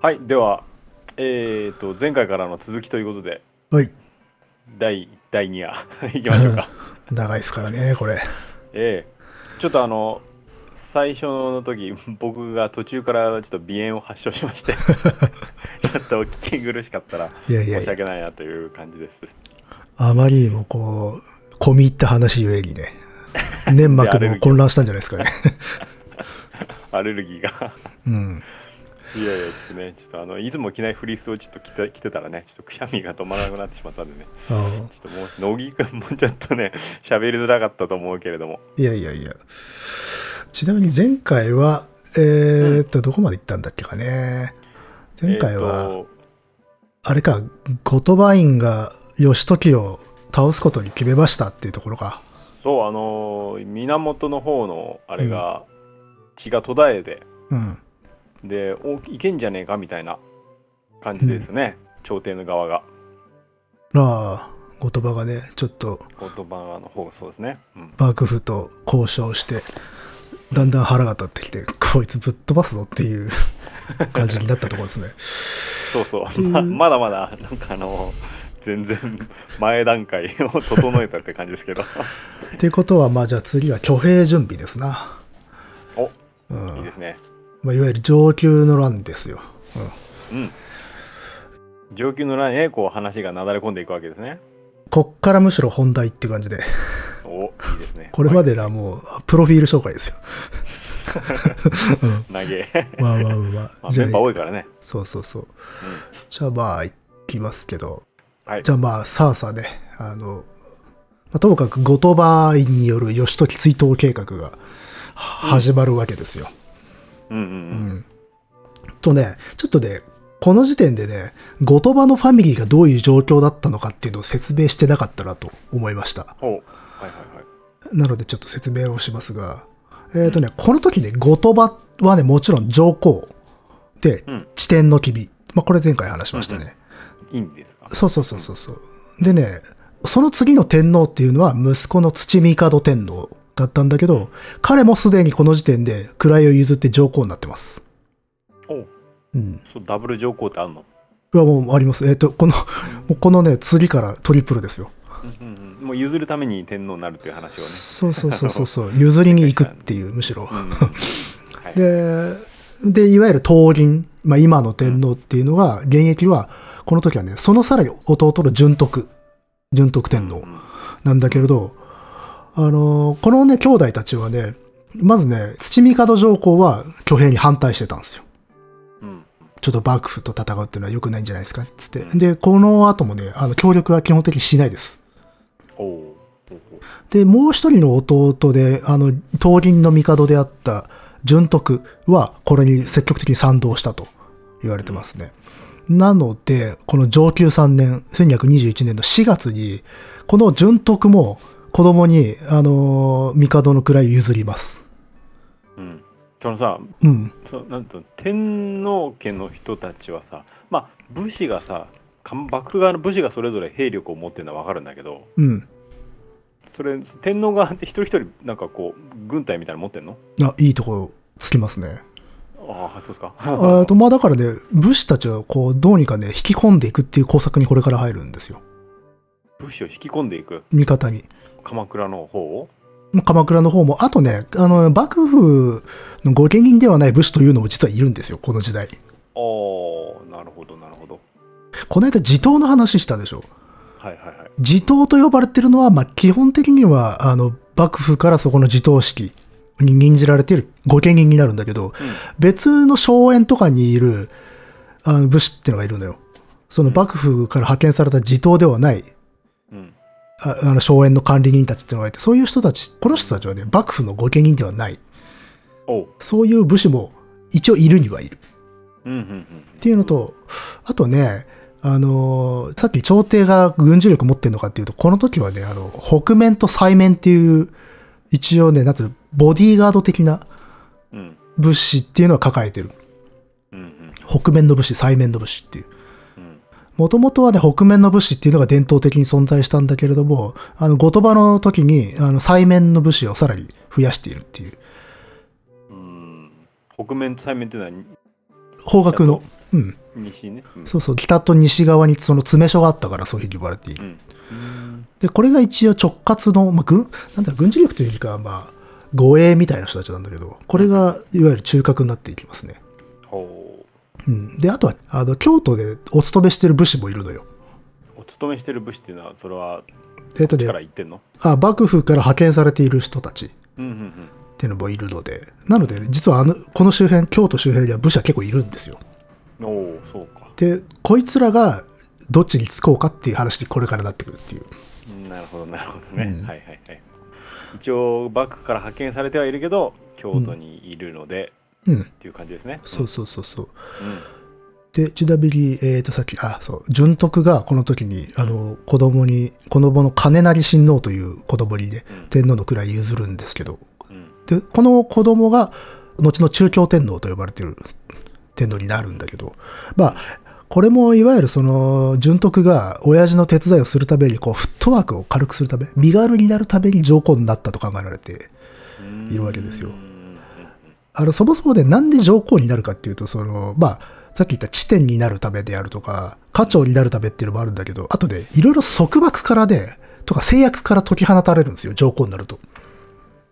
はい、では、えーと、前回からの続きということで、はい。第第2夜、い きましょうか。 長いですからね、これ。ええちょっとあの、最初の時僕が途中からちょっと鼻炎を発症しま して、ちょっとお聞き苦しかったら、いやいや申いしや訳ないなという感じです。あまりにもこう、込み入った話ゆえに ね、粘膜も混乱したんじゃないですかね。アレルギーが。 うん。いやいや、ちょっとね、ちょっとあの、いつも着ないフリースをちょっと着て着てたらね、ちょっとくしゃみが止まらなくなってしまったんでね、あのちょっともう、乃木くんもちょっとね、喋りづらかったと思うけれども、いやいやいや。ちなみに前回は、えー、っと、どこまで行ったんだっけかね。前回えーは、とあれか、ゴトバインが義時を倒すことに決めましたっていうところか。そうあのー源の方のあれが、血が途絶えてうん。でおいけんじゃねえかみたいな感じですね、朝廷の側がまあ、後鳥羽がね、ちょっと言葉の方がそうですね、うん、幕府と交渉してだんだん腹が立ってきてこいつぶっ飛ばすぞっていう 感じになったところですねそうそうままだまだなんかあの全然前段階を整えたって感じです けどっていうことはまあじゃあ次は挙兵準備ですな、おうんいいですねまあ、いわゆる上級の乱ですよ、うんうん上級の欄へこう話がなだれ込んでいくわけですねこっからむしろ本題っていう感じでおいいですねこれまでなもうプロフィール紹介ですようん投 げ、まあまあまあ ままああ、じゃメンバーあ多いからね、そうそうそううじゃあまあいきますけどん、はいじゃあまあ、さあさあね、あの、まあともかく後鳥羽院による義時追悼計画が始まるわけですよ。うんうんうんとね、ちょっとね、この時点でね、後鳥羽のファミリーがどういう状況だったのかっていうのを説明してなかったなと思いました。おはいはいはいなのでちょっと説明をしますが、えっ、とね、この時ね、後鳥羽はね、もちろん上皇でうん、地点の君。まあ、これ前回話しましたね。いいんですか。そうそうそうそうそう。でね、その次の天皇っていうのは息子の土帝天皇だったんだけど、彼もすでにこの時点で位を譲って上皇になってます。おうん。そうダブル上皇ってあんの、いや、もうあります。えっ、と、このもうこのね、次からトリプルですよ。うんうん、もう譲るために天皇になるっていう話 そうそうそうそうそう。譲りに行くっていう、むしろ。をね。うんはい、で、で、いわゆる東銀、まあ今の天皇っていうのが、現役は、この時はね、そのさらに弟の順徳、順徳天皇。なんだけれど、あのーこのね、兄弟たちはね、まずね、土帝上皇は挙兵に反対してたんですよ。うんちょっと幕府と戦うっていうのは良くないんじゃないですか、つって。で、この後もね、あの、協力は基本的にしないです。おおー。で、もう一人の弟で、あの、東銀の帝であった順徳は、これに積極的に賛同したと言われてますね。なので、この上級3年、1221年の4月に、この順徳も子供に、あのー帝の位を譲ります。うん。そのさ、うん。そなんと天皇家の人たちはさ、まあ武士がさ、か幕府側の武士がそれぞれ兵力を持ってるのはわかるんだけど、うん。それ天皇側って一人一人なんかこう軍隊みたいなの持ってんの？あ、いいとこつきますね。ああそうですか。あと、まあだからね、武士たちをこう、どうにかね、引き込んでいくっていう工作にこれから入るんですよ。 武士を引き込んでいく味方に。鎌倉の方を。鎌倉の方も、あとね、あの、幕府の御家人ではない武士というのも実はいるんですよ、この時代。ああなるほどなるほど。この間、地頭の話したでしょ。はいはいはい。地頭と呼ばれてるのは、まあ、基本的には、あの、幕府からそこの地頭式に任じられている御家人になるんだけど、別の荘園とかにいるあの武士ってのがいるのよ。その幕府から派遣された地頭ではない、うん。ああの、荘園の管理人たちってのがいて、そういう人たち、この人たちはね、幕府の御家人ではない。おう。そういう武士も一応いるにはいる。うんうんうん。っていうのと、あとね、あのーさっき朝廷が軍事力持ってるのかっていうと、この時はね、あの、北面と西面っていう、一応ね、なんていうの、ボディーガード的なうん物資っていうのは抱えてる。うんうん北面の武士、西面の武士っていう。うん。もともとはね、北面の武士っていうのが伝統的に存在したんだけれども、あの、後鳥羽の時に、あの、西面の武士をさらに増やしているっていう、うーん。北面と西面っていうのは方角の、うん。西ね。うんそうそう、北と西側にその詰め所があったから、そういうふうに呼ばれている。うん。で、これが一応直轄の、まあ、軍、なんだろう軍事力というよりかは、まあ、護衛みたいな人たちなんだけど、これが、いわゆる中核になっていきますね。ほうん。で、あとは、あの、京都でお勤めしてる武士もいるのよ。う。お勤めしてる武士っていうのは、それは、えっと力ね、言ってんのあ、幕府から派遣されている人たちっうんうんうん。ていうのもいるので、なので、実はあの、この周辺、京都周辺には武士は結構いるんですよ。おおそうかで、こいつらが、どっちにつこうかっていう話にこれからなってくるっていう。なるほどなるほどね、はいはいはい一応バックから派遣されてはいるけど京都にいるので、うん。っていう感じですねそうそうそうそう。うんで、ちなみに、えっ、と、さっき、あ、そう、純徳がこの時に、あの、子供に、子供の金成親王という子供にねうん、天皇の位譲るんですけど、うんで、この子供が、後の中京天皇と呼ばれてる天皇になるんだけど、まあ、これもいわゆるその、純徳が親父の手伝いをするために、こう、フットワークを軽くするため、身軽になるために上皇になったと考えられて、うんいるわけですようんあの、そもそもね、なんで上皇になるかっていうと、その、まあ、さっき言った地点になるためであるとか、家長になるためっていうのもあるんだけど、あとね、いろいろ束縛からね、とか制約から解き放たれるんですよ、上皇になると。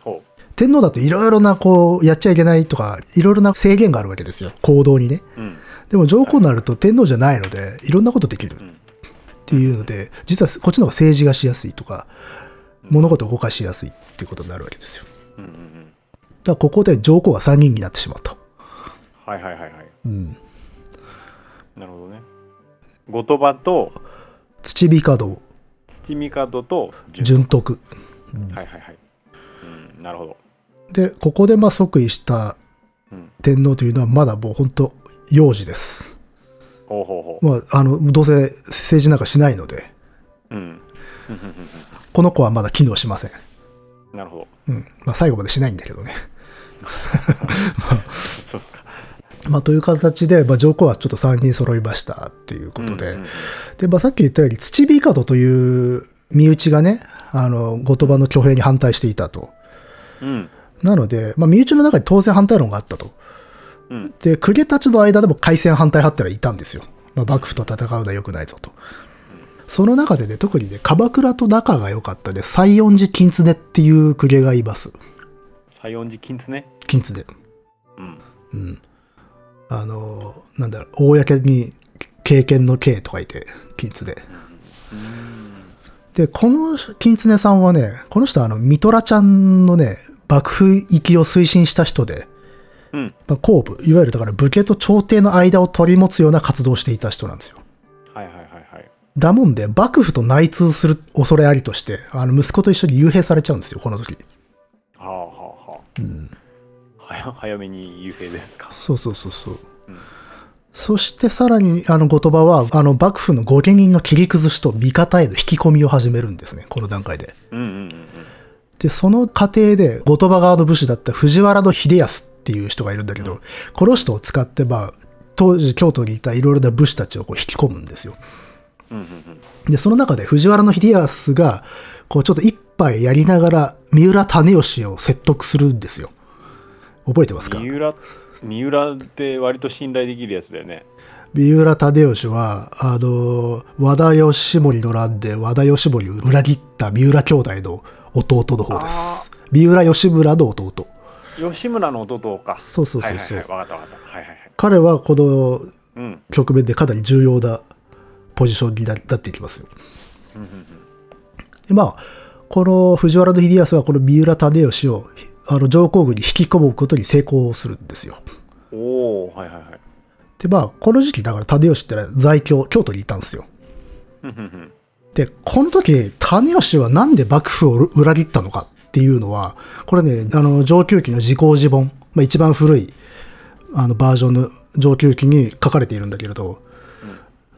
ほ天皇だといろいろな、こう、やっちゃいけないとか、いろいろな制限があるわけですよ、行動にね。ううんでも上皇になると天皇じゃないので、いろんなことできるうっんていうので、実はこっちの方が政治がしやすいとか、物事を動かしやすいっていうことになるわけですよ。うんうんうんだからここで上皇が3人になってしまうと。はいはいはいはいうん。なるほどね後鳥羽と土帝、土帝と順純徳。はいはいはい、うん、なるほど、で、ここでまあ即位したうん、天皇というのはまだもう本当幼児です。ほうほうほう、まあ、あの、どうせ政治なんかしないので、うん、この子はまだ機能しません。 なるほどうん。まあ、最後までしないんだけどね。そうっすかまあ、という形で、まあ、上皇はちょっと3人揃いましたっていうことで。うんうんで、まあ、さっき言ったように、土帝という身内がね、あの、後鳥羽の挙兵に反対していたと。うんなので、まあ、身内の中に当然反対論があったと。うんで、公家たちの間でも開戦反対派ってのはいたんですよ。まあ、幕府と戦うのは良くないぞと。その中でね、特にね、鎌倉と仲が良かったね、西園寺金常っていう公家がいます。西園寺金ね金常。うんうん。あのー、なんだろう、公に経験の経とかいて、金常。で、この金常さんはね、この人はあの、ミトラちゃんのね、幕府行きを推進した人で、うんまあ、公部、いわゆるだから武家と朝廷の間を取り持つような活動をしていた人なんですよ。はいはいはいはいだもんで、幕府と内通する恐れありとして、あの、息子と一緒に幽閉されちゃうんですよ、この時。はあはあはあ、早早めに幽閉ですかそうそうそうそう。うんそしてさらに、あの、後鳥羽は、あの、幕府の御家人の切り崩しと味方への引き込みを始めるんですね、この段階で。うんうんうんうんで、その過程で、後鳥羽側の武士だった藤原の秀康っていう人がいるんだけど、この人を使って、まあ、当時京都にいたいろいろな武士たちをこう引き込むんですよ。うんうんで、その中で藤原秀康が、こうちょっと一杯やりながら、三浦種義を説得するんですよ。覚えてますか三浦三浦って割と信頼できるやつだよね三浦種義は、あの、和田義盛の乱で和田義盛を裏切った三浦兄弟の弟の方です。三浦義村の弟。吉村の弟かそうそうそうそうはいはいはい、分かった分かったはいはいはい彼はこのうん局面でかなり重要なポジションにななっていきますよ。でまあこの藤原秀康はこの三浦忠義をあの上皇軍に引き込むことに成功するんですよ。おおはいはいはいでまあこの時期だから忠義ってのは在京京都にいたんですよ。うんうんうんでこの時忠義はなんで幕府を裏切ったのかっていうのはこれねあの上級期の自公自本、まあ、一番古いあのバージョンの上級期に書かれているんだけれど、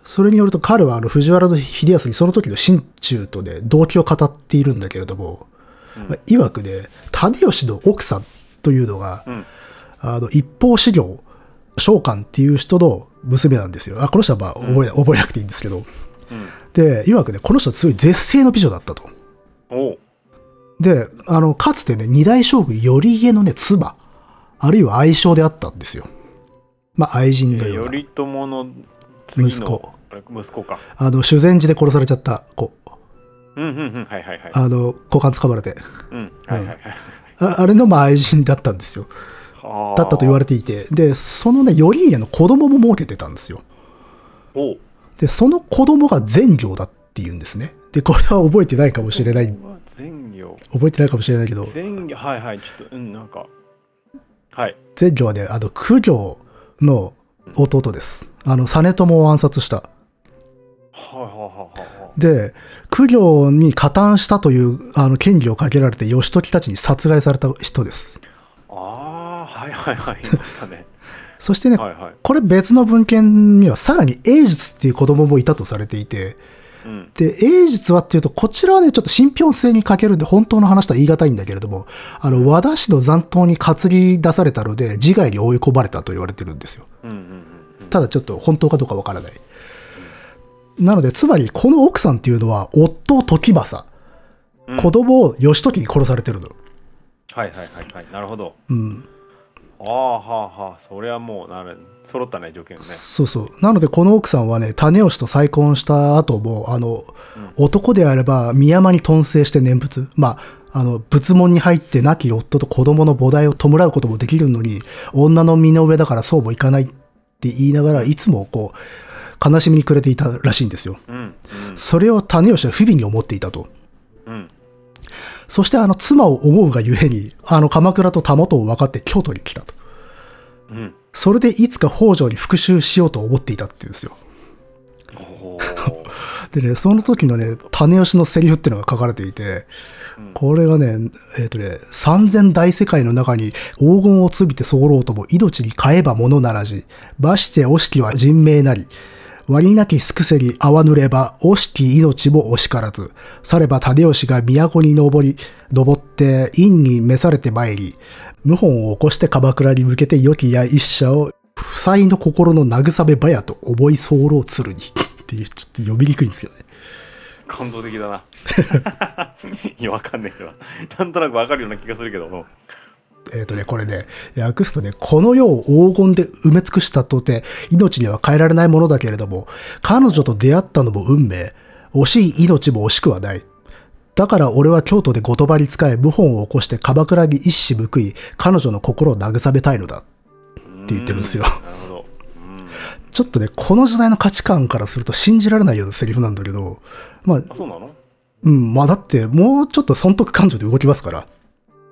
それによると彼はあの藤原秀康にその時の心中とね動機を語っているんだけれども、まあ、いわくね忠義の奥さんというのが、んあの一方資料召喚っていう人の娘なんですよあこの人はまあ覚え,、覚えなくていいんですけど。で、いわくね、この人はすごい絶世の美女だったと。おうで、あの、かつてね、二大将軍頼家のね、妻、あるいは愛称であったんですよ。まあ、愛人のような頼朝の次の息子。あれ息子か。あの、修善寺で殺されちゃった子。うんうんうん。はいはいはい。あの、股間つかまれて。うん。はいはいはい。ああれのまあ愛人だったんですよ。はあだったと言われていて。で、そのね、頼家の子供も儲けてたんですよ。おうで、その子供が善行だって言うんですね。で、これは覚えてないかもしれない。善行。覚えてないかもしれないけど、善行。はいはい。ちょっと、うん、なんか。はい。善行はね、あの、九条の弟です。あの、実朝を暗殺した。はいはいはいはい。で、九条に加担したという、あの、権利をかけられて、義時たちに殺害された人です。ああー、はいはいはい。いました ね。そしてね、はいはい。これ別の文献にはさらに英術っていう子供もいたとされていて、うん。で、英術はっていうと、こちらはね、ちょっと信憑性に欠けるんで、本当の話とは言い難いんだけれども、あの、和田氏の残党に担ぎ出されたので、自害に追い込まれたと言われてるんですよ。うんうんうん。ただちょっと本当かどうかわからない。なので、つまり、この奥さんっていうのは、夫を時政、うん子供を義時に殺されてるの。はいはいはいはい。なるほど。うん。ああ、はあはあ。それはもう、なる揃ったね、条件ね。そうそう。なので、この奥さんはね、種吉と再婚した後も、あの、男であれば、深山に遁生して念仏。まあ、あの、仏門に入って亡き夫と子供の菩提を弔うこともできるのに、女の身の上だからそうもいかないって言いながら、いつもこう、悲しみに暮れていたらしいんですよ。うんそれを種吉は不備に思っていたと。うんうん。そして、あの、妻を思うがゆえに、あの、鎌倉と田本を分かって京都に来たと。うん。それで、いつか北条に復讐しようと思っていたっていうんですよ。おおー。でね、その時のね、種吉のセリフっていうのが書かれていて、これがね、えっ、とね、三千大世界の中に黄金をつびて候ろうとも命に変えば物ならじ、ばして惜しきは人命なり、割りなきすくせに泡濡れば惜しき命も惜しからず、されば種吉が都に登り、登って陰に召されて参り、謀反を起こして鎌倉に向けて良きや一社を、夫妻の心の慰めばやと思い候ろうつるに。 っていう、ちょっと読みにくいんですけどね。感動的だ な。いや、わかんないけど。なんとなくわかるような気がするけど。うんえっ、とね、これね、訳すとね、この世を黄金で埋め尽くしたとて、命には変えられないものだけれども、彼女と出会ったのも運命、惜しい命も惜しくはない。だから俺は京都で後鳥羽に仕え、謀反を起こして鎌倉に一矢報い、彼女の心を慰めたいのだ。って言ってるんですよなるほど。うんちょっとね、この時代の価値観からすると信じられないようなセリフなんだけど、まあ、あ、そうなのうん、まあだって、もうちょっと損得感情で動きますから。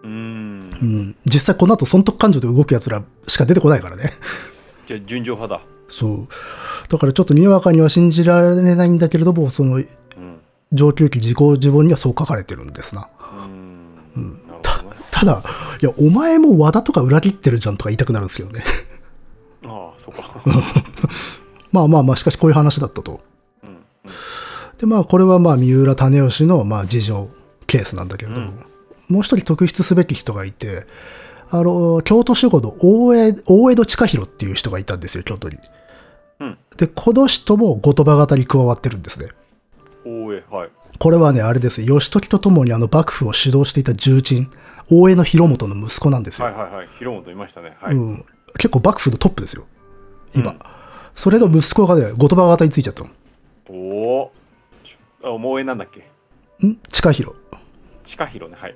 うーんう。ん、実際この後損得感情で動く奴らしか出てこないからね。じゃあ、純情派だ。そう。だからちょっとにわかには信じられないんだけれども、そのうん。上級期自己自分にはそう書かれてるんですな。うーん。なるほどね。ただ、いや、お前も和田とか裏切ってるじゃんとか言いたくなるんですよね。ああ、そうか。まあまあまあ、しかしこういう話だったと。うん。で、まあこれはまあ三浦種義のまあ事情、ケースなんだけれども、もう一人特筆すべき人がいて、あの、京都守護の大江大江戸近弘っていう人がいたんですよ、京都に。うん。で、この人も後鳥羽型に加わってるんですね。おーえ、はい。これはね、あれです。義時と共にあの幕府を指導していた重鎮、大江の広元の息子なんですよ。。はいはいはい。広本いましたね。はいうん、結構幕府のトップですよ。今。それの息子がね、後鳥羽型についちゃったの。おお。ちあ、萌えなんだっけん近広。近広ね。はい。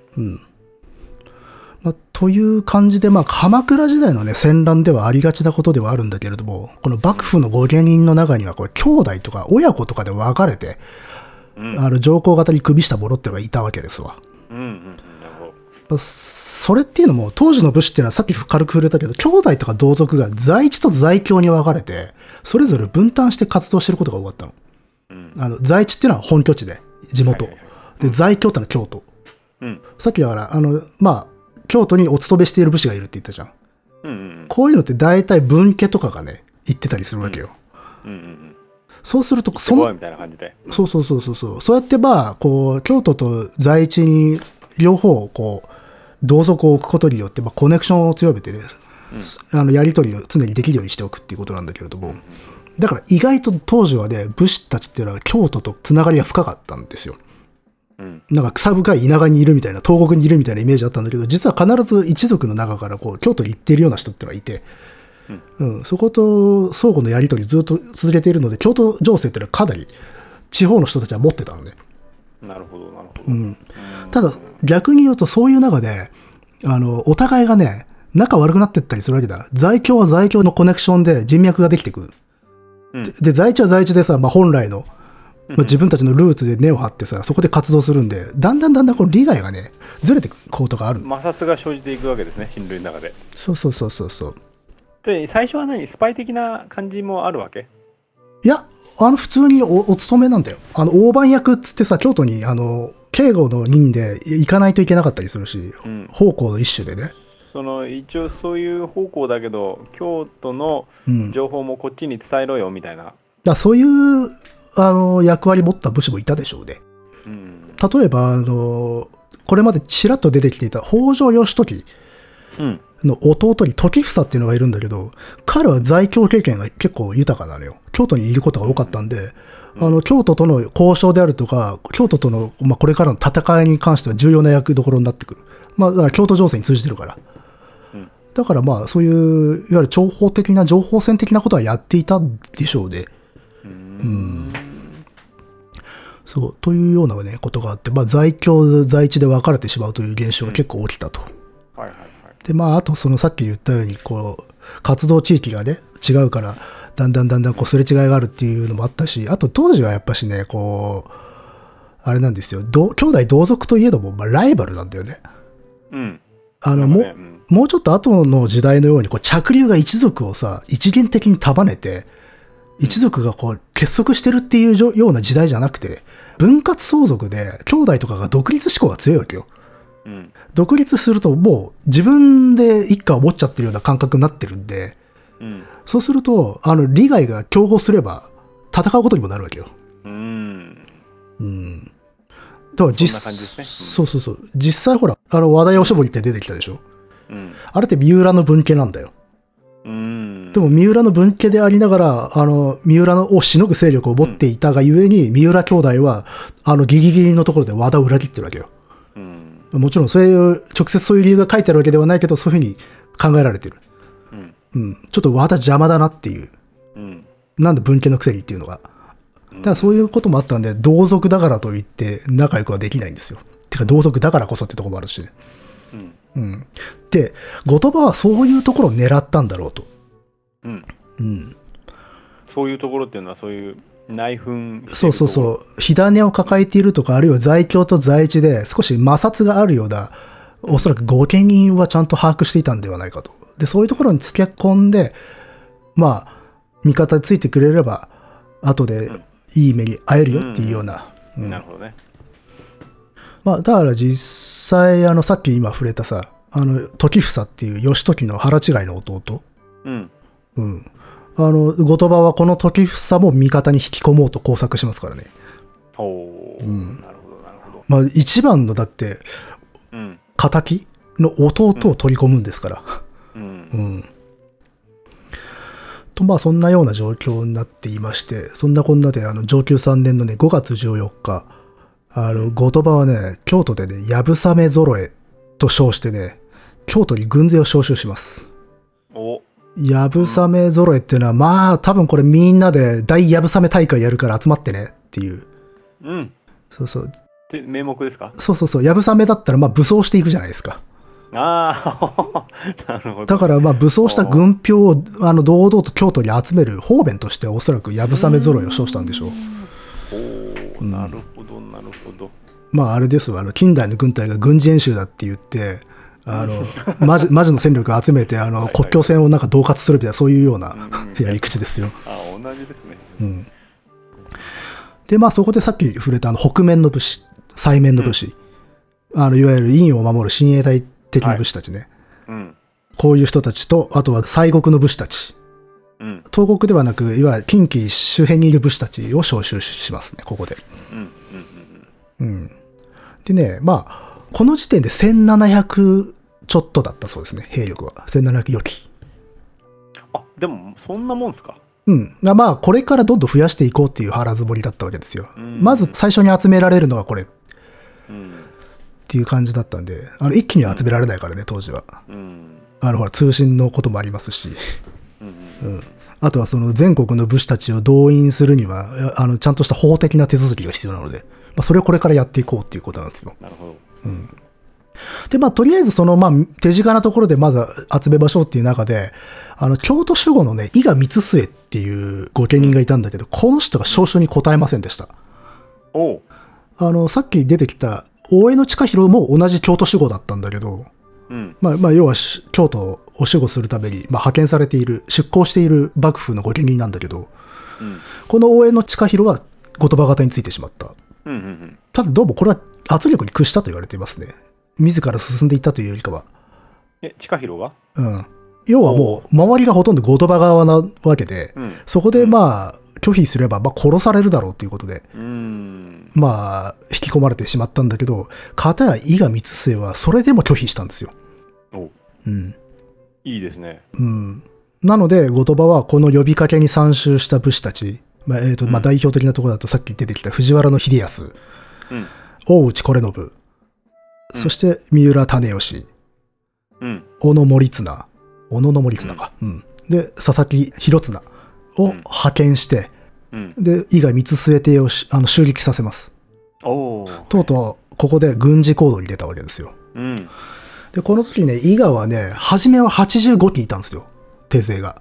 まあ、という感じで、まあ、鎌倉時代のね、戦乱ではありがちなことではあるんだけれども、この幕府の御家人の中には、これ、兄弟とか親子とかで分かれて、うんあの、上皇型に首した者っていうのがいたわけですわ。うんうんうん。なるほど。まあそれっていうのも、当時の武士っていうのはさっき軽く触れたけど、兄弟とか同族が在地と在京に分かれて、それぞれ分担して活動してることが多かったの。うん。あの、在地っていうのは本拠地で、地元。はいはいで、在京ってのは京都。うん。さっきだから、あの、まあ、京都にお勤めしている武士がいるって言ったじゃん。うんうんこういうのって大体分家とかがね、行ってたりするわけよ。うん。うんうんうん。そうすると、すそのごいみたいな感じで。そうそうそうそうそう。そうやってまあ、こう、京都と在地に両方、こう、同族を置くことによって、まあ、コネクションを強めてね、あの、やり取りを常にできるようにしておくっていうことなんだけれども、だから意外と当時はね、武士たちっていうのは京都とつながりが深かったんですよ。うん。なんか草深い田舎にいるみたいな、東国にいるみたいなイメージあったんだけど、実は必ず一族の中からこう、京都に行っているような人ってのはいて、ううん、そこと相互のやり取りずっと続けているので、京都情勢っていうのはかなり地方の人たちは持ってたのね。なるほど、なるほど。うん、ただ、逆に言うと、そういう中で、あの、お互いがね、仲悪くなってったりするわけだ。在京は在京のコネクションで人脈ができてくうんる。で、在地は在地でさ、まあ、本来の、まあ、自分たちのルーツで根を張ってさ、そこで活動するんで、だんだんだんだんこう利害がね、ずれてくることがある。摩擦が生じていくわけですね、親類の中で。そうそうそうそうそう。で、最初は何スパイ的な感じもあるわけいや、あの、普通におお勤めなんだよ。あの、大判役っつってさ、京都に、あの、警護の任で行かないといけなかったりするし、うん奉公の一種でね。その一応そういう方向だけど京都のうん。情報もこっちに伝えろよみたいな、だそういう、あの、役割持った武士もいたでしょうね。うん例えば、あの、これまでちらっと出てきていた北条義時うん、の弟に時房っていうのがいるんだけど、彼は在京経験が結構豊かなのよ。京都にいることが多かったんで、あの、京都との交渉であるとか、京都との、まあ、これからの戦いに関しては重要な役どころになってくる。まあ、だから京都情勢に通じてるから。うんだからまあ、そういう、いわゆる情報的な、情報戦的なことはやっていたでしょうね。うんそう、というようなね、ことがあって、まあ、在京、在地で分かれてしまうという現象が結構起きたと。はいはいはいで、まあ、あと、そのさっき言ったように、こう、活動地域がね、違うから、だんだんだんだん、こう、すれ違いがあるっていうのもあったし、あと、当時はやっぱしね、こう、あれなんですよ、同兄弟同族といえども、まあ、ライバルなんだよね。うんあの、なんもかうね、うんもうちょっと後の時代のように、こう、着流が一族をさ、一元的に束ねて、一族がこう、結束してるっていうじょような時代じゃなくて、分割相続で、兄弟とかが独立志向が強いわけよ。うん独立すると、もう、自分で一家を持っちゃってるような感覚になってるんで、うんそうすると、あの、利害が競合すれば、戦うことにもなるわけよ。うんうん。だから実、そんな感じですねうんそうそうそう。実際ほら、あの、話題おしぼりって出てきたでしょ。うんあれって三浦の文系なんだよ。うんでも三浦の分家でありながら、あの、三浦のをしのぐ勢力を持っていたがゆえに、三浦兄弟は、あの、ギリギリのところで和田を裏切ってるわけよ。うんもちろん、そういう、直接そういう理由が書いてあるわけではないけど、そういうふうに考えられてる。うんうん。ちょっと和田邪魔だなっていう。うんなんで分家のくせにっていうのが。だからそういうこともあったんで、同族だからといって仲良くはできないんですよ。てか、同族だからこそってとこもあるし。うんうん。で、言葉はそういうところを狙ったんだろうと。うんうん。そういうところっていうのはそういう内紛そうそううそう。火種を抱えているとか、あるいは在京と在地で少し摩擦があるような、おそらく御家人はちゃんと把握していたんではないかと。で、そういうところに付け込んで、まあ、味方についてくれれば、後でいい目に遭えるよっていうような。うんなるほどねまあ、だから実際、あの、さっき今触れたさ、あの、時房っていう義時の腹違いの弟。うんうん。あの、後鳥羽はこの時房も味方に引き込もうと工作しますからね。ほう、なるほどなるほどまあ、一番のだって、うん敵の弟を取り込むんですから。うんうん。と、まあ、そんなような状況になっていまして、そんなこんなで、あの、上級3年のね、5月14日、あの、後鳥羽はね、京都でね、やぶさめ揃えと称してね、京都に軍勢を招集します。おやぶさめ揃えっていうのは、まあ、多分これみんなで大やぶさめ大会やるから集まってねっていう。うんっそうそう。て名目ですかそうそうそう。やぶさめだったら、まあ、武装していくじゃないですか。ああなるほどだからまあ武装した軍票をあの堂々と京都に集める方便としておそらくやぶさめ揃いを称したんでしょう。おーなるほどなるほどまああれですわ、あの近代の軍隊が軍事演習だって言って、あの、マジ、マジの戦力を集めて、あの、国境線をなんか恫喝するみたいな、そういうようなうんやり口ですよ。あ同じですねうん。で、まあそこでさっき触れたあの北面の武士、西面の武士、あの、いわゆる院を守る親衛隊的な武士たちね。うんこういう人たちと、あとは西国の武士たち。うん東国ではなく、いわゆる近畿周辺にいる武士たちを招集しますね、ここで。うんうんうん。でね、まあ、この時点で1700ちょっとだったそうですね、兵力は。1700余機。あでもそんなもんすかうん。がまあ、これからどんどん増やしていこうっていう腹積もりだったわけですよ。うんまず最初に集められるのがこれっうんていう感じだったんで、あの、一気には集められないからね、当時は。うんあの、ほら、通信のこともありますし。うんうんあとはその全国の武士たちを動員するには、ああの、ちゃんとした法的な手続きが必要なので、まあ、それをこれからやっていこうっていうことなんですよ。なるほど。で、まあ、とりあえずその、まあ、手近なところでまず集めましょうっていう中で、あの、京都守護のね、伊賀光末っていう御家人がいたんだけど、この人が招集に応えませんでした。おう。あの、さっき出てきた、大江の近広も同じ京都守護だったんだけど、うん。まあ、まあ、要はし、京都を守護するために、まあ、派遣されている、出向している幕府の御家人なんだけど、うん。この大江の近広は言葉型についてしまった。うん。うん。ただどうもこれは圧力に屈したと言われていますね。自ら進んでいったというよりかは。え、近広がうん。要はもう、周りがほとんど言葉側なわけで、うん。うそこでまあ、拒否すれば、まあ殺されるだろうということで、ーん。まあ、引き込まれてしまったんだけど、片や伊賀光末はそれでも拒否したんですよ。おううん。いいですね。うん。なので、後鳥羽はこの呼びかけに参集した武士たち、まあ、えっ、と、まあ代表的なところだとさっき出てきた藤原の秀康、うん。大内これのぶ、そして三浦種義、うん。小野森綱、小野の森綱か、うんで、佐々木広綱をうん派遣して、うん。で、伊賀光末帝をしあの襲撃させます。おう。とうとう、ここで軍事行動に出たわけですよ。うん。で、この時ね、伊賀はね、初めは85期いたんですよ、帝勢が。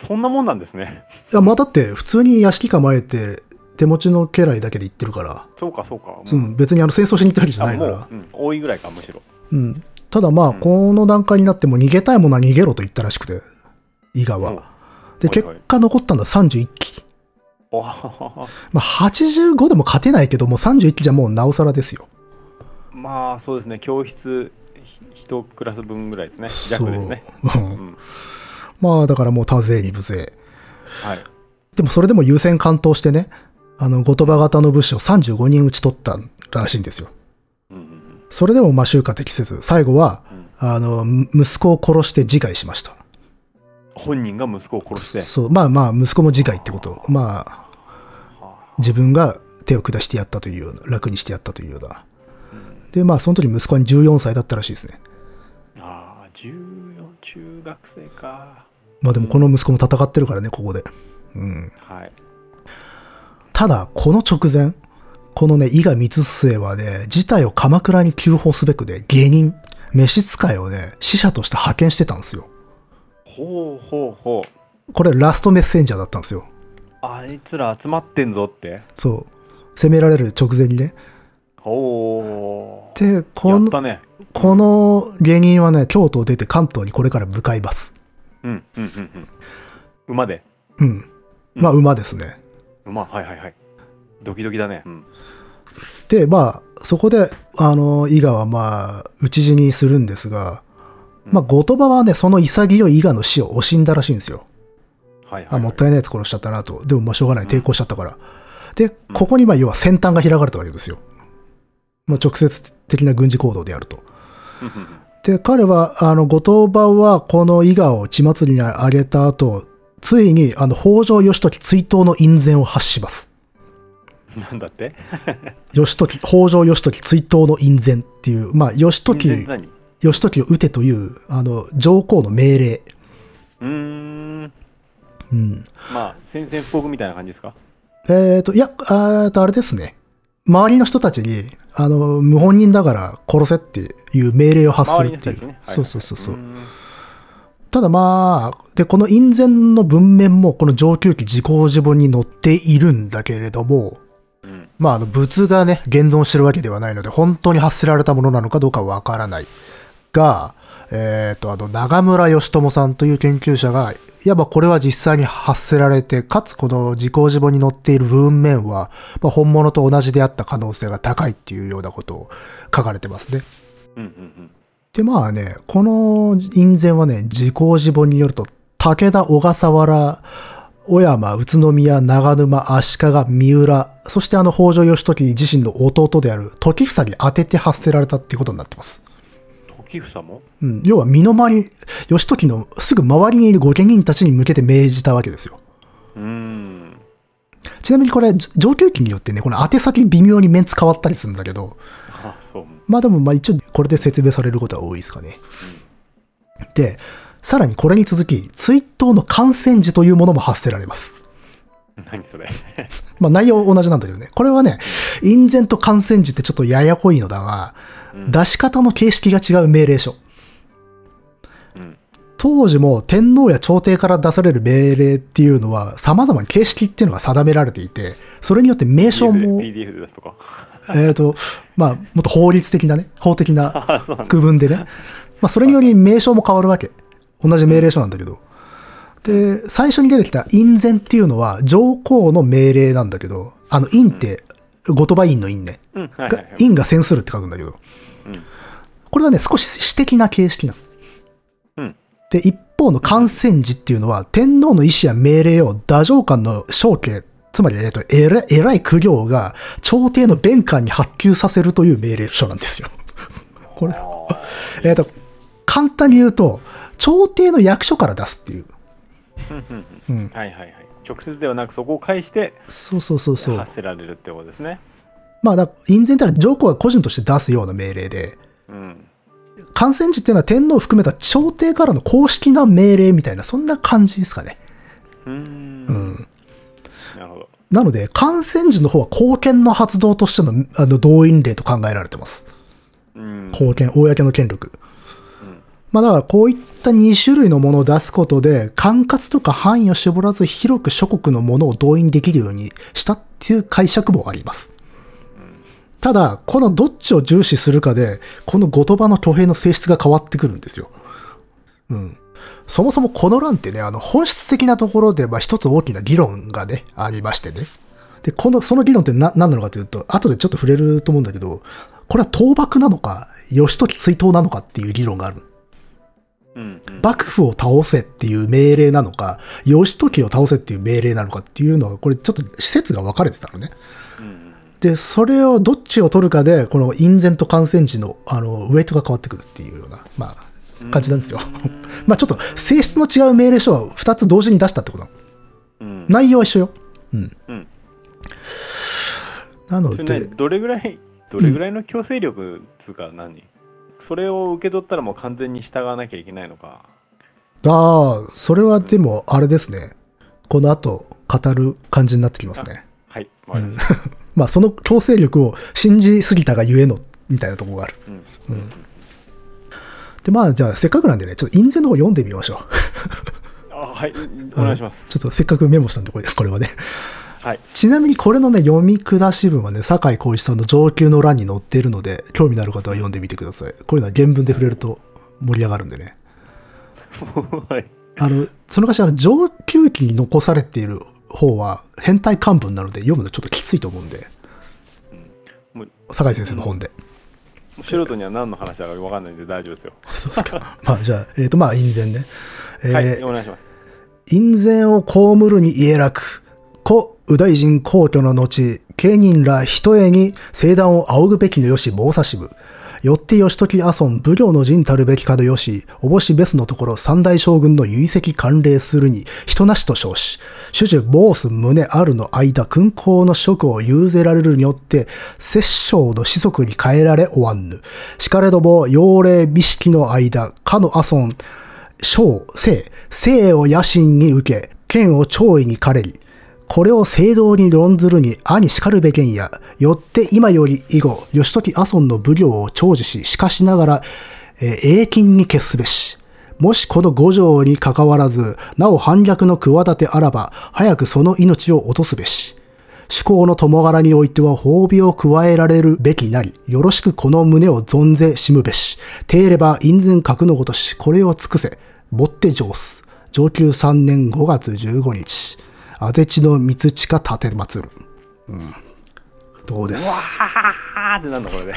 そんなもんなんですね。 いや、まあだって、普通に屋敷構えて、手持ちの家来だけで行ってるから、そうか、そうか。うもう。ん、別にあの戦争しに行ったわけじゃあ、ないかもらう。、うん多いぐらいか、むしろ。うん、ただまあ、んこの段階になっても逃げたいものは逃げろと言ったらしくて、伊賀うんは。で、はい結はい果残ったのは31期。おはまあ、85でも勝てないけど、もう31期じゃもうなおさらですよ。 まあ、そうですね。教室、ひ一クラス分ぐらいですね。弱ですね。そう。ううんん。まあ、だからもう多勢に無勢。はい。でもそれでも優先完投してね、あの、後鳥羽型の武士を35人討ち取ったらしいんですよ。うんうん。それでもまあ、収穫適せず、最後は、うんあの、む息子を殺して自害しました。本人が息子を殺して。そう、まあまあ、息子も自害ってこと。まあ、は自分が手を下してやったというような、楽にしてやったというような。あうんで、まあ、その時息子は14歳だったらしいですね。ああ、14、中学生か。まあでも、この息子も戦ってるからね、ここで。うん。はい。ただ、この直前、このね、伊賀光末はね、事態を鎌倉に急報すべくで、芸人、召使いをね、死者として派遣してたんですよ。ほうほうほう。これ、ラストメッセンジャーだったんですよ。あいつら集まってんぞって。そう。攻められる直前にね。ほう。で、こやっの、たね。この芸人はね、京都を出て関東にこれから向かいます。うんうんうんうん。馬で。うん。まあ、馬ですね。馬、はいはいはい。ドキドキだね。うん。で、まあ、そこで、あの、伊賀はまあ、討ち死にするんですが、まあ、後鳥羽はね、その潔い伊賀の死を惜しんだらしいんですよ。はいはい、はあ、い。もったいないやつ殺しちゃったなと。でも、まあ、しょうがない。抵抗しちゃったから。で、ここに、まあ、要は先端が開かれたわけですよ。まあ、直接的な軍事行動であると。うんうんうんで、彼は、あの、後鳥羽は、この伊賀を血祭りにあげた後、ついに、あの、北条義時追悼の印税を発します。なんだって義時、北条義時追悼の印税っていう、まあ、義時、全然何う義時を討てというあの上皇の命令、ーん。うん、まあ、宣戦布告みたいな感じですかえっ、といやあーとあれですね周りの人たちにあの無本人だから殺せっていう命令を発す周るりのって人たちいう、ね。はいはいはいそうそうそうそう、ーんただまあでこの院宣の文面もこの上級期時効自分に載っているんだけれどもうん。まあ、あの仏がね現存してるわけではないので本当に発せられたものなのかどうかはわからないが、えー、とあの長村義友さんという研究者がいわばこれは実際に発せられてかつこの時効自分に載っている文面は、まあ、本物と同じであった可能性が高いっていうようなことを書かれてますね。うんうんでまあねこの印税はね時効自分によると武田小笠原小山、宇都宮、長沼、足利、三浦、そしてあの北条義時自身の弟である時房に当てて発せられたっていうことになってます。うん。時房もうん、要は身の回り、義時のすぐ周りにいる御家人たちに向けて命じたわけですよ。うーん。ちなみにこれ、じ上級期によってね、この当て先微妙にメンツ変わったりするんだけど、あ、そう。まあでもまあ一応これで説明されることは多いですかね。で、さらにこれに続き、追悼の感染時というものも発せられます。何それまあ内容同じなんだけどね。これはね、隠然と感染時ってちょっとややこいのだが、うん出し方の形式が違う命令書。うん当時も天皇や朝廷から出される命令っていうのは様々に形式っていうのが定められていて、それによって名称も、えっ、 PDF ですとか と、まあ、もっと法律的なね、法的なあそうなんだ区分 でね。まあ、それにより名称も変わるわけ。同じ命令書なんだけど。で、最初に出てきた院前っていうのは上皇の命令なんだけど、あの、院って、後鳥羽院の院ね。うんはいはがいはい院が遷するって書くんだけど。うんこれはね、少し私的な形式なの。うんで、一方の感染時っていうのは、天皇の意思や命令を太政官の承継、つまり、えっと、偉い偉い苦行が朝廷の弁官に発給させるという命令書なんですよ。 これ、えっと、簡単に言うと、朝廷の役所から出すっていう。うんうんううんん。はいはいはい直接ではなくそこを介してそうそうそうそう。発せられるってことですねまあ、だ院前ってのは上皇が個人として出すような命令で、うん感染時っていうのは天皇を含めた朝廷からの公式な命令みたいな、そんな感じですかね。うーんなるほどなので、感染時の方は貢献の発動としてのあの動員令と考えられてます。うん貢献、公の権力。うんまあだからこういった2種類のものを出すことで、管轄とか範囲を絞らず広く諸国のものを動員できるようにしたっていう解釈もあります。ただ、このどっちを重視するかで、この後鳥羽の挙兵の性質が変わってくるんですよ。うん。そもそもこの乱ってね、あの、本質的なところで、まあ一つ大きな議論がね、ありましてね。で、この、その議論ってな、何なのかというと、後でちょっと触れると思うんだけど、これは倒幕なのか、義時追討なのかっていう議論がある。うんうん幕府を倒せっていう命令なのか、義時を倒せっていう命令なのかっていうのは、これちょっと施設が分かれてたのね。うんで、それをどっちを取るかで、この隠然と感染時の、あの、ウェイトが変わってくるっていうような、まあ、感じなんですよ。 まあちょっと性質の違う命令書は2つ同時に出したってことなの。うん内容は一緒よ。うん。うんなのそれねで、どれぐらいどれぐらいの強制力つうか何それを受け取ったらもう完全に従わなきゃいけないのかああ、それはでも、あれですね。この後、語る感じになってきますね。はいわかりましたまあ、その強制力を信じすぎたがゆえの、みたいなところがある。うんで、まあ、じゃあ、せっかくなんでね、ちょっと印税の方読んでみましょう。あはい お願いしますちょっとせっかくメモしたんで、これこれはね。 はいちなみにこれのね、読み下し文はね、酒井光一さんの上級の欄に載っているので、興味のある方は読んでみてください。こういうのは原文で触れると盛り上がるんでね。はい あの、その昔、あの、上級期に残されている方は、変態漢文なので、読むのちょっときついと思うんで、もう酒井先生の本で。素人には何の話だか分かんないんで大丈夫ですよそうですか。 まあ、じゃあ、えっ、と、まあ、印前ね。えーはいお願いします院前を被るに家楽。故、右大臣皇居の後、慶人ら一重に聖断を仰ぐべきのよし棒差し部。よって義時阿孫武行の陣たるべきかのよし、おぼし別のところ三大将軍の遺跡関連するに、人なしと称し、主樹坊主宗あるの間、勲功の職を譲ぜられるによって、摂政の子息に変えられおわんぬ。しかれども、幼霊美式の間、かの阿孫、小、生、生を野心に受け、剣を弔意に枯れり、これを正道に論ずるに兄しかるべけんや、よって今より以後、義時阿孫の武領を長寿し、しかしながら、えー、永金に決すべし。もしこの五条に関わらず、なお反逆の企てあらば、早くその命を落とすべし。思考の共柄においては褒美を加えられるべきなり、よろしくこの胸を存ぜしむべし。ていれば因前格のごとし、これを尽くせ。もって上す。上級3年5月15日。あてちの三つ近立てまつる。うん。どうです。あーってなんだこれで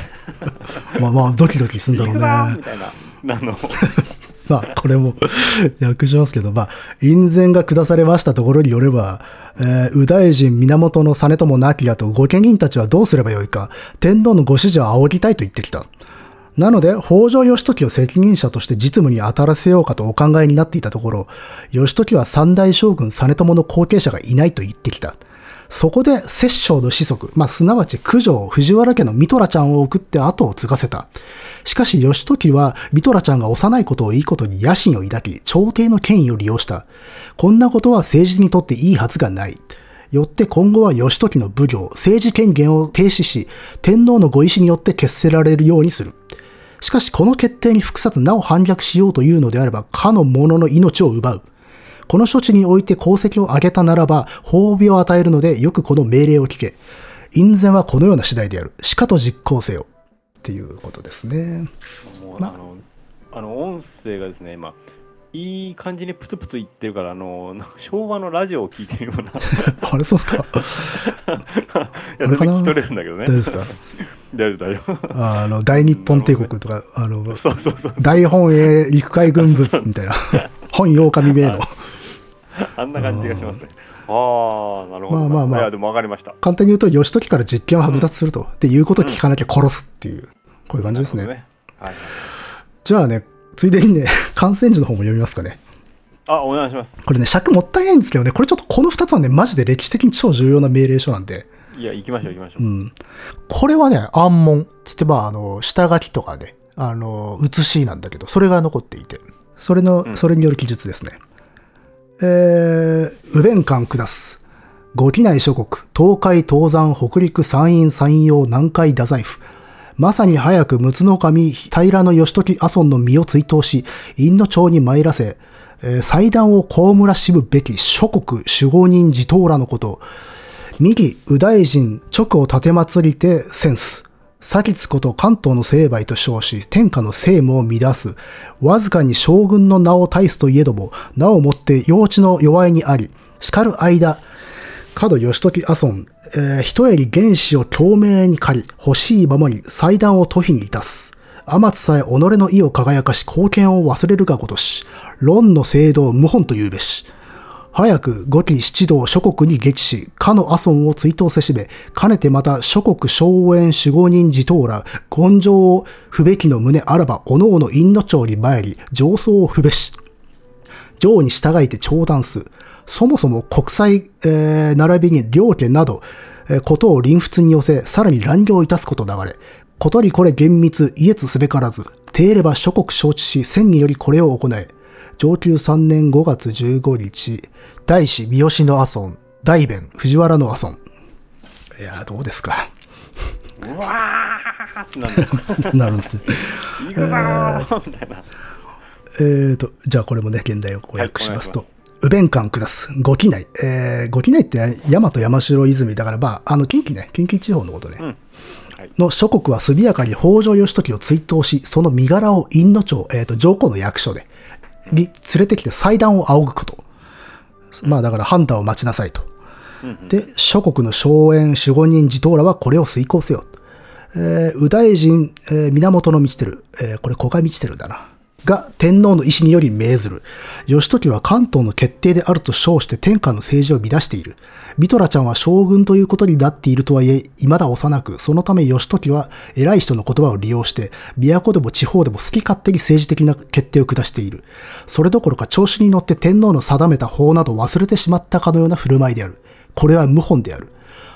まあまあ、ドキドキするんだろ行うくぞーみね。またいななんの あ、これも訳しますけど、まあ、因前が下されましたところによれば、えー、右大臣源実朝亡きやと御家人たちはどうすればよいか、天皇のご指示を仰ぎたいと言ってきた。なので、北条義時を責任者として実務に当たらせようかとお考えになっていたところ、義時は三大将軍実朝の後継者がいないと言ってきた。そこで摂政の子息、まあ、すなわち九条藤原家のミトラちゃんを送って後を継がせた。しかし義時はミトラちゃんが幼いことをいいことに野心を抱き、朝廷の権威を利用した。こんなことは政治にとっていいはずがない。よって今後は義時の奉行、政治権限を停止し、天皇のご意志によって決せられるようにする。しかしこの決定に複雑なお反逆しようというのであれば、かの者の命を奪う。この処置において功績を挙げたならば、褒美を与えるので、よくこの命令を聞け。院宣はこのような次第である。しかと実行せよ。っていうことですね。 もう、まあのあの音声がですね今いい感じにプツプツいってるからあのなんか昭和のラジオを聞いてるような いあれそうですかや全然聞き取れるんだけどね大丈夫ですか大丈夫大 丈あの、大日本帝国とか、あの、夫そうそうそう大本営陸海軍部みたいな、本八日未明の。あんな感じがしますねああなるほどまあまあまあいやでも分かりました簡単に言うと、義時から実権を剥奪すると。で、言うことを聞かなきゃ殺すっていう、こういう感じですなね。るほどはいじゃあね、ついでにね、 感染時の方も読みますかね。あお願いしますこれね、尺もったいないんですけどね、これちょっとこの2つはね、マジで歴史的に超重要な命令書なんで、いや行きましょう行きましょう。うんこれはね、暗門。つって、まあ、あの、下書きとかね、あの、写しなんだけど、それが残っていて、それの、んそれによる記述ですね。えー、右弁官下す。ご機内諸国、東海、東山、北陸、山陰、山陽、南海、太宰府。まさに早く陸の神、平の義時阿孫の身を追悼し、院の長に参らせ、えー祭壇を被らしむべき諸国、守護人、地頭らのこと、右右大臣直を立てまつりてセンス。先つこと関東の成敗と称し、天下の政務を乱す。わずかに将軍の名を大すといえども、名をもって幼稚の弱いにあり、叱る間、角義時阿孫、えー、一襟原子を共鳴に借り、欲しいままに祭壇を都否にいたす。天津さえ己の意を輝かし、貢献を忘れるがごとし、論の制度を謀反と言うべし。早く五期七道諸国に激し、かの阿孫を追悼せしめ、かねてまた諸国荘園守護人自頭ら、根性を不べきの胸あらば、おのおの院の長に参り、上層を不べし。上に従いて長断す。そもそも国際、えー並びに両家など、えーことを臨仏に寄せ、さらに乱行いたすこと流れ。ことにこれ厳密、イエツすべからず。てえれば諸国承知し、戦によりこれを行え。上級3年5月15日、大師三好の阿孫、大弁藤原の阿孫。いやー、どうですか。うわーってなる なるんですね。行くぞーみたいなえーと、じゃあこれもね、現代を公約しますとは。右弁官下す。五機内。えー、五機内って、大和山城泉だから、まあ、あの、近畿ね、近畿地方のことね。んはいの諸国は速やかに北条義時を追悼し、その身柄を院の長、えーと、上皇の役所で、に連れてきて祭壇を仰ぐこと。まあ、だから判断を待ちなさいと。で、諸国の荘園、守護人、地頭らはこれを遂行せよ。えー、右大臣、えー源の道輝、えーこれ古賀道輝だな。が、天皇の意思により命ずる。義時は関東の決定であると称して天下の政治を乱している。ビトラちゃんは将軍ということになっているとはいえ、未だ幼く、そのため義時は偉い人の言葉を利用して、都でも地方でも好き勝手に政治的な決定を下している。それどころか調子に乗って天皇の定めた法など忘れてしまったかのような振る舞いである。これは謀反である。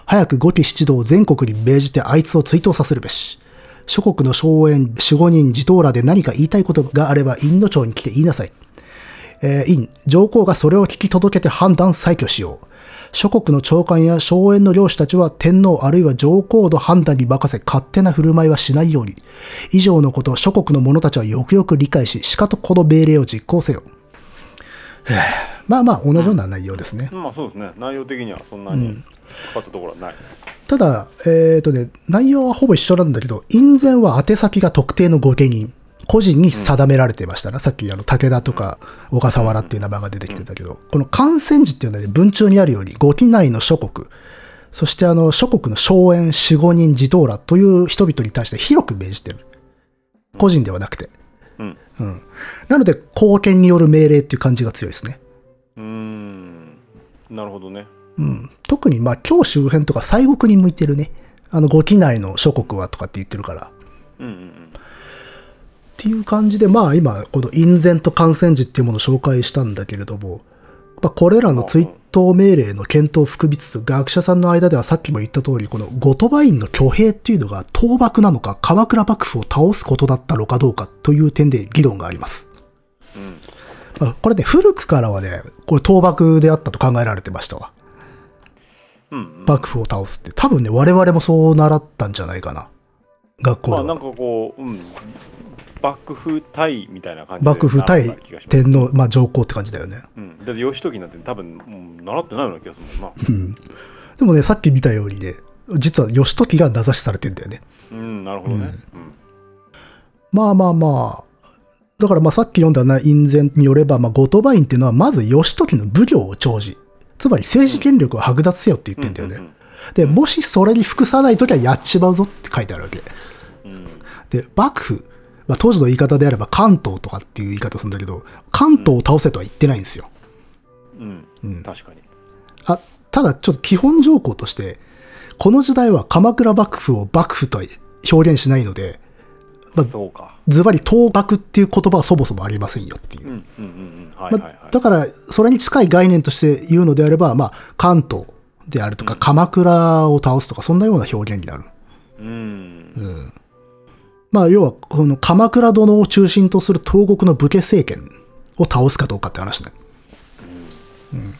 早く五期七道を全国に命じてあいつを追悼させるべし。諸国の荘園、守護人、地頭らで何か言いたいことがあれば、院の長に来て言いなさい。えー院、上皇がそれを聞き届けて判断、採挙しよう。諸国の長官や荘園の領主たちは天皇あるいは上皇の判断に任せ勝手な振る舞いはしないように。以上のことを諸国の者たちはよくよく理解し、しかとこの命令を実行せよ。へえまあまあ同じような内容ですね。まあそうですね内容的にはそんなにかかったところはない、ただ、えっ、とね、内容はほぼ一緒なんだけど、院宣は宛先が特定の御家人、個人に定められてましたな。さっき、あの、武田とか、小笠原っていう名前が出てきてたけど、この感染時っていうのはね、文中にあるように、御畿内の諸国、そしてあの、諸国の荘園、守護人、地頭らという人々に対して広く命じてる。個人ではなくて。うんうん。なので、貢献による命令っていう感じが強いですね。うーんなるほどねうん、特にまあ京周辺とか西国に向いてるねあの五畿内の諸国はとかって言ってるからっうんうんうんていう感じでまあ今この「隠然と感染時」っていうものを紹介したんだけれども、まあ、これらのツイッ闘命令の検討を含みつつ、学者さんの間ではさっきも言った通り、このゴトバインの挙兵っていうのが倒幕なのか、鎌倉幕府を倒すことだったのかどうかという点で議論があります。うんまあこれね、古くからはね、これ倒幕であったと考えられてましたわ。うんうん幕府を倒すって。多分ね、我々もそう習ったんじゃないかな。学校まあでなんは。かこう、うん、幕府対みたいな感じで幕府習対った気がします天皇、まあ上皇って感じだよね。うん、だって義時なんて多分、うん習ってないような気がするもんなでもね、さっき見たようにね、実は義時が名指しされてんだよね。うんなるほどね、うんまあまあまあ。だからまあさっき読んだな、印前によれば、まあ、後鳥羽院っていうのは、まず義時の武領を長寿。つまり政治権力を剥奪せよって言ってんだよね。で、もしそれに服さないときはやっちまうぞって書いてあるわけ。うんで、幕府、まあ、当時の言い方であれば関東とかっていう言い方するんだけど、関東を倒せとは言ってないんですよ。うん、確かにあ、ただちょっと基本条項として、この時代は鎌倉幕府を幕府とは表現しないので、まあそうかズバリ倒幕っていう言葉はそもそもありませんよっていう。うんうんうんうんはいはまいはいあ、だから、それに近い概念として言うのであれば、まあ、関東であるとか、鎌倉を倒すとか、そんなような表現になる。うんまあ、要は、この鎌倉殿を中心とする東国の武家政権を倒すかどうかって話ね。うん、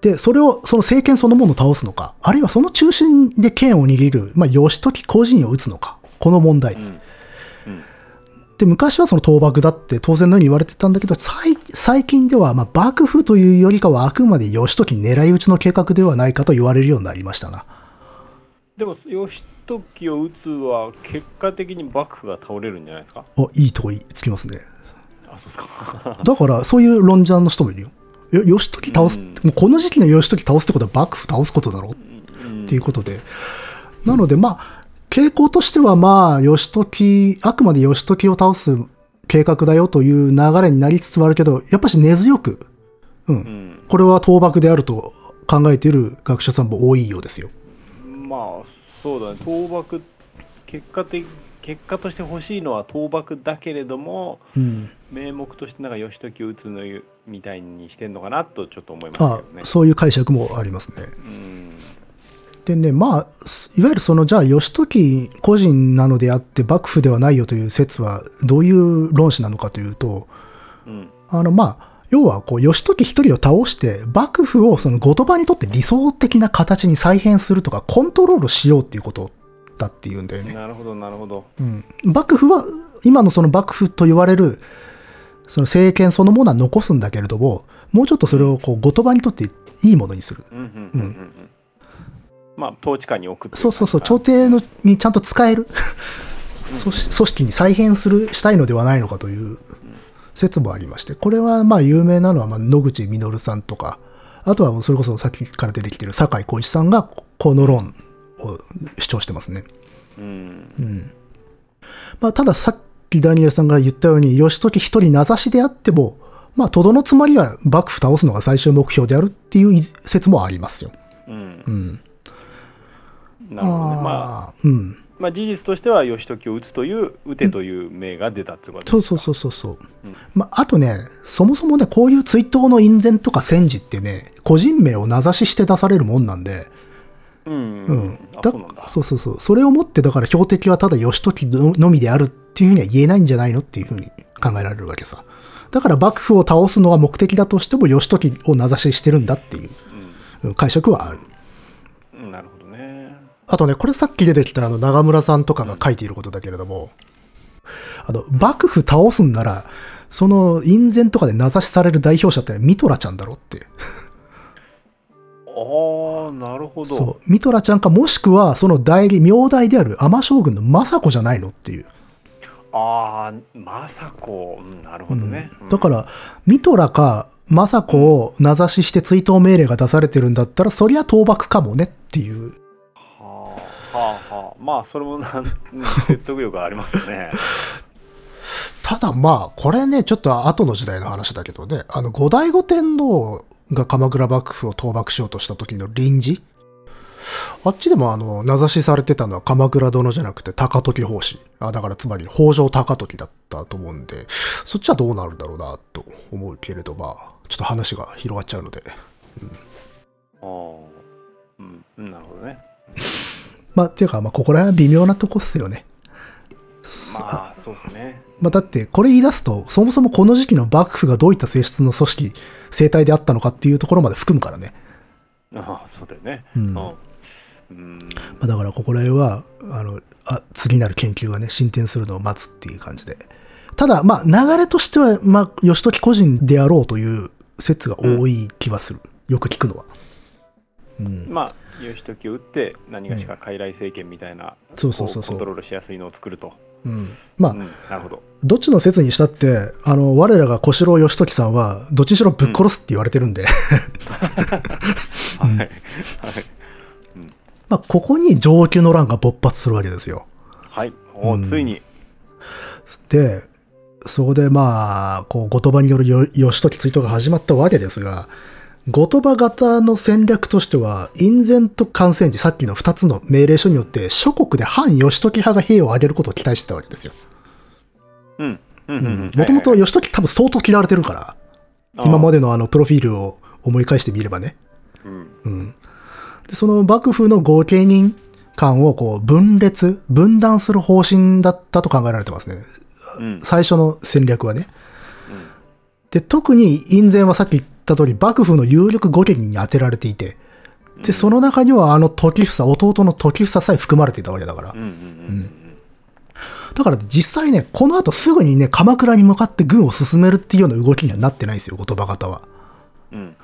で、それを、その政権そのものを倒すのか、あるいはその中心で剣を握る、まあ、義時個人を打つのか、この問題。で、昔はその倒幕だって当然のように言われてたんだけど、最最近では、まあ、幕府というよりかはあくまで義時狙い撃ちの計画ではないかと言われるようになりましたな。でも義時を打つは結果的に幕府が倒れるんじゃないですかお、いいとこいつきますね。あそうです かだから、そういう論者の人もいるよ。よ義時倒す、うんもうこの時期の義時倒すってことは幕府倒すことだろっていうことで。なので、まあ、傾向としては、まあ、義時、あくまで義時を倒す計画だよという流れになりつつはあるけど、やっぱし根強く、うんこれは倒幕であると考えている学者さんも多いようですよ。まあそうだね倒幕結果的結果として欲しいのは倒幕だけれどもうん。名目としてなんか義時を打つのよみたいにしてんのかなとちょっと思いますあけどねそういう解釈もありますね。うんでね、まあ、すいわゆるその、じゃあ、義時個人なのであって、幕府ではないよという説は、どういう論旨なのかというと、うんあの、まあ、要は、こう、義時一人を倒して、幕府をその後鳥羽にとって理想的な形に再編するとか、コントロールしようっていうことだっていうんだよね。なるほどなるほどうん、幕府は今のその幕府と言われるその政権そのものは残すんだけれどももうちょっとそれをこう後鳥羽にとっていいものにするうんうんうんうんうんまあ統治下に置くっていそうそうそう感朝じ廷のにちゃんと使える組織組織に再編するしたいのではないのかという説もありましてこれはまあ有名なのはまあ野口実さんとかあとはもうそれこそさっきから出てきてる酒井浩一さんがここの論を主張してますね。かなうんまあ、たださっきダニエルさんが言ったように、義時一人名指しであっても、まあ、とどのつまりは幕府倒すのが最終目標であるっていう説もありますよ。うんうん。なるほどねまああー、うん。まあ、事実としては義時を打つという打てという命が出たってことそうそうそうそうそう。まあ、あとね、そもそもね、こういう追悼の印前とか戦時ってね、個人名を名指しして出されるもんなんで、うん、ううんん、あそうなんだそうそうそう。それをもって、だから標的はただ義時ののみであるっていうふうには言えないんじゃないのっていうふうに考えられるわけさ。だから幕府を倒すのが目的だとしても義時を名指ししてるんだっていううん解釈はある。うんなるほどねあとね、これさっき出てきたあの長村さんとかが書いていることだけれども、あの、幕府倒すんなら、その印前とかで名指しされる代表者ってのはミトラちゃんだろって。ああなるほどそう。ミトラちゃんかもしくはその代理、名代である天将軍の政子じゃないのっていう。ああ政子、うん、なるほどね、うんだから、ミトラか、政子を名指しして追悼命令が出されてるんだったら、そりゃ倒幕かもねっていう。はあはあはあまあそれもなんうん説得力あります ねただまあ、これね、ちょっと後の時代の話だけどね、あの、後醍醐天皇が鎌倉幕府を倒幕しようとした時の臨時あっちでもあの、名指しされてたのは鎌倉殿じゃなくて高時法師。あ、だからつまり北条高時だったと思うんで、そっちはどうなるんだろうな、と思うけれど、まあ、ちょっと話が広がっちゃうので、あーうん、うんなるほどね。まあ、っていうか、まあ、ここら辺は微妙なとこっすよね。すまあ、そうですね。まあ、だって、これ言い出すと、そもそもこの時期の幕府がどういった性質の組織、生態であったのかっていうところまで含むからね。ああ、そうだよね。うんあうん。まあ、だからここら辺は、あの、あ、次なる研究がね、進展するのを待つっていう感じで。ただ、まあ、流れとしては、まあ、義時個人であろうという説が多い気はする。よく聞くのは。うん。まあ、義時を打って、何がしか傀儡政権みたいな、そうそうそこうそコうントロールしやすいのを作ると。うん。まあ、うん、なるほど。どっちの説にしたって、あの、我らが小四郎義時さんは、どっちにしろぶっ殺すって言われてるんで、はい。はい。 まあ、ここに上級の乱が勃発するわけですよ。はい。おうんーついに。で、そこでまあ、こう、後鳥羽によるよ義時追討が始まったわけですが、後鳥羽型の戦略としては、隠然と艦船時、さっきの2つの命令書によって、諸国で反義時派が兵を挙げることを期待してたわけですよ。うん。もともと義時多分相当嫌われてるから、今まで。でのあの、プロフィールを思い返してみればね。うん。うん、でその幕府の合計人間をこう分裂分断する方針だったと考えられてますねうん。最初の戦略はねで特に院前はさっき言った通り幕府の有力御家人に当てられていてでその中にはあの時房弟の時房さえ含まれていたわけだからうん。うん。うん。だから実際ねこの後すぐにね鎌倉に向かって軍を進めるっていうような動きにはなってないんですよ後鳥羽方は。うん。うん。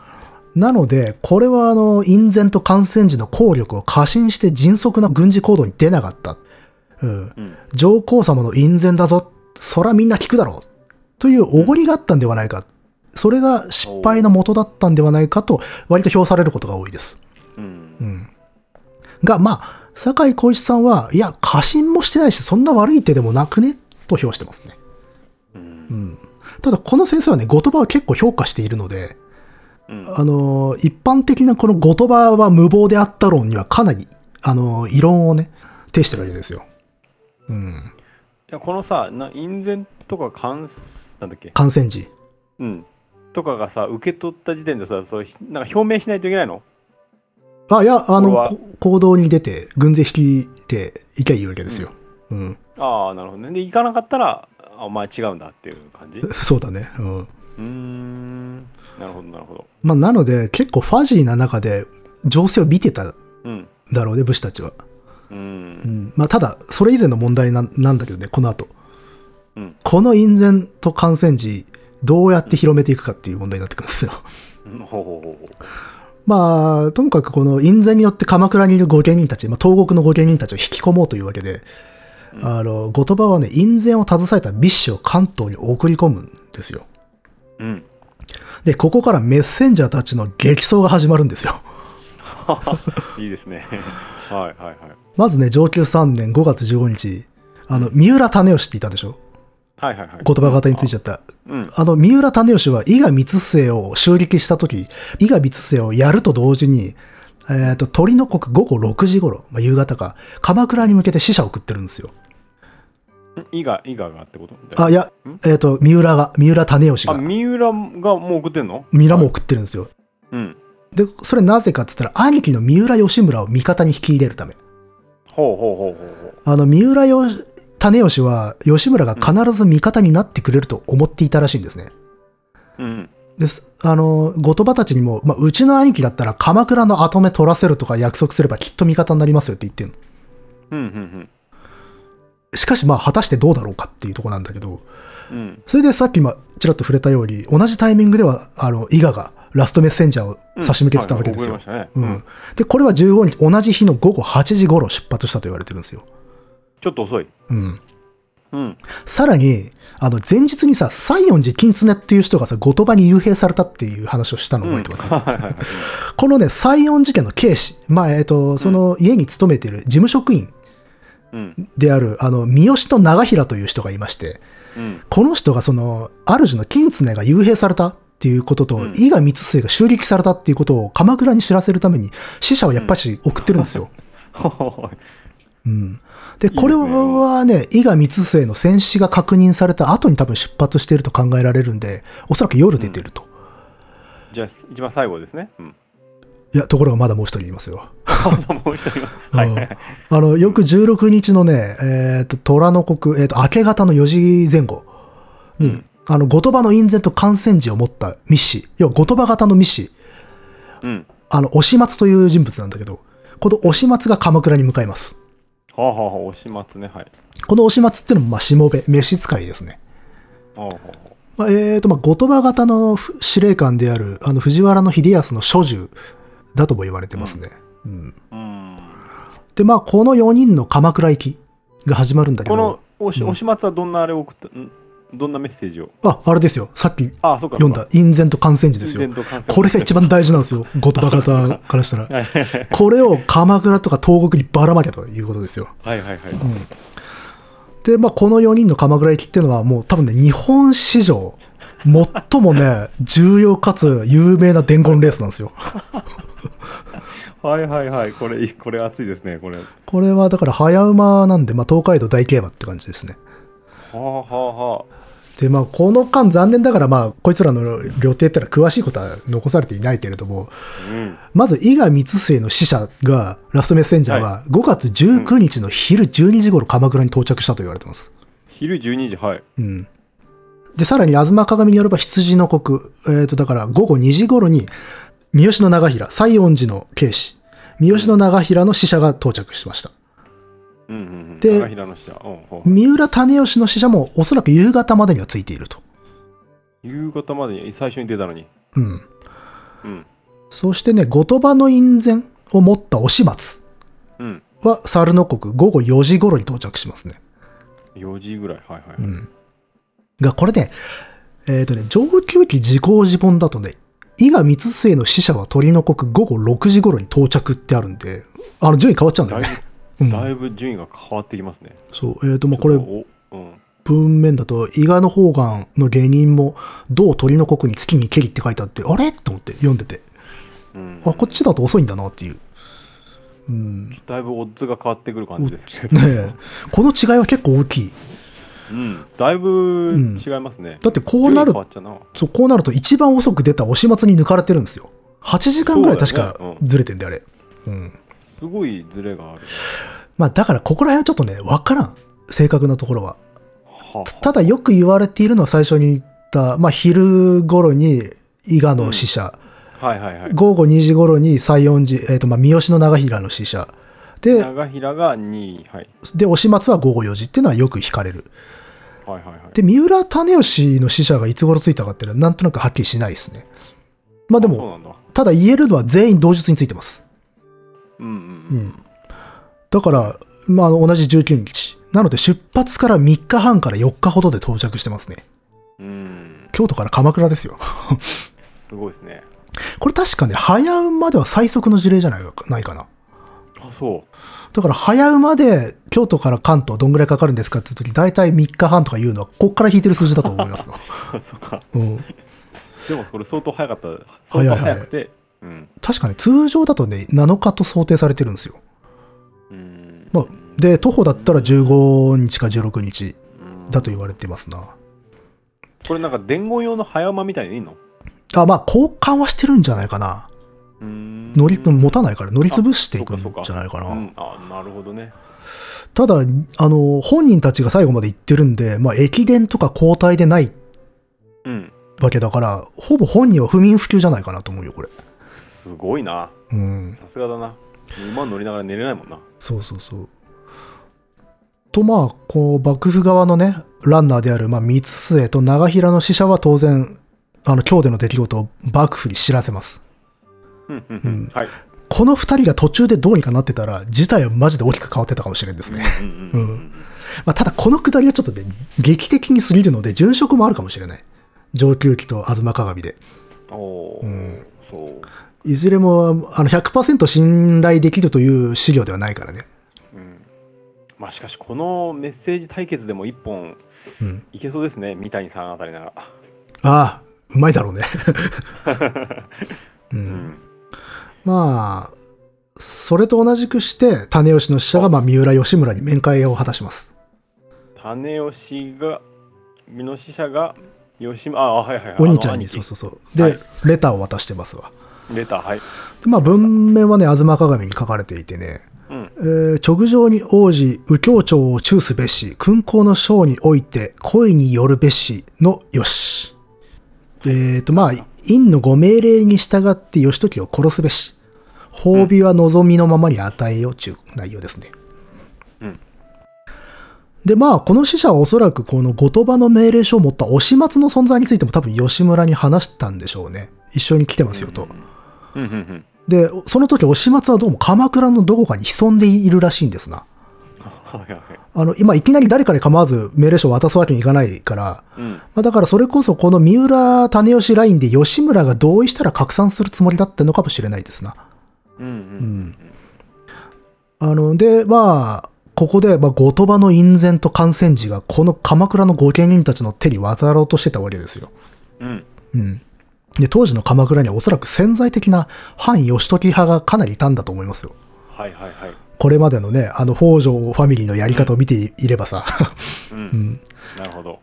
なので、これはあの、隠然と感染時の効力を過信して迅速な軍事行動に出なかった。うん。うん。上皇様の隠然だぞ。そらみんな聞くだろう。というおごりがあったんではないか。それが失敗の元だったんではないかと、割と評されることが多いです。うんうん。が、まあ、酒井浩一さんは、いや、過信もしてないし、そんな悪い手でもなくね、と評してますね。うんうん。ただ、この先生はね、言葉を結構評価しているので、うんあのー、一般的なこの後鳥羽は無謀であった論にはかなり、あのー、異論をね、呈してるわけですよ。うん。いやこのさな隠然とか関すなんだっけ感染時。うんとかがさ受け取った時点でさそうひなんか表明しないといけないのあ、いや、あこの、れはこ行動に出て、軍勢率いていきゃいいわけですよ。うん。 ああなるほどねで行かなかったらあお前違うんだっていう感じうそうだね。うん。ーんなるほどなるほどまあ、なので、結構ファジーな中で、情勢を見てたうんだろうね、武士たちは。ううんん。まあ、ただ、それ以前の問題ななんだけどね、この後。うんこの隠然と感染時、どうやって広めていくかっていう問題になってくるんですよ。うんほうほうほうほまあ、ともかくこの印税によって鎌倉にいる御家人たち、まあ、東国の御家人たちを引き込もうというわけで、うんあの、後鳥羽はね、印税を携えた密使を関東に送り込むんですよ。ううん で、ここからメッセンジャーたちの激走が始まるんですよ。いいですね はいはいはいまずね、上級3年5月15日、あの、三浦種義っていたでしょはいはいはい後鳥羽型についちゃった。うんあの、三浦種義は伊賀光末を襲撃した時伊賀光末をやると同時に、えっ、と、鳥の国午後6時頃、まあ、夕方か、鎌倉に向けて死者を送ってるんですよ。伊賀伊賀がってことあ、いやん、えっ、と、三浦が、三浦種義あが、三浦がもう送ってんの三浦も送ってるんですよ。うんで、それなぜかって言ったら、兄貴の三浦義村を味方に引き入れるため。ほうほうほうほうほうあの、三浦よ種義は、義村が必ず味方になってくれると思っていたらしいんですね。うんです、あの、後鳥羽たちにも、まあ、うちの兄貴だったら鎌倉の跡目取らせるとか約束すればきっと味方になりますよって言ってるの。うんうんしかし、まあ、果たしてどうだろうかっていうとこなんだけど、うんうんそれでさっき、まあ、ちらっと触れたように、同じタイミングでは、あの、伊賀がラストメッセンジャーを差し向けてたわけですうよ。んはい送りうましたねうんん、でこれは15日同じ日の午後8時頃出発したと言われてるんですよ、ちょっと遅い。うん、うん。さらにあの前日にさ西園寺金常っていう人がさ後鳥羽に幽閉されたっていう話をしたの覚えてます、はいはいはい。このね西園寺家の警視まあえっ、とその家に勤めてる事務職員うん。であるあの三好と長平という人がいましてうん。この人がその主の金常が幽閉されたっていうことと、うん伊賀光末が襲撃されたっていうことを鎌倉に知らせるために死者をやっぱし送ってるんですよ、ほほほうん。でで、すねこれはね、伊賀光末の戦死が確認された後に多分出発していると考えられるんで、おそらく夜出てると。じゃあ一番最後ですね。 うん。いや、ところがまだもう一人いますよ。もう一人は。はいはいはい。あの、よく16日のね、えっ、と、虎の国、えっ、と、明け方の4時前後に、あの、後鳥羽の印前と感染時を持った密使、要は後鳥羽型の密使、うん。あの、押松という人物なんだけど、この押松が鎌倉に向かいます。はあはあはあ、お始末ね。はい。この押松っていうのも、まあ、しもべ、召使いですね。はあはまあ、えーと、まあ、後鳥羽型のふ司令官である、あの、藤原の秀康の諸従だとも言われてますね。うん。あはあ。で、まあ、この4人の鎌倉行きが始まるんうだん。けど、このおし、うんお始末はどんなあれを送った、んどんなメッセージを。あ、あれですよ。さっきああ、そうか。読んだ、印前と感染時です自よ然。と感染。これが一番大事なんです よ。後鳥羽型からしたら。これを鎌倉とか東国にばらまけということですよ。はいはいはい。で、まあ、この4人の鎌倉行きっていうのはもう多分ね、日本史上、最も ね、重要かつ有名な伝言レースなんですよ。はいはいはい。これ、これ熱いですね、これ。はこれはだから早馬なんで、まあ、東海道大競馬って感じですね。あはあはあ。で、まあ、この間残念ながら、まあ、こいつらの旅程ってのは詳しいことは残されていないけれども、うん。まず伊賀光末の使者が、ラストメッセンジャーは5月19日の昼12時頃鎌倉に到着したと言われてます。昼12時、はい。うん。で、さらに、東鏡によれば羊の国、えっ、と、だから午後2時頃に、三好の長平、西園寺の警視、三好の長平の使者が到着しました。うんうんうん。で長平の下。うんほう三浦種義の使者もおそらく夕方までにはついていると。夕方までに最初に出たのに。うん。うん。そしてね、後鳥羽の院前を持った押松うん。は、猿の国、午後4時頃に到着しますね。 4時ぐらい。はいはい。うん。が、これね、えっ、とね、上級期時効時本だとね、伊賀光末の使者は鳥の国午後6時頃に到着ってあるんで、あの順位変わっちゃうんだだよいね。うぶ、だん、いぶ順位が変わってきますね。そう。えっ、と、まあ、これち、ょっとおうん。文面だと、伊賀の方眼の芸人も、同鳥の国に月に蹴りって書いてあって、あれと思って読んでて、うんあ、こっちだと遅いんだなっていう。うん。ねだいぶオッズが変わってくる感じですけど、え。この違いは結構大きい。うん、だいぶ違いますね。だってこうな順位る変わっちゃうなそう、こうなると一番遅く出たお始末に抜かれてるんですよ。8時間ぐらい確そうだかねうんずれてんだよ、あれ。うん。すごいズレがある。まあだからここら辺はちょっとね、わからん。正確なところは。はあただよく言われているのは最初に言った、まあ昼頃に伊賀の死者、はいはいはい。午後2時頃に西園寺、えっ、とまあ三好の長平の死者。で、長平が2位。はいで、お始末は午後4時っていうのはよく聞かれる。はいはいはい。で、三浦種義の死者がいつ頃ついたかっていうのはなんとなくはっきりしないですね。まあでそうも、なんだ。ただ言えるのは全員同日についてます。うんうんううん。ん、だから、まあ、あの同じ19日なので出発から3日半から4日ほどで到着してますねうん、京都から鎌倉ですよすごいですね。これ確かね早馬では最速の事例じゃないないかなあ、そだから早馬で京都から関東どんぐらいかかるんですかっていう時大体3日半とか言うのはこっから引いてる数字だと思いま すよ、う。そっか。うん、でもこれ相当早かった。早い相早当い早くて。うん。確かね通常だとね7日と想定されてるんですよ、うん。まあ、で徒歩だったら15日か16日うんだと言われてますな、これなんか伝言用の早馬みたいにいいのあまあ交換はしてるんじゃないかなうん乗り持たないから乗り潰していくんじゃないかな。うん、あ、なるほどね。ただ、あの、本人たちが最後まで言ってるんで、まあ、駅伝とか交代でないうん。わけだから、ほぼ本人は不眠不休じゃないかなと思うよ、これ。すごいな。うん。さすがだな。馬乗りながら寝れないもんな。そうそうそう。と、まあ、こう、幕府側のね、ランナーである、まあ、三末と長平の死者は当然、あの、京での出来事を幕府に知らせます。うんうんうん。はい。この二人が途中でどうにかなってたら、事態はマジで大きく変わってたかもしれんですね。うんううんんうん。まあ、ただこのくだりはちょっとね、劇的に過ぎるので、殉職もあるかもしれない。上級期と東鏡で。おおー、うんそう。いずれも、あの、100%信頼できるという資料ではないからね。うん。まあしかしこのメッセージ対決でも一本うん。いけそうですね。三谷さんあたりなら。ああ、うまいだろうね。 う。うんん。まあ、それと同じくして、種吉の使者が、まあ、三浦義村に面会を果たします。種吉が、美濃死者が吉村、あ、はいはいはい。お兄ちゃんに、あのそうそうそう。で、はいレターを渡してますわ。レター、はい。でまあ、文面はね、吾妻鏡に書かれていてね、うん。えー直上に応じ、右京長を中すべし、勲功の章において、恋によるべしのよし。えっ、と、まあ、院のご命令に従って義時を殺すべし。褒美は望みのままに与えようという内容ですね。うんで、まあ、この使者はおそらくこの後鳥羽の命令書を持ったお始末の存在についても多分吉村に話したんでしょうね。一緒に来てますよと。うんうんうん。で、その時、お始末はどうも鎌倉のどこかに潜んでいるらしいんですな。はいはいはい。あの、今、いきなり誰かに構わず命令書を渡すわけにいかないから、うん。まあ、だからそれこそこの三浦種吉ラインで吉村が同意したら拡散するつもりだったのかもしれないですな。うんうんう。ん。あの、で、まあ、ここで、まあ、後鳥羽の隠然と感染時が、この鎌倉の御家人たちの手に渡ろうとしてたわけですよ。うん。うん。で、当時の鎌倉にはおそらく潜在的な反義時派がかなりいたんだと思いますよ。はいはいはい。これまでのね、あの、北条ファミリーのやり方を見ていればさ、 う。うんん。なるほど。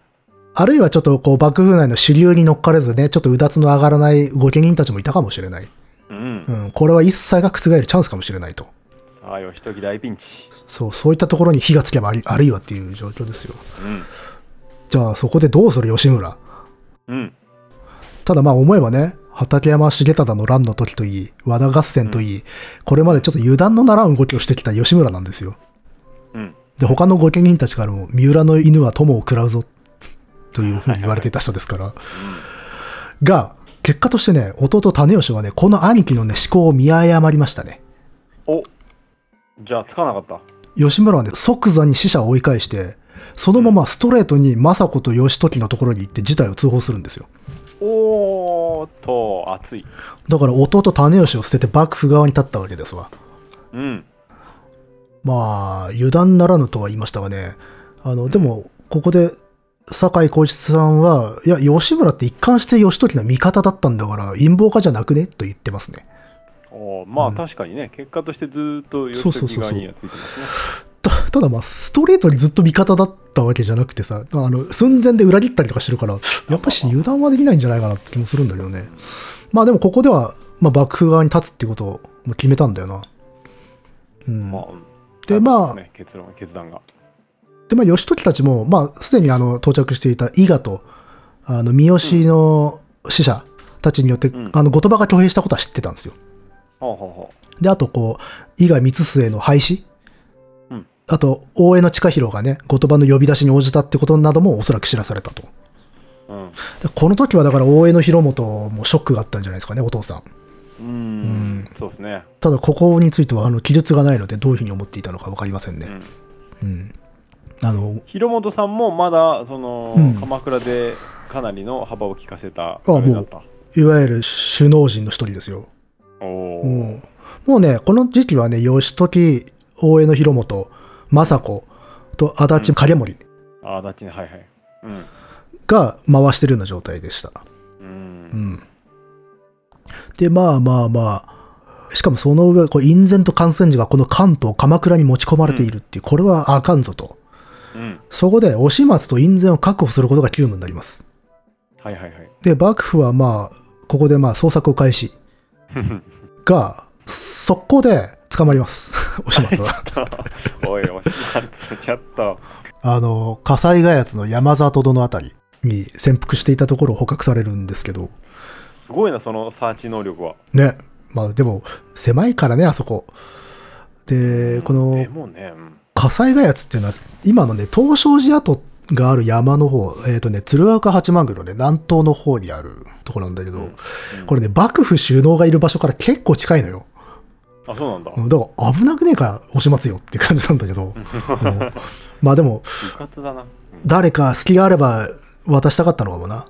あるいはちょっとこう、幕府内の主流に乗っかれずね、ちょっとうだつの上がらない御家人たちもいたかもしれない。うんう。ん。これは一切が覆るチャンスかもしれないと。さあ、義時大ピンチ。そう、そういったところに火がつけばあり、あるいはっていう状況ですよ。うん。じゃあそこでどうする吉村。うん。ただまあ思えばね、畠山重忠の乱の時といい、和田合戦といい、これまでちょっと油断のならん動きをしてきた吉村なんですよ。うん。で、他の御家人たちからも、三浦の犬は友を食らうぞ、というふうに言われていた人ですから。が、結果としてね、弟種吉はね、この兄貴のね、思考を見誤りましたね。おじゃあ、つかなかった。吉村はね、即座に死者を追い返して、そのままストレートに政子と義時のところに行って事態を通報するんですよ。おーっと、熱い。だから弟種吉を捨てて幕府側に立ったわけですわ。うん。まあ、油断ならぬとは言いましたがね。あの、でも、ここで、酒井浩一さんは、いや、吉村って一貫して義時の味方だったんだから、陰謀家じゃなくねと言ってますね。おーまうあん確かにね、結果としてずっと義そうそう時そうそ側うにはついてますね。たただまあ、ストレートにずっと味方だったわけじゃなくてさ、あの、寸前で裏切ったりとかしてるから、やっぱし油断はできないんじゃないかなって気もするんだけどね。まあでも、ここでは、まあ、幕府側に立つってことをもう決めたんだよな。うん。まあうんでまあね結論、決断が。で、まあ、義時たちも、まあ、すでにあの到着していた伊賀と、あの、三好の死者たちによって、んあの、後鳥羽が挙兵したことは知ってたんですよ。ほうほうほで、あと、こう、伊賀光末の廃止、うんあと、大江の近広がね、後鳥羽の呼び出しに応じたってことなどもおそらく知らされたと。う。うん。でこの時は、だから大江の広元もショックがあったんじゃないですかね、お父さん。うーん。そうですね。ただ、ここについては、あの、記述がないので、どういうふうに思っていたのかわかりませんうね。んうん。あの、広本さんもまだその、うん鎌倉でかなりの幅を利かせたああれだったいわゆる首脳陣の一人ですよ。おうおんもうね、この時期はね、義時、大江の広元、政子と足立影盛ああだっちねはいはいうんが回してるような状態でした。ううんん、で、まあまあまあ、しかもその上、こう隠然と感染時がこの関東、鎌倉に持ち込まれているっていう、これはあかんぞと。うんそこで、お始末と隠然を確保することが急務になります。はいはい はいで、幕府はまあ、ここでまあ、捜索を開始。が、速攻で捕まります。 お始末は。おいおしまつちょっとあの、火災害圧の山里殿あたりに潜伏していたところを捕獲されるんですけど、すごいなそのサーチ能力はね。まあでも、狭いからね、あそこ。で、こでのもねうん火災害圧っていうのは、今のね、東照寺跡がある山の方、えっ、とね、鶴岡八幡宮のね、南東の方にあるところなんだけど、これね、幕府首脳がいる場所から結構近いのよ。あそうなんだうんだから危なくねえから押しますよっていう感じなんだけど。 うんまあでも、部活だな誰か隙があれば渡したかったのかもな。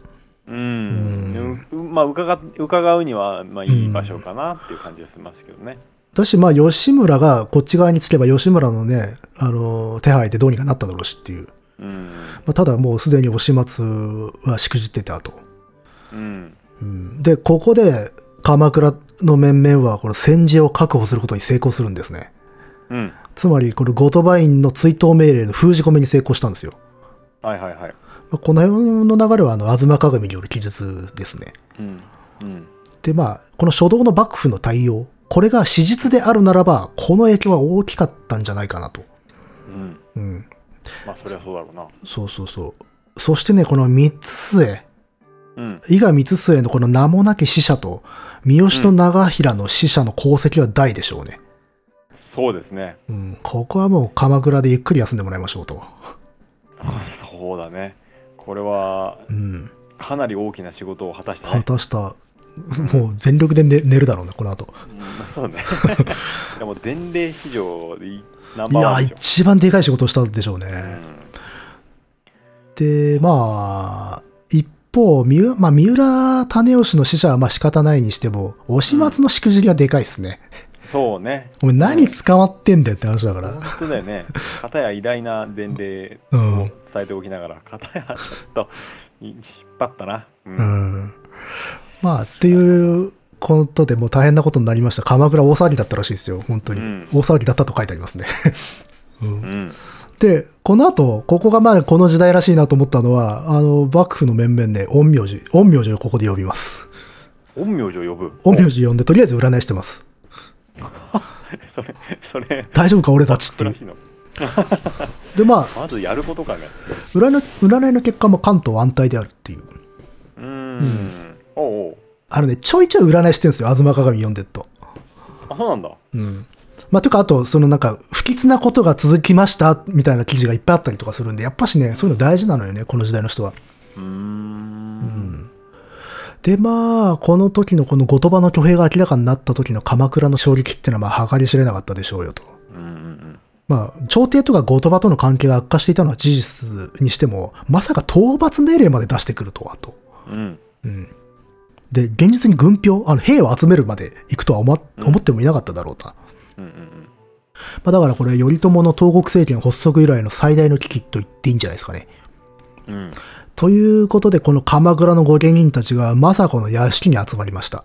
うんうまあ伺伺うにはまあいい場所かなっていう感じがしますけどねだし、まあ、吉村がこっち側につけば、吉村のね、あのー手配でどうにかなっただろうしっていう。うんまあ、ただ、もうすでにお始末はしくじってたと。うんうん、で、ここで、鎌倉の面々は、この戦時を確保することに成功するんですね。うんつまり、このゴトバインの追悼命令の封じ込めに成功したんですよ。はいはいはいまあこの辺の流れは、あの、東鏡による記述ですね。うんうんで、まあ、この初動の幕府の対応、これが史実であるならば、この影響は大きかったんじゃないかなと。うんうん。まあそりゃそうだろうなそうそうそう。そしてね、この三つ末、うん伊賀三つ末のこの名もなき死者と、三好と長平の死者の功績は大でしょうね。そうですねうん、ここはもう鎌倉でゆっくり休んでもらいましょうと。そうだねこれはうん。かなり大きな仕事を果たした果ね、たした、もう全力で寝寝るだろうね、この後。うんそう ねでも伝令史上でいナンいバーやワンー、でしょ一番でかい仕事をしたでしょううね。んで、まあ、一方、三浦、まあ、三浦種義の死者はまあ仕方ないにしても、お始末のしくじりはでかいっすね。そうねお前何捕まってんだよって話だから。本当だよ ね片や偉大な伝令うんを伝えておきながら片やちょっと引っ張ったなうんうん。まあ、っていうことでもう大変なことになりました。鎌倉大騒ぎだったらしいですよ、本当に。うん大騒ぎだったと書いてありますね。 うんで、この後、ここがまあこの時代らしいなと思ったのは、あの、幕府の面々ね、陰陽師、陰陽師をここで呼びます。陰陽師を呼ぶ陰陽師呼んで、とりあえず占いしてます。 それそれ大丈夫か俺たちっていらうし。いので、まあ、まずやることかね占い占いの結果も関東安泰であるっていう。うーんおうおうあのね、ちょいちょい占いしてるんですよ、東鏡読んでっと。あそうなんだうん。まあ、というか、あと、そのなんか、不吉なことが続きました、みたいな記事がいっぱいあったりとかするんで、やっぱしね、そういうの大事なのよね、この時代の人は。うーんで、まあ、この時のこの後鳥羽の挙兵が明らかになった時の鎌倉の衝撃っていうのは、まあ、計り知れなかったでしょうよと。うんうんまあ、朝廷とか後鳥羽との関係が悪化していたのは事実にしても、まさか討伐命令まで出してくるとは、と。うんうんで、現実に軍票、あの、兵を集めるまで行くとは思わ思ってもいなかっただろうと。うんうんまあ、だからこれ、頼朝の東国政権発足以来の最大の危機と言っていいんじゃないですかね。うんうんということで、この鎌倉の御家人たちが政子の屋敷に集まりました。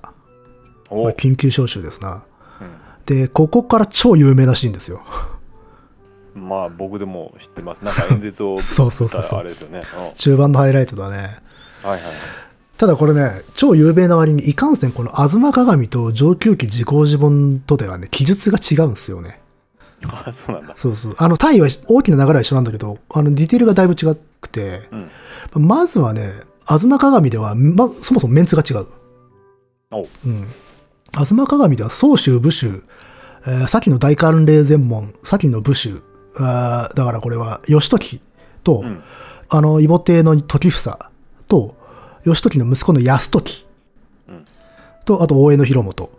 おこうれ緊急招集ですな。うで、ここから超有名らしいんですよ。 んまあ僕でも知ってますなんか演説 をそうそうそうそうあれですよねう中盤のハイライトだね。んはいはいはいただこれね、超有名な割に、いかんせんこの東鏡と上級期自業自分とではね、記述が違うんですよね。あそうなんだそうそう。あの、単位は大きな流れは一緒なんだけど、あの、ディテールがだいぶ違くて、うんまずはね、東鏡では、ま、そもそもメンツが違う。おううん。東鏡では、宗州、武州、えー、先の大寒冷前門、先の武州、あーだからこれは、義時と、うんあの、異母帝の時房と、義時の息子の安時うんと、あと大江の広元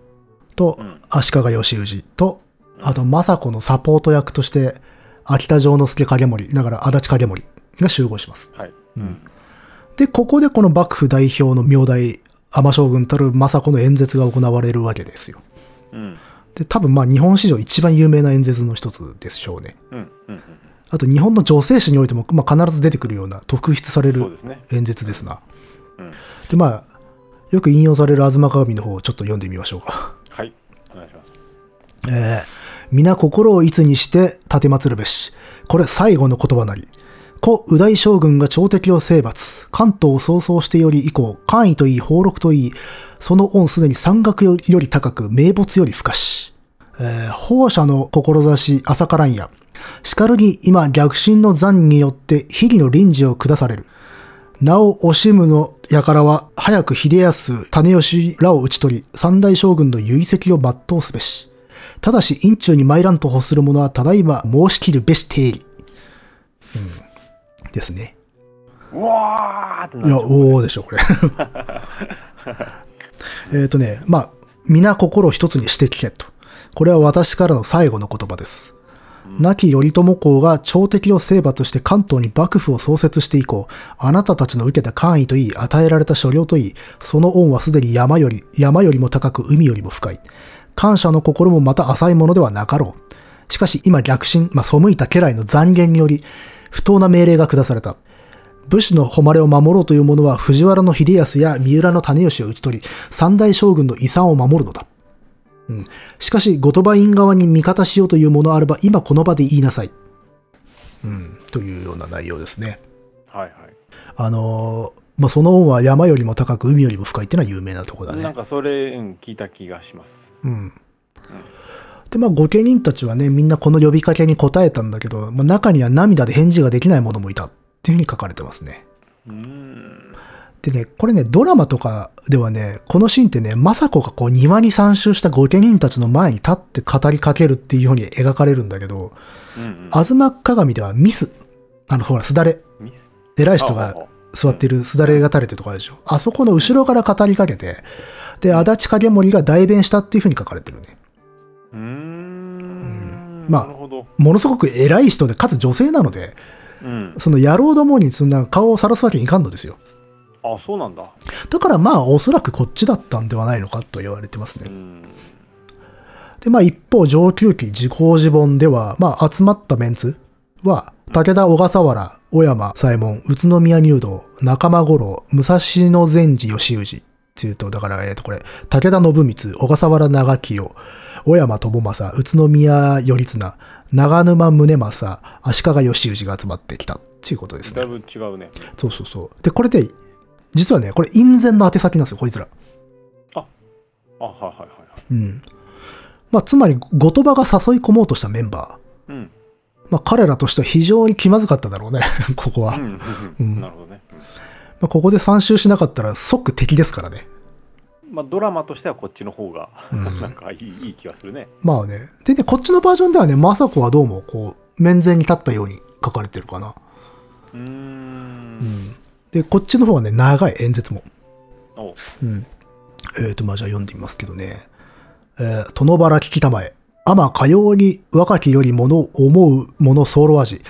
と、ん足利義氏と、あと政子のサポート役として、秋田城之助景盛、だから足立景盛が集合します。はいうんで、ここでこの幕府代表の名代、天将軍たる政子の演説が行われるわけですよ。うんで、多分まあ日本史上一番有名な演説の一つでしょうね。うんうんあと日本の女性史においても、まあ、必ず出てくるような特筆さうれんそうでるすね演説ですな。うんで、まあ、よく引用される東鏡の方をちょっと読んでみましょうか。はいお願いしますえー、皆心をいつにして立てまつるべし。これ最後の言葉なり。故右大将軍が朝敵を征伐、関東を総総してより以降、官位といい、宝禄といい、その恩すでに山岳より高く、名没より深し。えー、放射の志浅からんや、叱るに今逆進の残によって非義の臨時を下される。なお、おしむの輩は、早く秀康、種義らを討ち取り、三大将軍の遺跡を全うすべし。ただし、院中に参らんと欲する者は、ただいま申し切るべし定理。うん。ですね。うわーってないるや、おおでしょ、これ。 えっとね、まあ、皆心を一つにしてきけと。これは私からの最後の言葉です。亡き頼朝公が朝敵を征伐して関東に幕府を創設して以降、あなたたちの受けた官位といい、与えられた所領といい、その恩はすでに山より、山よりも高く海よりも深い。感謝の心もまた浅いものではなかろう。しかし今逆進、まあ、背いた家来の残言により、不当な命令が下された。武士の誉れを守ろうという者は藤原の秀康や三浦の種義を討ち取り、三大将軍の遺産を守るのだ。うん。しかし、後鳥羽院側に味方しようというものあれば、今この場で言いなさい。うん。というような内容ですね。はいはいあのーまあ、その恩は山よりも高く海よりも深いっていうのは有名なとこだなんね。かそれ、うん、聞いた気がします。うん。で、まあ、御家人たちはね、みんなこの呼びかけに応えたんだけど、まあ、中には涙で返事ができない者もいたっていうふうに書かれてますね。うーん。でね、これね、ドラマとかではね、このシーンってね、政子がこう庭に参集した御家人たちの前に立って語りかけるっていうように描かれるんだけど、うんうん、吾妻鏡ではミス。あの、ほら、すだれ。ミス偉い人があああ座ってるすだれが垂れてるとこあるでしょ。あそこの後ろから語りかけて、で、足立影森が代弁したっていうふうに書かれてるね。うーん。まあなるほど。ものすごく偉い人で、かつ女性なので、うん。その野郎どもにそんな顔をさらすわけにいかんのですよ。あ、そうなんだ。だからまあ、おそらくこっちだったんではないのかと言われてますうね。ん。で、まあ一方、上級期自公自本では、まあ集まったメンツは、武田、小笠原、小山、左衛門、宇都宮入道、仲間五郎、武蔵野善治、義氏っていうと、だから、えっ、と、これ、武田信光、小笠原長清、小山友政、宇都宮頼綱、長沼宗政、足利義氏が集まってきたっていうことですだいね。ぶ違うね。そうそうそう。で、これで、実はね、これ、印前の宛先なんですよ、こいつら。あ、はいはいはいはい。うん。まあ、つまり、後鳥羽が誘い込もうとしたメンバー。うん。まあ、彼らとしては非常に気まずかっただろうね、 ここは。うまんううんん。なるほどね。うんあ、ここで参集しなかったら即敵ですからね。まあ、ドラマとしてはこっちの方が、うんなんかいいいい気がするね。まあね。でね、こっちのバージョンではね、政子はどうも、こう、面前に立ったように書かれてるかな。うーん。うん。で、こっちの方はね、長い演説も。おうん。えーと、まあ、じゃあ読んでみますけどね。えー、殿原聞きたまえ。天かように若きよりものを思う者候味。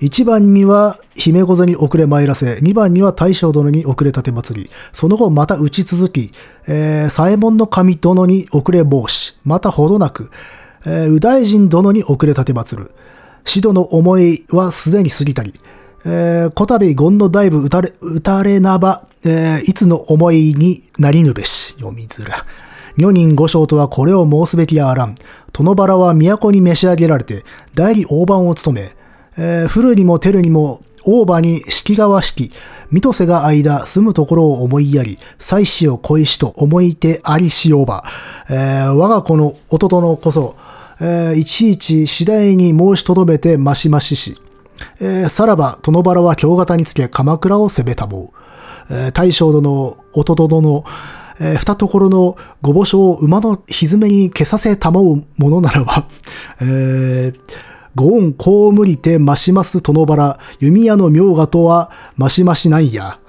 一番には姫御座に遅れ参らせ、二番には大将殿に遅れ立て祭り、その後また打ち続き、えー、左衛門の神殿に遅れ防止、またほどなく、えー、右大臣殿に遅れ立て祭る。死度の思いはすでに過ぎたり、えー、こたび権の大部打たれ、打たれなば、えーいつの思いになりぬべし、読みづら。女人御将とはこれを申すべきやあらん。殿原は都に召し上げられて、代理大番を務め、えー、古にも照にも大場に式川式、水戸瀬が間住むところを思いやり、妻子を恋しと思いてありしおば、えー我が子の弟のこそ、えーいちいち次第に申しとどめてましましし、えーさらば殿原は京方につけ鎌倉を攻めたぼう。えー大将殿、弟殿、えー二ところの御墓所を馬のひずめに消させたまうものならば、 えーご恩こうむりてまします殿原、弓矢の名画とはましましないや。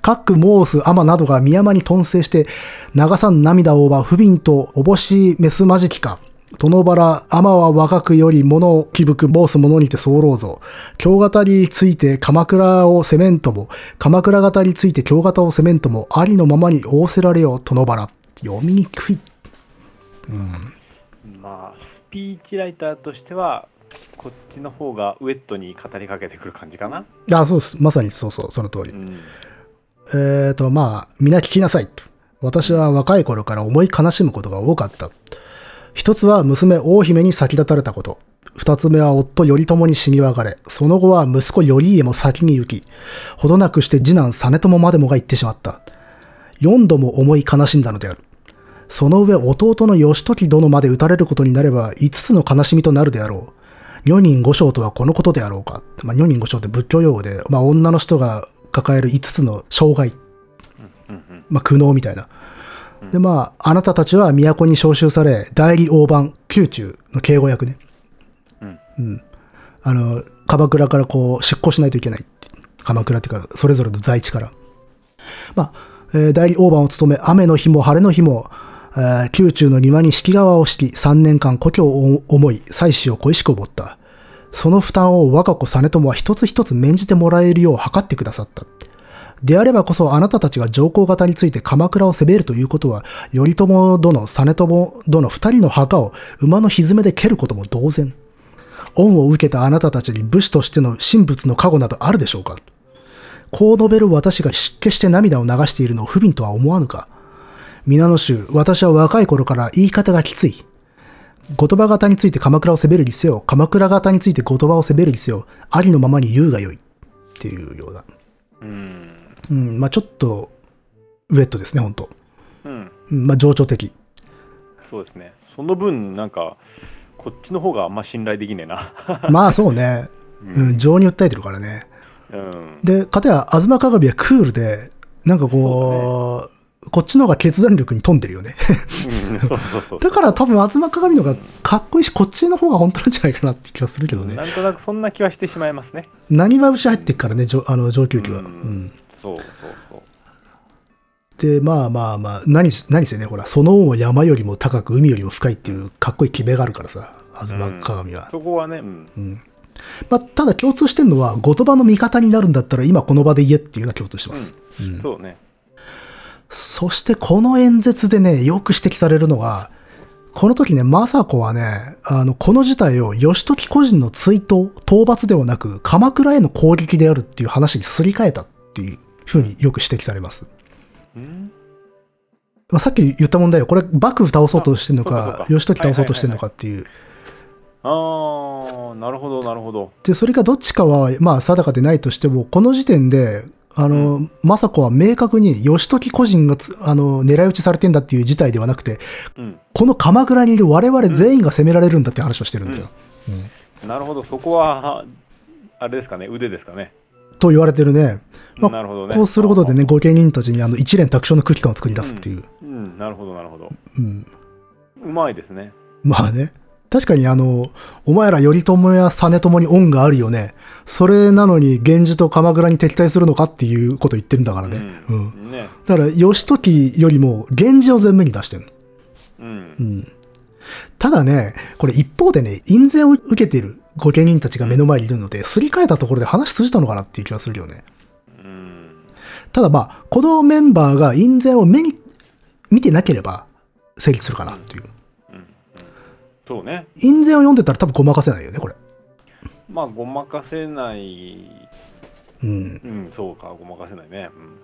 各モース、アマなどが宮間に頓成して、流さん涙をは不憫とおぼしいメスまじきか。殿原、アマは若くより物をきぶくモース者にて候ぞ。京方について鎌倉を攻めんとも、鎌倉方について京方を攻めんとも、ありのままに仰せられよ、殿原。読みにくい。まあ、スピーチライターとしては、こっちの方がウェットに語りかけてくる感じかな。あ、そうです。まさにそうそう、その通りう。ん。えーと、まあ、皆聞きなさいと。私は若い頃から思い悲しむことが多かった。一つは娘大姫に先立たれたこと。二つ目は夫頼朝に死に別れ、その後は息子頼家も先に行き、ほどなくして次男実朝までもが行ってしまった。四度も思い悲しんだのである。その上弟の義時殿まで討たれることになれば五つの悲しみとなるであろう。女人五章とはこのことであろうか。まあ、女人五章って仏教用語で、まあ、女の人が抱える五つの障害うんうん。まあ、苦悩みたいな。で、まあ、あなたたちは都に召集され、代理大番、宮中の敬語役ね。うん。あの、鎌倉からこう、出向しないといけないって。鎌倉っていうか、それぞれの在地から。まあ、えー代理大番を務め、雨の日も晴れの日も、えー宮中の庭に式川を敷き、3年間故郷を思い、妻子を恋しく思った。その負担を若子実朝は一つ一つ免じてもらえるよう図ってくださった。であればこそあなたたちが上皇方について鎌倉を攻めるということは、頼朝殿、実朝殿二人の墓を馬のひずめで蹴ることも同然。恩を受けたあなたたちに武士としての神仏の加護などあるでしょうかこう述べる私が失敬して涙を流しているのを不憫とは思わぬか皆の衆、私は若い頃から言い方がきつい。言葉方について鎌倉を攻めるにせよ、鎌倉方について言葉を攻めるにせよ、ありのままに言うがよい。っていうようなうん。うん、まあちょっと、ウェットですね、本当うん。うん、まあ情緒 的。そうですね。その分、なんか、こっちの方があんま信頼できねえな。 まあそうね、うん、情に訴えてるからね。うん。で、かたや、東鏡はクールで、なんかこう、こっちの方が決断力に富んでるよね。 うんそうそうそう。だから多分、東鏡の方がかっこいいし、こっちの方が本当なんじゃないかなって気がするけどね。なんとなくそんな気はしてしまいますね。何は牛入ってっからね、上あの上級機は、ううんんそうそうそう。で、まあまあまあ、何し、何せね、ほら、その恩は山よりも高く、海よりも深いっていうかっこいい決めがあるからさ、東鏡は。そこはね、うん。まあ、ただ共通してるのは、言葉の味方になるんだったら今この場で言えっていうのは共通してます。うんそうね。そしてこの演説でね、よく指摘されるのが、この時ね、政子はね、あの、この事態を義時個人の追悼、討伐ではなく、鎌倉への攻撃であるっていう話にすり替えたっていうふうによく指摘されます。うん。まあ、さっき言った問題よ。これ、幕府倒そうとしてるのあそうかそか、うか義時倒そうとしてるのかっていう。ああ、なるほど、なるほど。で、それがどっちかは、まあ、定かでないとしても、この時点で、あの、政子は明確に、義時個人がつ、あの、狙い撃ちされてんだっていう事態ではなくて、うん。この鎌倉にいる我々全員が攻められるんだって話をしてるんだよ。なるほど、そこは、あれですかね、腕ですかね。と言われてるね。まあなるほどね。こうすることでね、御家人たちにあの一連卓上の空気感を作り出すっていう。うん、なるほど、なるほど。うんうまいですね。まあね。確かにあの、お前ら頼朝や実朝に恩があるよね。それなのに源氏と鎌倉に敵対するのかっていうことを言ってるんだからうね。ん。うんね。だから、義時よりも源氏を前面に出してる。う。うんん。ただね、これ一方でね、印税を受けている御家人たちが目の前にいるので、すり替えたところで話通じたのかなっていう気がするよね。うん。ただまあ、このメンバーが印税を目に見てなければ成立するかなっていう。そうね。印税を読んでたら多分ごまかせないよね、これ。まあ、ごまかせない。ううん。ん、そうか、ごまかせないね。うん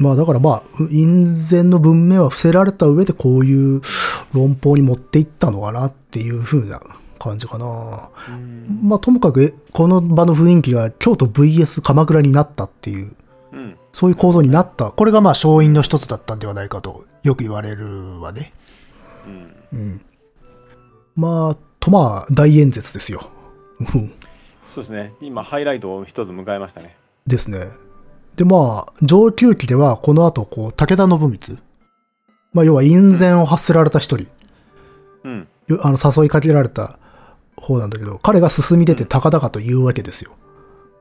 まあだからまあ、印税の文明は伏せられた上でこういう論法に持っていったのかなっていう風な感じかな。まあともかく、えこの場の雰囲気が京都 VS 鎌倉になったっていう、うん。そういう構造になった。これがまあ勝因の一つだったんではないかとよく言われるわね。うん。うん。まあ、とまあ、大演説ですよ。うんそうですね。今、ハイライトを一つ迎えましたね。ですね。で、まあ、上級期では、この後、こう、武田信光。まあ、要は、院宣を発せられた一人。うん。よあの、誘いかけられた方なんだけど、彼が進み出て高々と言うわけですよ。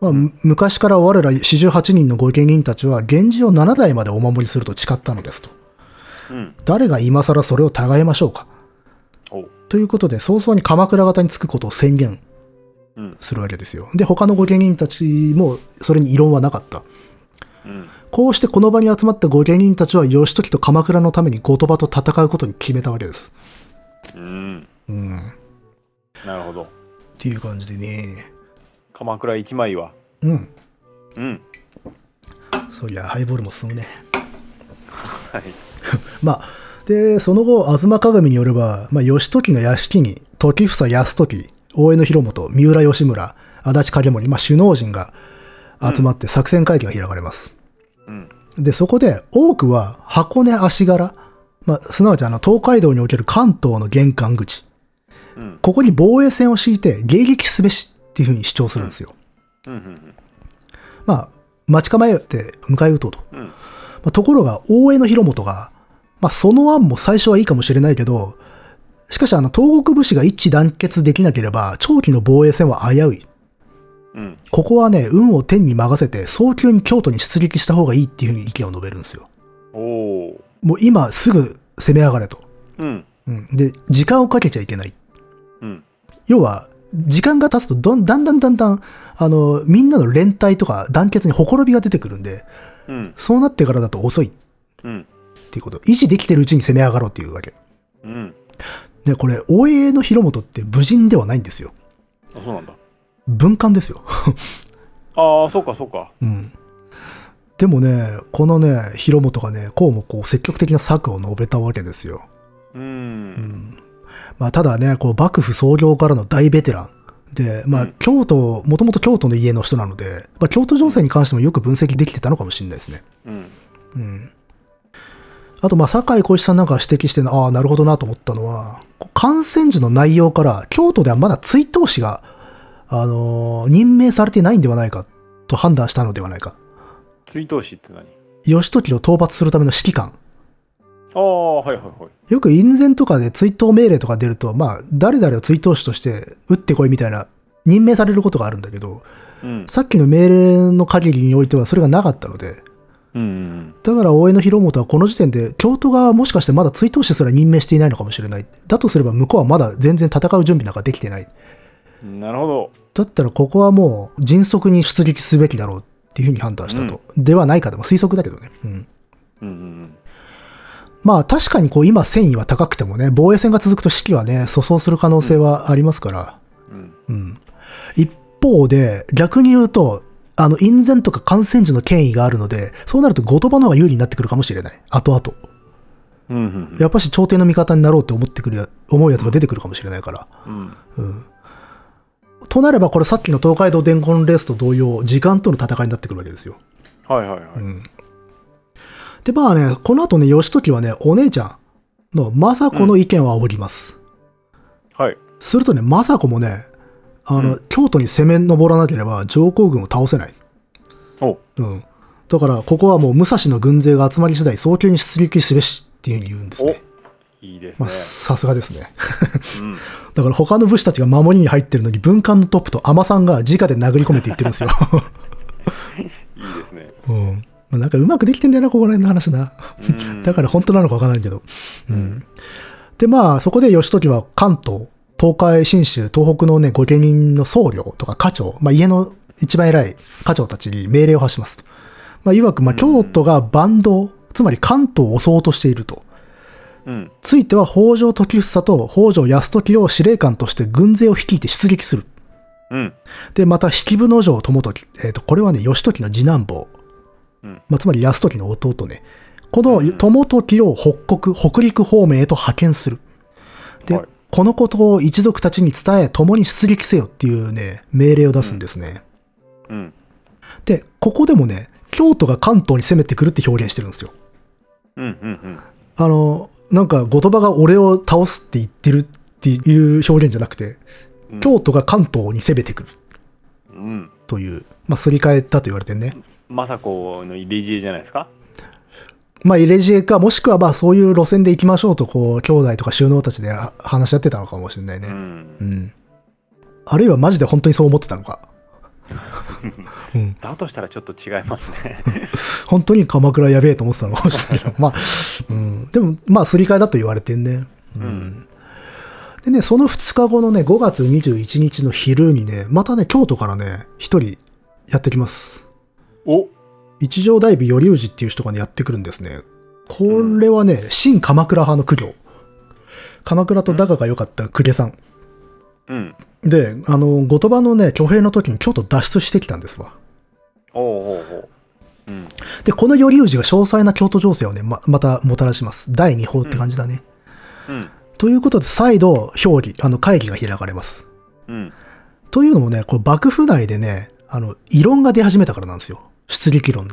まあ、む昔から我ら48人の御家人たちは、源氏を7代までお守りすると誓ったのですと。うん。誰が今更それを違いましょうか。おう。ということで、早々に鎌倉方につくことを宣言うん。するわけですよ。で、他の御家人たちもそれに異論はなかった。うん。こうしてこの場に集まった御家人たちは義時と鎌倉のために後鳥羽と戦うことに決めたわけです。うん。うん。っなるほど。ていう感じでね。鎌倉一枚は。うん。うん。そりゃハイボールも進むね。はい。 まあ、で、その後、東鏡によれば、まあ、義時の屋敷に、時房康時、大江の広元、三浦義村、足立景盛、まあ、首脳陣が集まって作戦会議が開かれます。うん。で、そこで多くは箱根足柄、まあ、すなわちあの東海道における関東の玄関口、うん。ここに防衛線を敷いて迎撃すべしっていうふうに主張するんですよ。うん。うん。まあ、待ち構えて迎え撃とうと。うん。まあところが、大江の広元が、まあ、その案も最初はいいかもしれないけど、しかしあの東国武士が一致団結できなければ、長期の防衛線は危うい。うん。ここはね、運を天に任せて、早急に京都に出撃した方がいいっていうふうに意見を述べるんですよ。おお。もう今すぐ攻め上がれと。うん。うん。で、時間をかけちゃいけない。うん。要は、時間が経つとどん、だんだんだんだん、あの、みんなの連帯とか団結にほころびが出てくるんで、うん。そうなってからだと遅いっうん。ていうこと。維持できてるうちに攻め上がろうっていうわけ。うん。で、これ、大江の広元って武人ではないんですよ。あ、そうなんだ。文官ですよ。 ああ、そうか、そうか。うん。でもね、このね、広元がね、こうもこう積極的な策を述べたわけですよ。うん。まあ、ただね、こう幕府創業からの大ベテランで、まあ、うん京都、もともと京都の家の人なので、まあ、京都情勢に関してもよく分析できてたのかもしれないですね。うん。うん。あと、まあ、酒井小一さんなんかが指摘してるのああ、なるほどなと思ったのは、感染時の内容から、京都ではまだ追悼士が、あのー任命されていないんではないか、と判断したのではないか。追悼師って何義時を討伐するための指揮官。ああ、はいはいはい。よく院宣とかで追悼命令とか出ると、まあ、誰々を追悼士として撃ってこいみたいな、任命されることがあるんだけど、うん。さっきの命令の限りにおいてはそれがなかったので、うんうんだから大江の広元はこの時点で、京都側はもしかしてまだ追悼士すら任命していないのかもしれない。だとすれば向こうはまだ全然戦う準備なんかできてない。うん。なるほど。だったらここはもう迅速に出撃すべきだろうっていうふうに判断したと。ではないかでも推測だけどね。うん。うんうんまあ確かにこう今戦意は高くてもね、防衛戦が続くと士気はね、粗相する可能性はありますから。うん。うん。うん、一方で、逆に言うと、あの、隠然とか感染時の権威があるので、そうなると後鳥羽の方が有利になってくるかもしれない。後々。うんうんやっぱし朝廷の味方になろうって思ってくるや、思うやつが出てくるかもしれないから。うん。うん。うん。となれば、これさっきの東海道伝言レースと同様、時間との戦いになってくるわけですよ。はいはいはい。うん。で、まあね、この後ね、義時はね、お姉ちゃんの政子の意見を仰ぎます。はい。するとね、政子もね、あの、う京都に攻め上らなければ上皇軍を倒せない。おうん。だから、ここはもう武蔵の軍勢が集まり次第、早急に出撃すべしっていうふうに言うんですおね。いいですまねあ、。さすがですね。うん。だから他の武士たちが守りに入ってるのに、文官のトップと尼さんが直で殴り込めていってるんですよ。 いいですね。うん。まあなんかうまくできてんだよな、ここら辺の話な。うんだから本当なのかわからないけど。うん。うんで、まあ、そこで義時は関東、東海、信州、東北のね、御家人の僧侶とか家長、まあ家の一番偉い家長たちに命令を発しますと。まあ、いわく、まうあ、ん京都が坂東、つまり関東を襲おうとしていると。うん。ついては北条時房と北条泰時を司令官として軍勢を率いて出撃する。うん。で、また、式部の城友時、えっ、と、これはね、義時の次男坊。うんまあ、つまり泰時の弟ね。こうんの友時を北国、北陸方面へと派遣する。で、はいこのことを一族たちに伝え、共に出撃せよっていうね、命令を出すんですね。うん。で、ここでもね、京都が関東に攻めてくるって表現してるんですよ。うん。うん。あの、なんか、後鳥羽が俺を倒すって言ってるっていう表現じゃなくて、うん京都が関東に攻めてくるうん。うん。という、まあ、すり替えたと言われてね。政子の入れ知恵じゃないですか。まあ、入れ知恵か、もしくはまあ、そういう路線で行きましょうと、こう、兄弟とか収納たちであ話し合ってたのかもしれないうね。んう。ん。あるいはマジで本当にそう思ってたのか。うん。だとしたらちょっと違いますね。本当に鎌倉やべえと思ってたのかもしれないけど、まあ、 うん。でも、まあ、すり替えだと言われてんね。ううん。でね、その2日後のね、5月21日の昼にね、またね、京都からね、一人やってきます。お一条大美頼氏っていう人がね、やってくるんですね。これはね、新鎌倉派の苦行。鎌倉と仲が良かった公家さん。うん。で、あの、後鳥羽のね、挙兵の時に京都脱出してきたんですわ。おおおおう。うん。で、この頼氏が詳細な京都情勢をね、ま、またもたらします。第二報って感じだね。うん。ということで、再度、評議、あの、会議が開かれます。うん。というのもね、これ幕府内でね、あの、異論が出始めたからなんですよ。出撃論に。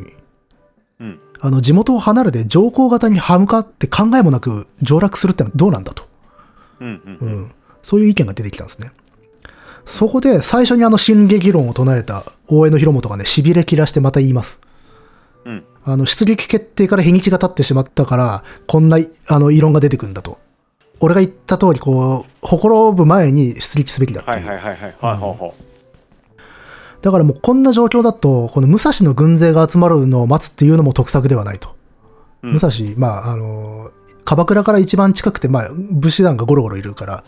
うん。あの、地元を離れて上皇方に歯向かって考えもなく上洛するってのはどうなんだと。うん。ううん。ん、そういう意見が出てきたんですね。そこで最初にあの進撃論を唱えた大江の広元がね、痺れ切らしてまた言います。うん。あの、出撃決定から日にちが経ってしまったから、こんな、あの、異論が出てくるんだと。俺が言った通り、こう、ほころぶ前に出撃すべきだっていう。はいはいはいはい。はいはいはだからもうこんな状況だと、この武蔵の軍勢が集まるのを待つっていうのも得策ではないと。い。武蔵、まあ、あの、鎌倉から一番近くて、まあ、武士団がゴロゴロいるから、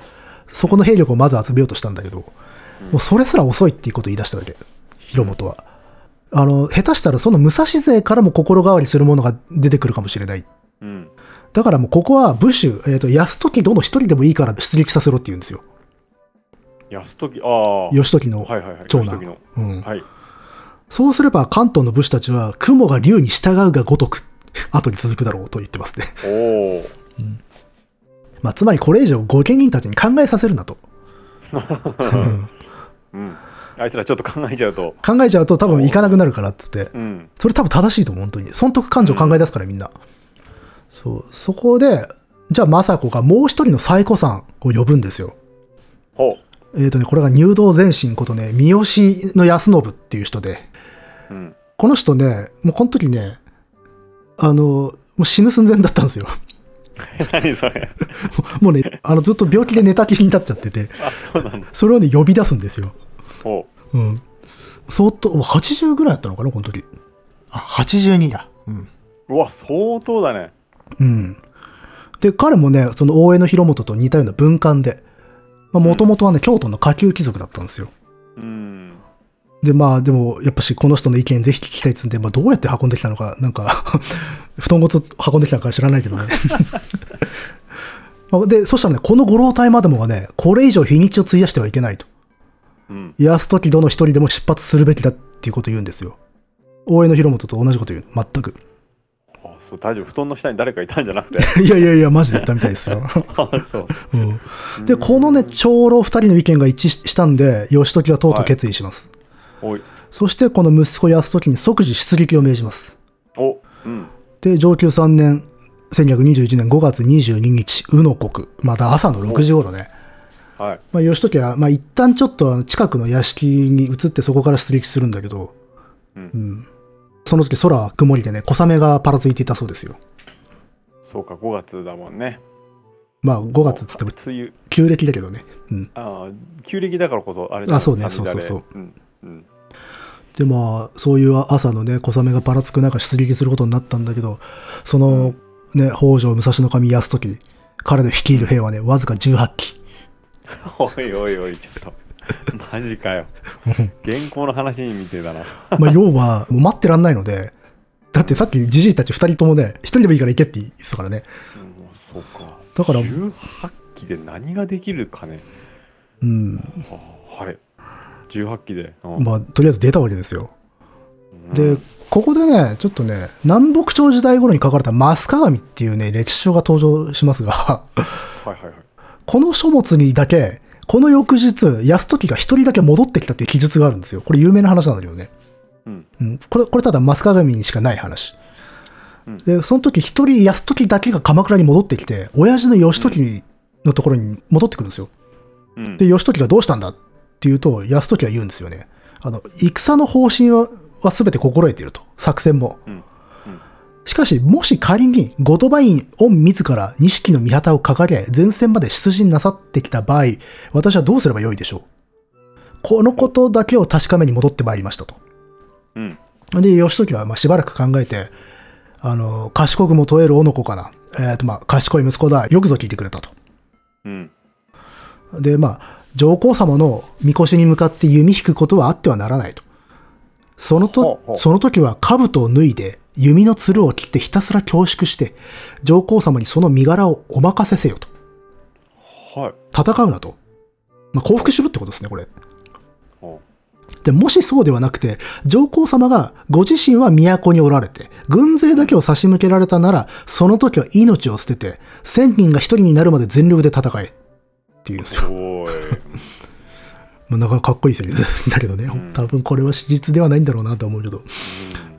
そこの兵力をまず集めようとしたんだけど、もうそれすら遅いっていうことを言い出したわけ、広元は。あの、下手したらその武蔵勢からも心変わりするものが出てくるかもしれない。うん。だからもうここは武州、えっ、と、安時殿一人でもいいから出撃させろって言うんですよ。安時、ああ。義時のはいはいはい。長義時男。のうん、はい。そうすれば関東の武士たちは、雲が竜に従うがごとく、後に続くだろうと言ってますね。 おお。まあ、つまりこれ以上御家人たちに考えさせるなと。うんうん。あいつらちょっと考えちゃうと。考えちゃうと多分行かなくなるからっつって。うん。それ多分正しいと思う、本当に。損得感情考え出すから、みんな。そう。そこで、じゃあ、政子がもう一人のサイコさんを呼ぶんですよ。ほう。えっ、とね、これが入道前進ことね、三好の康信っていう人で、うん。 この人ね、もうこの時ね、あの、もう死ぬ寸前だったんですよ。 何それ。もうね、あの、ずっと病気で寝たきりになっちゃってて、あ、そうなの。それをね、呼び出すんですよ。ほうん。相当、80ぐらいだったのかな、この時。あ、82だ。うん。う。うわ、相当だね。うん。で、彼もね、その大江の広元と似たような文官で、もともとはね、京都の下級貴族だったんですよ。うん。で、まあ、でも、やっぱし、この人の意見ぜひ聞きたいっつうんで、まあ、どうやって運んできたのか、なんか、 布団ごと運んできたのか知らないけどね。 まあで、そしたらね、このご老体までもがね、これ以上日にちを費やしてはいけないと。うん。安時殿一人でも出発するべきだっていうことを言うんですよ。大江の広元と同じこと言う。全く。 あ、そう、大丈夫。布団の下に誰かいたんじゃなくて。いやいやいや、マジで言ったみたいですよ。 あ、そう。うんで、このね、長老二人の意見が一致ししたんで、義時はとうとう決意します。おい。そして、この息子安時に即時出撃を命じます。お。うん。で、上級3年、1921年5月22日、宇野国、また朝の6時頃ね。はい。まあ、義時は、まあ、一旦ちょっとあの近くの屋敷に移ってそこから出撃するんだけど、うんうんその時空は曇りでね、小雨がパラついていたそうですよ。そうか、5月だもんね。まあ、5月っつっても梅雨。旧暦だけどね。うん。ああ、旧暦だからこそ、あれだあそうね風邪だれ。そうそううん。うん。でまあそういう朝のね小雨がばらつく中出撃することになったんだけどそのね北条武蔵の神泰時彼の率いる兵はねわずか18機おいおいおい、ちょっと。マジか よ。原稿の話に見てえだな。まあ要はもう待ってらんないのでだってさっきじじいたち2人ともね1人でもいいから行けって言ってたからねうんそうか。だから18期で何ができるかね。うんあはい。18期で。うんまあとりあえず出たわけですようんでここでねちょっとね南北朝時代頃に書かれた益鏡っていうね歴史書が登場しますが はいはいはい。この書物にだけ、この翌日、安時が一人だけ戻ってきたっていう記述があるんですよ。これ有名な話なんだけどね。うん。うん、これ、これただ、マスカにしかない話。うんで、その時一人、安時だけが鎌倉に戻ってきて、親父の義時のところに戻ってくるんですよ。うんで、義時がどうしたんだっていうと、安時は言うんですよね。あの、戦の方針は、は全て心得ていると。作戦も。うんうんしかし、もし仮に、後鳥羽院御自ら錦の御旗を掲げ、前線まで出陣なさってきた場合、私はどうすればよいでしょうこのことだけを確かめに戻ってまいりましたと。うん。で、義時はまあしばらく考えて、あの、賢くも問える女の子かな。えっ、と、まあ、賢い息子だ。よくぞ聞いてくれたと。うん。で、まあ、上皇様の神輿に向かって弓引くことはあってはならないと。そのほとうほ、うその時は兜を脱いで、弓のつるを切ってひたすら恐縮して、上皇様にその身柄をお任せせよと。はい。戦うなと。まあ、降伏しろってことですね、これ。おで、もしそうではなくて、上皇様がご自身は都におられて、軍勢だけを差し向けられたなら、その時は命を捨てて、千人が一人になるまで全力で戦え。っていうんですよ。おーい。まあ、なかなかかっこいいセリフですだけどね、ん多分これは史実ではないんだろうなと思うけど。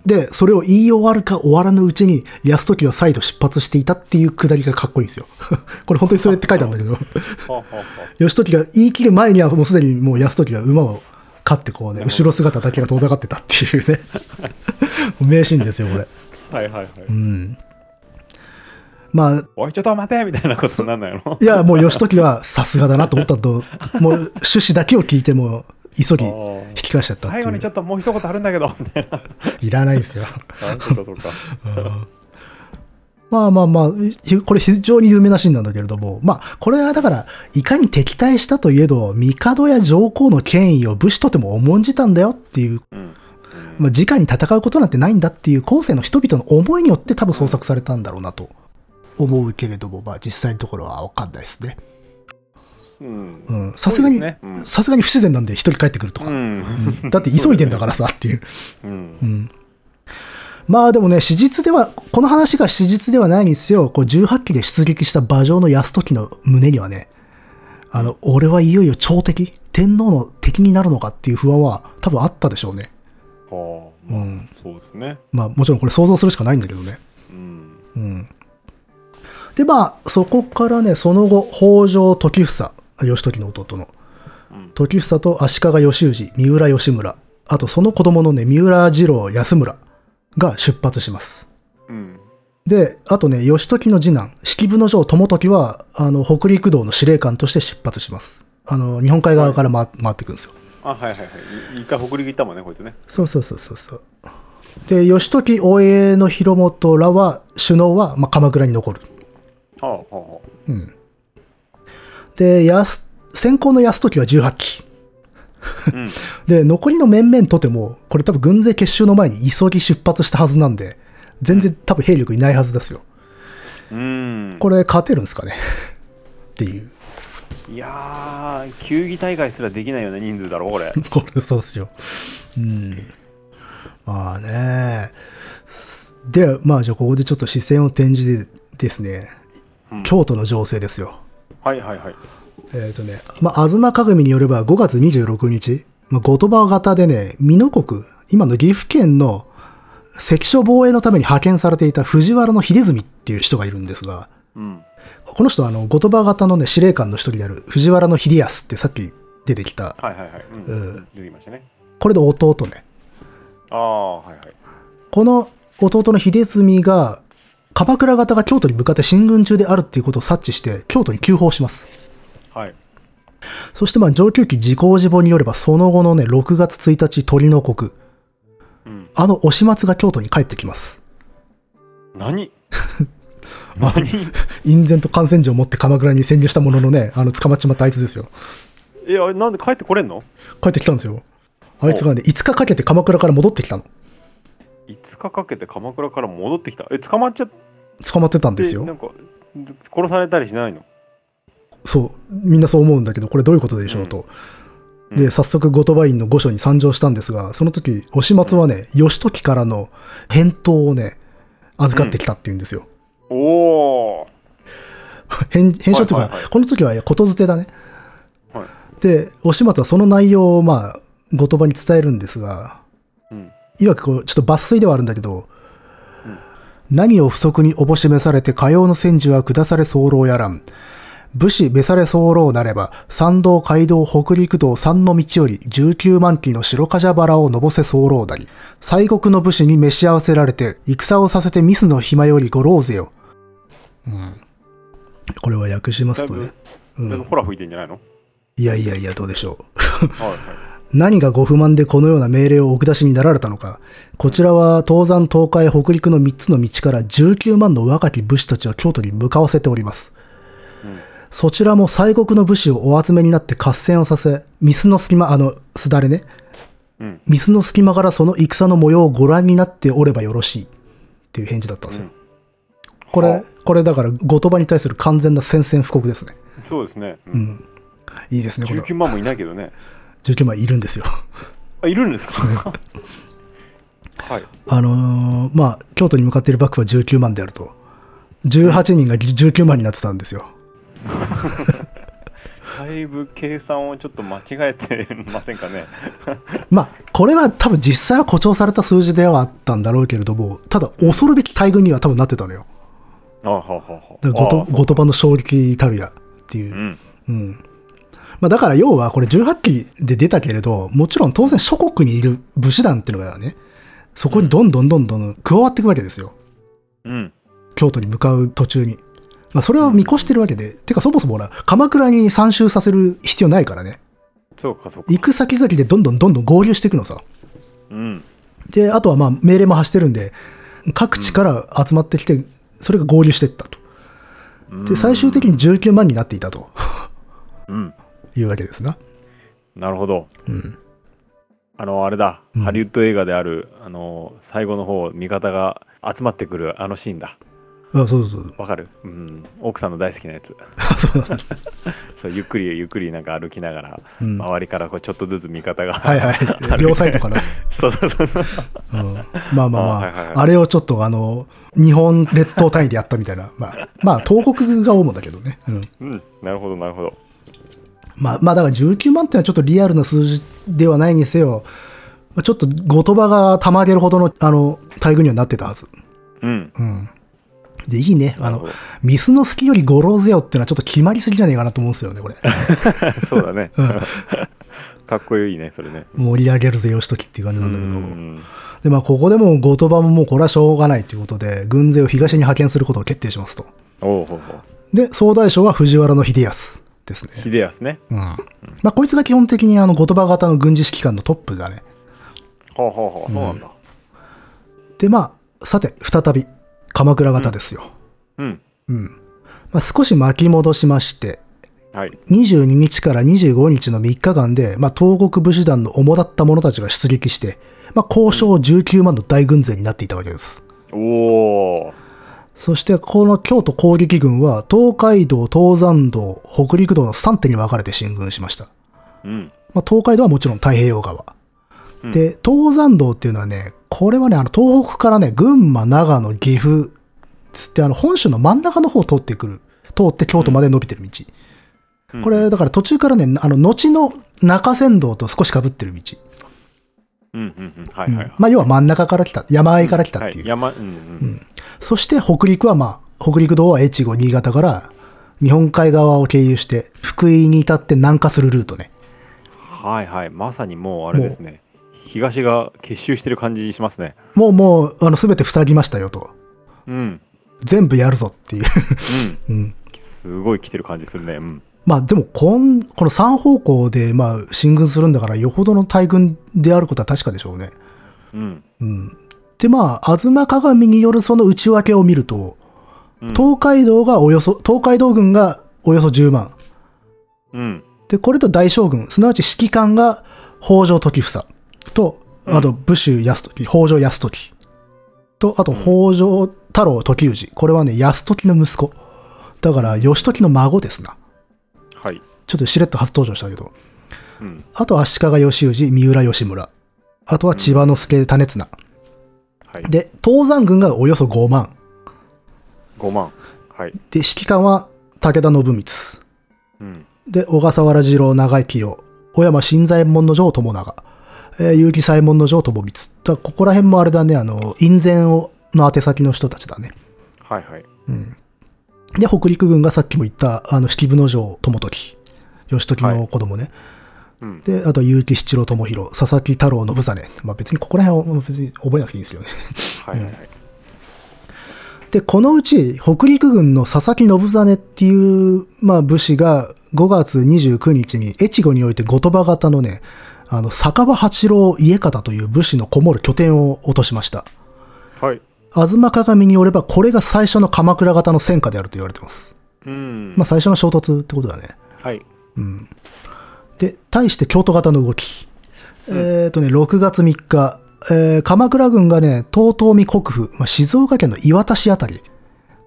で、それを言い終わるか終わらぬうちに、泰時は再度出発していたっていうくだりがかっこいいんですよ。 これ本当にそれって書いてあるんだけど、ははは義時が言い切る前にはもうすでにもう泰時が馬を勝ってこうね、後ろ姿だけが遠ざかってたっていうね、 名シーンですよ、これ。はいはいはい。まあ、おい、ちょっと待てみたいなことになんないの いや、もう義時はさすがだなと思ったと、もう趣旨だけを聞いても、急ぎ引き返しちゃったって最後にいちょう。っともう一言あるんだけど、みたいな。いらないですよ。あ、そうかそうか。まあまあまあ、ひこれ非常に有名なシーンなんだけれども、まあ、これはだから、いかに敵対したといえど、帝や上皇の権威を武士とても重んじたんだよっていう、うん。うんまあ、直に戦うことなんてないんだっていう、後世の人々の思いによって多分創作されたんだろうなと思うけれども、まあ実際のところはわかんないですね。うんう。ん。さすがにそうですねう、んさすがに不自然なんで一人帰ってくると うか。ん。だって急いでんだからさっていう。うん。うん。まあでもね、史実では、この話が史実ではないにせよ、こう18期で出撃した馬上の泰時の胸にはね、あの、俺はいよいよ朝敵、天皇の敵になるのかっていう不安は多分あったでしょうね。はあ、うまあん。そうですね。まあもちろんこれ想像するしかないんだけどね。うん。うん。で、まあそこからね、その後、北条時房、義時の弟の。うん。時房と足利義氏、三浦義村、あとその子供のね、三浦次郎安村が出発します。うん。で、あとね、義時の次男、式部の城智時は、あの、北陸道の司令官として出発します。あの、日本海側から回,、回っていくんですよ。あ、はいはいはい。い一回北陸行ったもんね、こいつね。そうそうそうそうそう。で、義時、大江の広元らは、首脳は、まあ、鎌倉に残る。はあ、はあ、はうん。で、安、先行の安時は18期。あ。うん。で、残りの面々とても、これ多分軍勢結集の前に急ぎ出発したはずなんで、全然多分兵力いないはずですよ。うん。これ勝てるんですかねっていう。いやー、球技大会すらできないような人数だろ、これ。 これそうっすよ。うん。まあね。で、まあじゃあここでちょっと視線を転じてですね、うん京都の情勢ですよ。 はいはいはい。えっ、とね、まあ、東鏡によれば5月26日、まあ、後鳥羽型でね、美濃国、今の岐阜県の関所防衛のために派遣されていた藤原秀住っていう人がいるんですが、うん。この人はあの、後鳥羽型のね、司令官の一人である藤原秀康ってさっき出てきた、はいはいはい。うん。うん出てきましたね。これで弟ね。ああ、はいはい。この弟の秀住が、鎌倉型が京都に向かって進軍中であるっていうことを察知して、京都に急報します。はい。そしてまあ上級期時効時報によればその後のね、6月1日鳥の国、うん。あのお始末が京都に帰ってきます。何何 隠然と感染状を持って鎌倉に潜入したもののね、あの捕まっちまったあいつですよ。いや、なんで帰ってこれんの帰ってきたんですよ。あいつがね、5日かけて鎌倉から戻ってきたの。 5日かけて鎌倉から戻ってきた。え、捕まっちゃって、捕まってたんですなんよ。か、殺されたりしないのそう。みんなそう思うんだけど、これどういうことでしょうと。うんで、早速、後鳥羽院の御所に参上したんですが、その時、お始末はね、義時からの返答をね、預かってきたっていうんですよ。おお返返書というはかいはいはい、この時はことづてだね。はい。で、お始末はその内容を、まあ、後鳥羽に伝えるんですが、うん。いわくこう、ちょっと抜粋ではあるんだけど、うん何を不足におぼし召されてかようの戦時は下され候やらん。武士召され候なれば、山道街道北陸道三の道より19万騎の白カジャバラをのぼせ候だり。西国の武士に召し合わせられて、戦をさせてミスの暇よりごろうぜよ。うん。これは訳しますとね。うんだいぶほら吹いてんじゃないの、いやいやいや、どうでしょう。はいは何がご不満でこのような命令をお下しになられたのか。こちらは東山、東海、北陸の3つの道から19万の若き武士たちを京都に向かわせております。うんそちらも西国の武士をお集めになって合戦をさせ、ミスの隙間、あの、すだれね。い。うん。ミスの隙間からその戦の模様をご覧になっておればよろしい。っていう返事だったんですよ。こはれあ、これだから、後鳥羽に対する完全な宣戦布告ですね。そうですね。ううんん。いいですね、この19万もいないけどね。 19万いるんですよ。あ、いるんですかはい。あのーまあ、京都に向かっている幕府は19万であると。18人が19万になってたんですよ。だいぶ計算をちょっと間違えてませんかね。まあ、これは多分実際は誇張された数字ではあったんだろうけれども、ただ恐るべき大軍には多分なってたのよ。あはあはあはあ。だからあ後そう鳥後鳥羽の衝撃たるやっていうう。ん。うん。まあ、だから要はこれ18期で出たけれど、もちろん当然諸国にいる武士団っていうのがね、そこにどんどんどんどん加わっていくわけですよ。うん。京都に向かう途中に。まあ、それを見越してるわけで、てかそもそもほら、鎌倉に参集させる必要ないからね。そうかそうか。行く先々でどんどんどんどん合流していくのさ。うん。で、あとはまあ命令も発してるんで、各地から集まってきて、それが合流していったと。で、最終的に19万になっていたとうん。いうわけですな。なるほど。うん。あの、あれだ。うんハリウッド映画である、あの、最後の方、味方が集まってくるあのシーンだ。あそうそうそう。 わかるうん。奥さんの大好きなやつ。あそうなんだそう、ゆっくりゆっくりなんか歩きながら、うん周りからこうちょっとずつ味方が。は いはい。両サイトかな。そうそうそうそう。うん、まあまあまああ、はいはいはいあれをちょっとあの、日本列島単位でやったみたいな。まあ、まあ、東国が主だけどね。うん。うん。なるほど、なるほど。まあ、まあだから19万ってのはちょっとリアルな数字ではないにせよ、まあちょっと言葉がたまげるほどの、あの、待遇にはなってたはず。うん。うん。で、いいね。あなのるほ、ミスの好きよりゴローゼよっていうのはちょっと決まりすぎじゃねえかなと思うんですよね、これ。そうだね。うんかっこいいね、それね。盛り上げるぜ、よしときっていう感じうなんだけど。ん。で、まあ、ここでも後鳥羽ももうこれはしょうがないということで、軍勢を東に派遣することを決定しますと。おうほうほう。で、総大将は藤原の秀康ですね。秀康ね。うん。まあ、こいつが基本的にあの、後鳥羽型の軍事指揮官のトップだね。ほうほうほう。そうなんだ。で、まあ、さて、再び、鎌倉型ですよ。うん。まあ、少し巻き戻しまして、はい。 22日から25日の3日間で、まあ、東国武士団の主だった者たちが出撃して、まあ、交渉19万の大軍勢になっていたわけです。おお。そして、この京都攻撃軍は、東海道、東山道、北陸道の3手に分かれて進軍しました。うん。まあ、東海道はもちろん太平洋側。うんで、東山道っていうのはね、これはね、あの、東北からね、群馬、長野、岐阜、つって、あの、本州の真ん中の方を通ってくる。通って京都まで伸びてる道。うんこれ、だから途中からね、あの、後の中山道と少し被ってる道。うんうんうん。はいはいはい。まあ、要は真ん中から来た、山あいから来たはってい。いう山、うんうん。そして北陸はまあ、北陸道は越後、新潟から日本海側を経由して、福井に至って南下するルートね。はいはい。まさにもうあれですね。東が結集してる感じしますね。もうもう、あの、すべて塞ぎましたよと。うん。全部やるぞっ ていう。うん。うん。すごい来てる感じするね。うん。まあでもこん、この3方向でまあ進軍するんだから、よほどの大軍であることは確かでしょうね。うん。うん。でまあ、東鏡によるその内訳を見ると、うん東海道がおよそ、東海道軍がおよそ10万。うん。で、これと大将軍、すなわち指揮官が北条時房と、あと武州泰時、北条泰時と、あと北条太郎時氏。これはね、泰時の息子。だから、義時の孫ですな。はい。ちょっとしれっと初登場したけど。うん。あと、足利義氏、三浦義村。あとは千葉之助種綱。はい。で、東山軍がおよそ5万。 5万。はい。で、指揮官は武田信光。うん。で、小笠原次郎長生を、小山新左衛門の城友長、えー結城左衛門の城友光。だここら辺もあれだね、あの、院前をの宛先の人たちだね。はいはい。で、北陸軍がさっきも言った、あの、式部の城友時、義時の子供ね。うん。で、あと、結城七郎友弘、佐々木太郎信真。まあ別にここら辺は別に覚えなくていいんですよね。はいはいはい。で、このうち、北陸軍の佐々木信真っていう、まあ、武士が、5月29日に、越後において後鳥羽型のね、あの、酒場八郎家方という武士のこもる拠点を落としました。はい。東鏡によれば、これが最初の鎌倉型の戦果であると言われてます。うん。まあ、最初の衝突ってことだね。はい。で、対して京都型の動き。えっ、とね、6月3日、えー鎌倉軍がね、東東見国府、まあ、静岡県の磐田市あたり、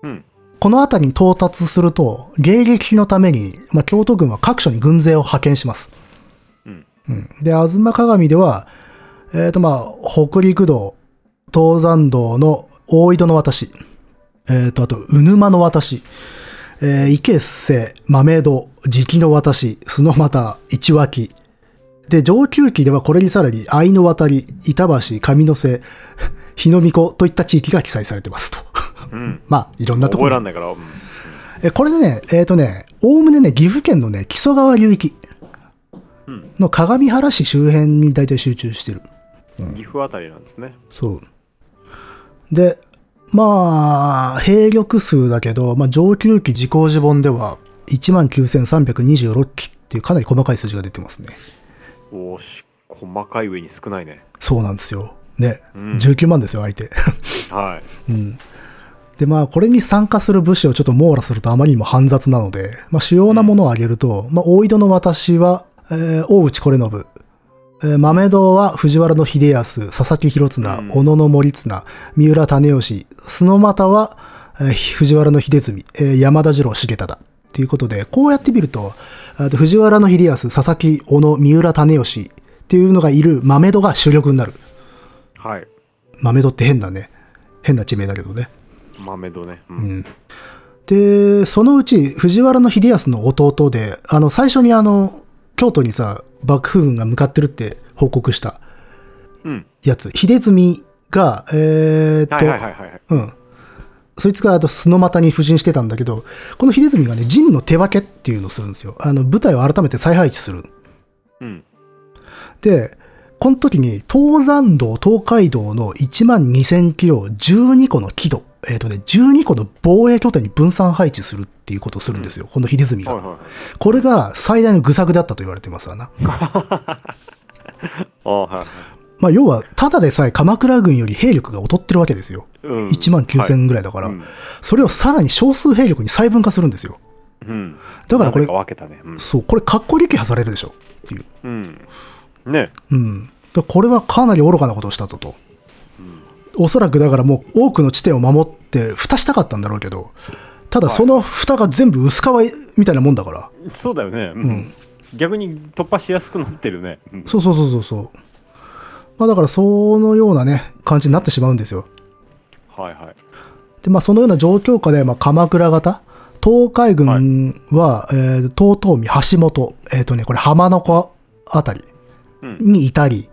うん。この辺りに到達すると、迎撃のために、まあ、京都軍は各所に軍勢を派遣します。うん。うん、で、吾妻鏡では、えっ、と、まあ、北陸道、東山道の大井戸の渡し、えっ、と、あと、鵜沼の渡し、えー、池瀬、豆戸、磁気の渡し、砂又、一脇。で、上級期ではこれにさらに、愛の渡り、板橋、上野瀬、日の御子といった地域が記載されてますと。 うん。まあ、いろんなとこ覚えろらんないから。うん。え、これね、えっ、とね、おおむねね、岐阜県のね、木曽川流域うんの鏡原市周辺に大体集中してる。岐阜あたりなんですね。そう。で、まあ、兵力数だけど、まあ、上級期自公自本では、19,326機っていうかなり細かい数字が出てますね。おーし、細かい上に少ないね。そうなんですよ。ね。うん19万ですよ、相手。はい。で、まあ、これに参加する武士をちょっと網羅するとあまりにも煩雑なので、まあ、主要なものを挙げると、まあ、大井戸の私は、えー大内惟信。えー豆堂は藤原の秀康、佐々木広綱、うん小野の森綱、三浦種義、角又は、えー藤原の秀積、えー山田次郎重忠。ということで、こうやってみると、あと藤原の秀康、佐々木、小野、三浦種義っていうのがいる豆戸が主力になる。はい。豆戸って変だね。変な地名だけどね。豆戸ね。うん。で、そのうち藤原の秀康の弟で、あの、最初にあの、京都にさ、幕府軍が向かってるって報告したうん。やつ、秀積が、えーっと、はいはいはいはい。うん。そいつが、あと、スノマタに布陣してたんだけど、この秀積がね、陣の手分けっていうのをするんですよ。あの、部隊を改めて再配置する。うん。で、この時に、東山道、東海道の1万2000キロを12個の軌道、えっ、とね、12個の防衛拠点に分散配置するっていうことをするんですよ。この秀積はいはが。いはい。これが最大の愚策だったと言われてますわな。ああ、はいはい。まあ、要は、ただでさえ鎌倉軍より兵力が劣ってるわけですよ。うん1万9000ぐらいだから、うんそれをさらに少数兵力に細分化するんですよ。うん。だからこれなん分けたね。うんそう、これ、かっこ撃破されるでしょっていう。うん。ね。うん。だからこれはかなり愚かなことをしたとと。おそらくだからもう多くの地点を守って蓋したかったんだろうけど、ただはいその蓋が全部薄皮みたいなもんだから。そうだよね。うん。逆に突破しやすくなってるね。うんそうそうそうそうそう。まあだからそのようなね、感じになってしまうんですよ。はいはい。で、まあそのような状況下で、まあ鎌倉型、東海軍は、えー遠江、橋本、えっ、とね、これ浜の子あたりうん。にいたり、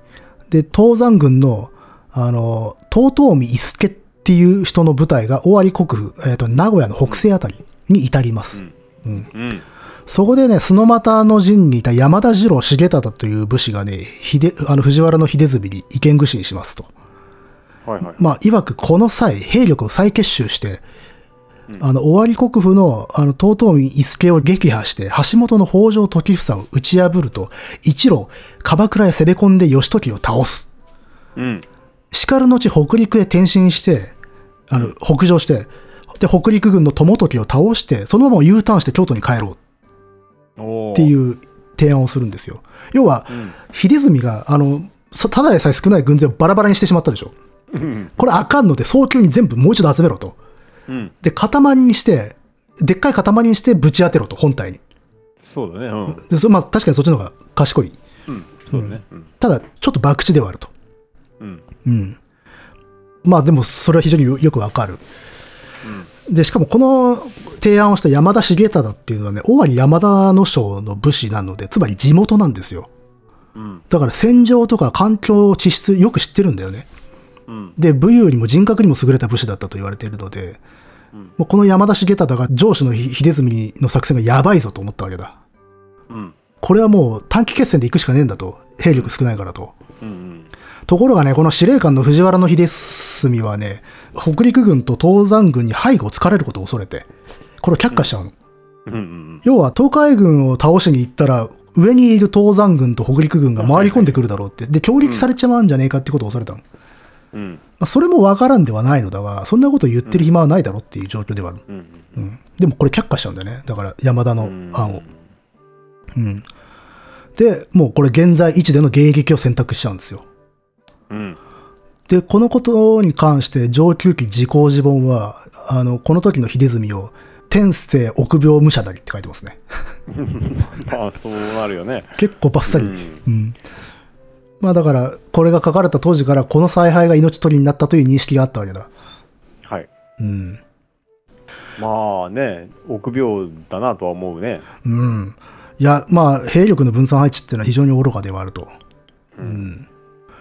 で、東山軍の、あの、東東海伊助っていう人の部隊が尾張国府、えっ、と、名古屋の北西あたりに至ります。うんうん。そこでね、スノマタの陣にいた山田次郎重忠という武士がね、秀あの藤原の秀次に意見具信しますと。はいはい。まあ、いわくこの際、兵力を再結集して、あの、尾張国府の、あの、東東伊助を撃破して、橋本の北条時房を打ち破ると、一路、鎌倉へ攻め込んで義時を倒す。うん。叱る後北陸へ転身して、あの、北上して、で、北陸軍の友時を倒して、そのまま U ターンして京都に帰ろうっおーていう提案をするんですよ。要は、ん秀積が、あの、さただでさえ少ない軍勢をバラバラにしてしまったでしょ。うん。これあかんので、早急に全部もう一度集めろと。うん。で、塊にして、でっかい塊にしてぶち当てろと、本体に。そうだね。うん。で、そまあ確かにそっちの方が賢い。うん。そうだね。うん。ただ、ちょっと博打ではあると。うん。うん。まあでも、それは非常によよくわかる。で、しかもこの提案をした山田重忠っていうのはね、尾張山田の省の武士なので、つまり地元なんですよ。うん。だから戦場とか環境、地質、よく知ってるんだよね。うん。で、武勇にも人格にも優れた武士だったと言われているので、もうこの山田重忠が上司の秀積の作戦がやばいぞと思ったわけだ。うん。これはもう短期決戦で行くしかねえんだと。兵力少ないからと。うん。ところがね、この司令官の藤原の秀住はね、北陸軍と東山軍に背後を突かれることを恐れて、これを却下しちゃうの。うん。うん。要は東海軍を倒しに行ったら、上にいる東山軍と北陸軍が回り込んでくるだろうって、で、協力されちゃうんじゃねえかってことを恐れたの。まうん。あ、それもわからんではないのだが、そんなこと言ってる暇はないだろうっていう状況ではある。うん。うん、でもこれ却下しちゃうんだよね。だから山田の案を。うん。で、もうこれ現在位置での迎撃を選択しちゃうんですよ。うん。で、このことに関して上級期自公自本は、あの、この時の秀積を、天性臆病武者だりって書いてますね。まあ、そうなるよね。結構バッサリ。ううんん。まあだから、これが書かれた当時からこの采配が命取りになったという認識があったわけだ。はい。うん。まあね、臆病だなとは思うね。うん。いや、まあ、兵力の分散配置っていうのは非常に愚かではあると。うん。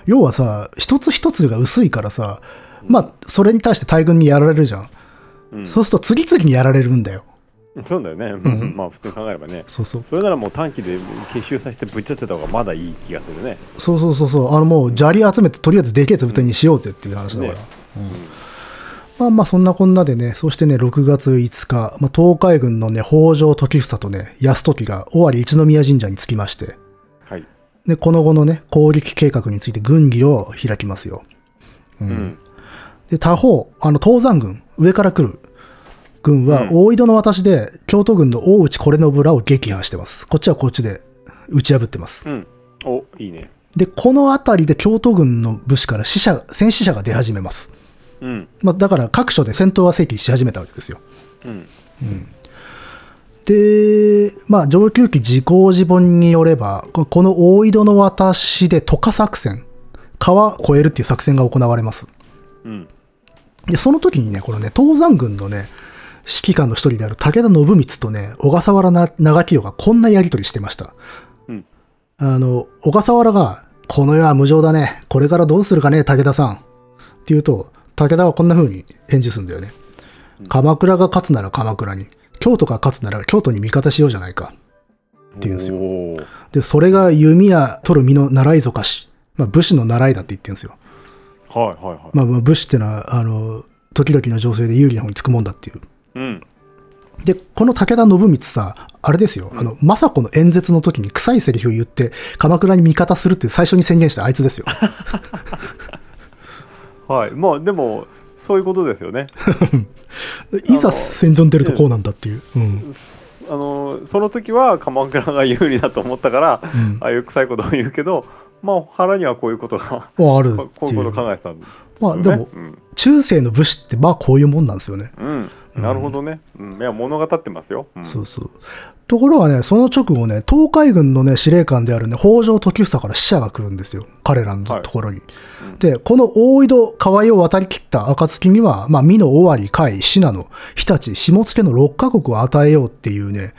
要はさ、一つ一つが薄いからさ、まあ、それに対して大軍にやられるじゃん。うん。そうすると次々にやられるんだよ。そうだよね。うんまあ、普通に考えればね。そうそう。それならもう短期で結集させてぶっちゃってた方がまだいい気がするね。そうそうそうそう。あの、もう砂利集めてとりあえずでけえつぶてにしようってっていう話だから。ねまあまあそんなこんなでね、そしてね、6月5日、まあ、東海軍のね、北条時房とね、安時が尾張一宮神社に着きまして、はい。で、この後のね、攻撃計画について軍議を開きますよ。うん。で、他方、あの、東山軍、上から来る軍うは、ん大井戸の私で、京都軍の大内これのらを撃破してます。こっちはこっちで打ち破ってます。うん。お、いいね。で、この辺りで京都軍の武士から死者、戦死者が出始めます。うん。まあ、だから各所で戦闘が正規し始めたわけですよ。うん。で、まあ、上級期自公自本によれば、ここの大井戸の渡しで渡河作戦、川越えるっていう作戦が行われます。うん。で、その時にね、このね、東山軍のね、指揮官の一人である武田信光とね、小笠原な長清がこんなやりとりしてました。うんあの、小笠原が、この世は無情だね。これからどうするかね、武田さん。って言うと、武田はこんな風に返事するんだよね。鎌倉が勝つなら鎌倉に、京都が勝つなら京都に味方しようじゃないか。ていうんですよおーで、それが弓矢取る身の習いぞかし。まあ、武士の習いだって言ってるんですよ。はいはいはい。まあ、まあ武士ってのは、あの、時々の情勢で有利な方につくもんだっていう。うん。で、この武田信光さ、あれですよ、あの、政子の演説の時に臭いセリフを言って、鎌倉に味方するって最初に宣言したあいつですよ。はい。まあでも、そういうことですよね。いざ戦場に出るとこうなんだっていう。うん。あの、その時は鎌倉が有利だと思ったから、んああいう臭いことを言うけど、まあ腹にはこういうことが、まあ、あるこっうていいうことをう。考えてたんですまよあ、ね。でも、うん。中世の武士って、まあ、こういうもんなんですよね。うんなるほどね。うん、いや物語ってますよ。うんそうそう。ところがね、その直後ね、東海軍のね、司令官であるね、北条時房から死者が来るんですよ。彼らのはいところに。で、この大井戸河合を渡り切った暁には、まあ、美濃、尾張、甲斐、信濃、日立、下野の6カ国を与えようっていうね、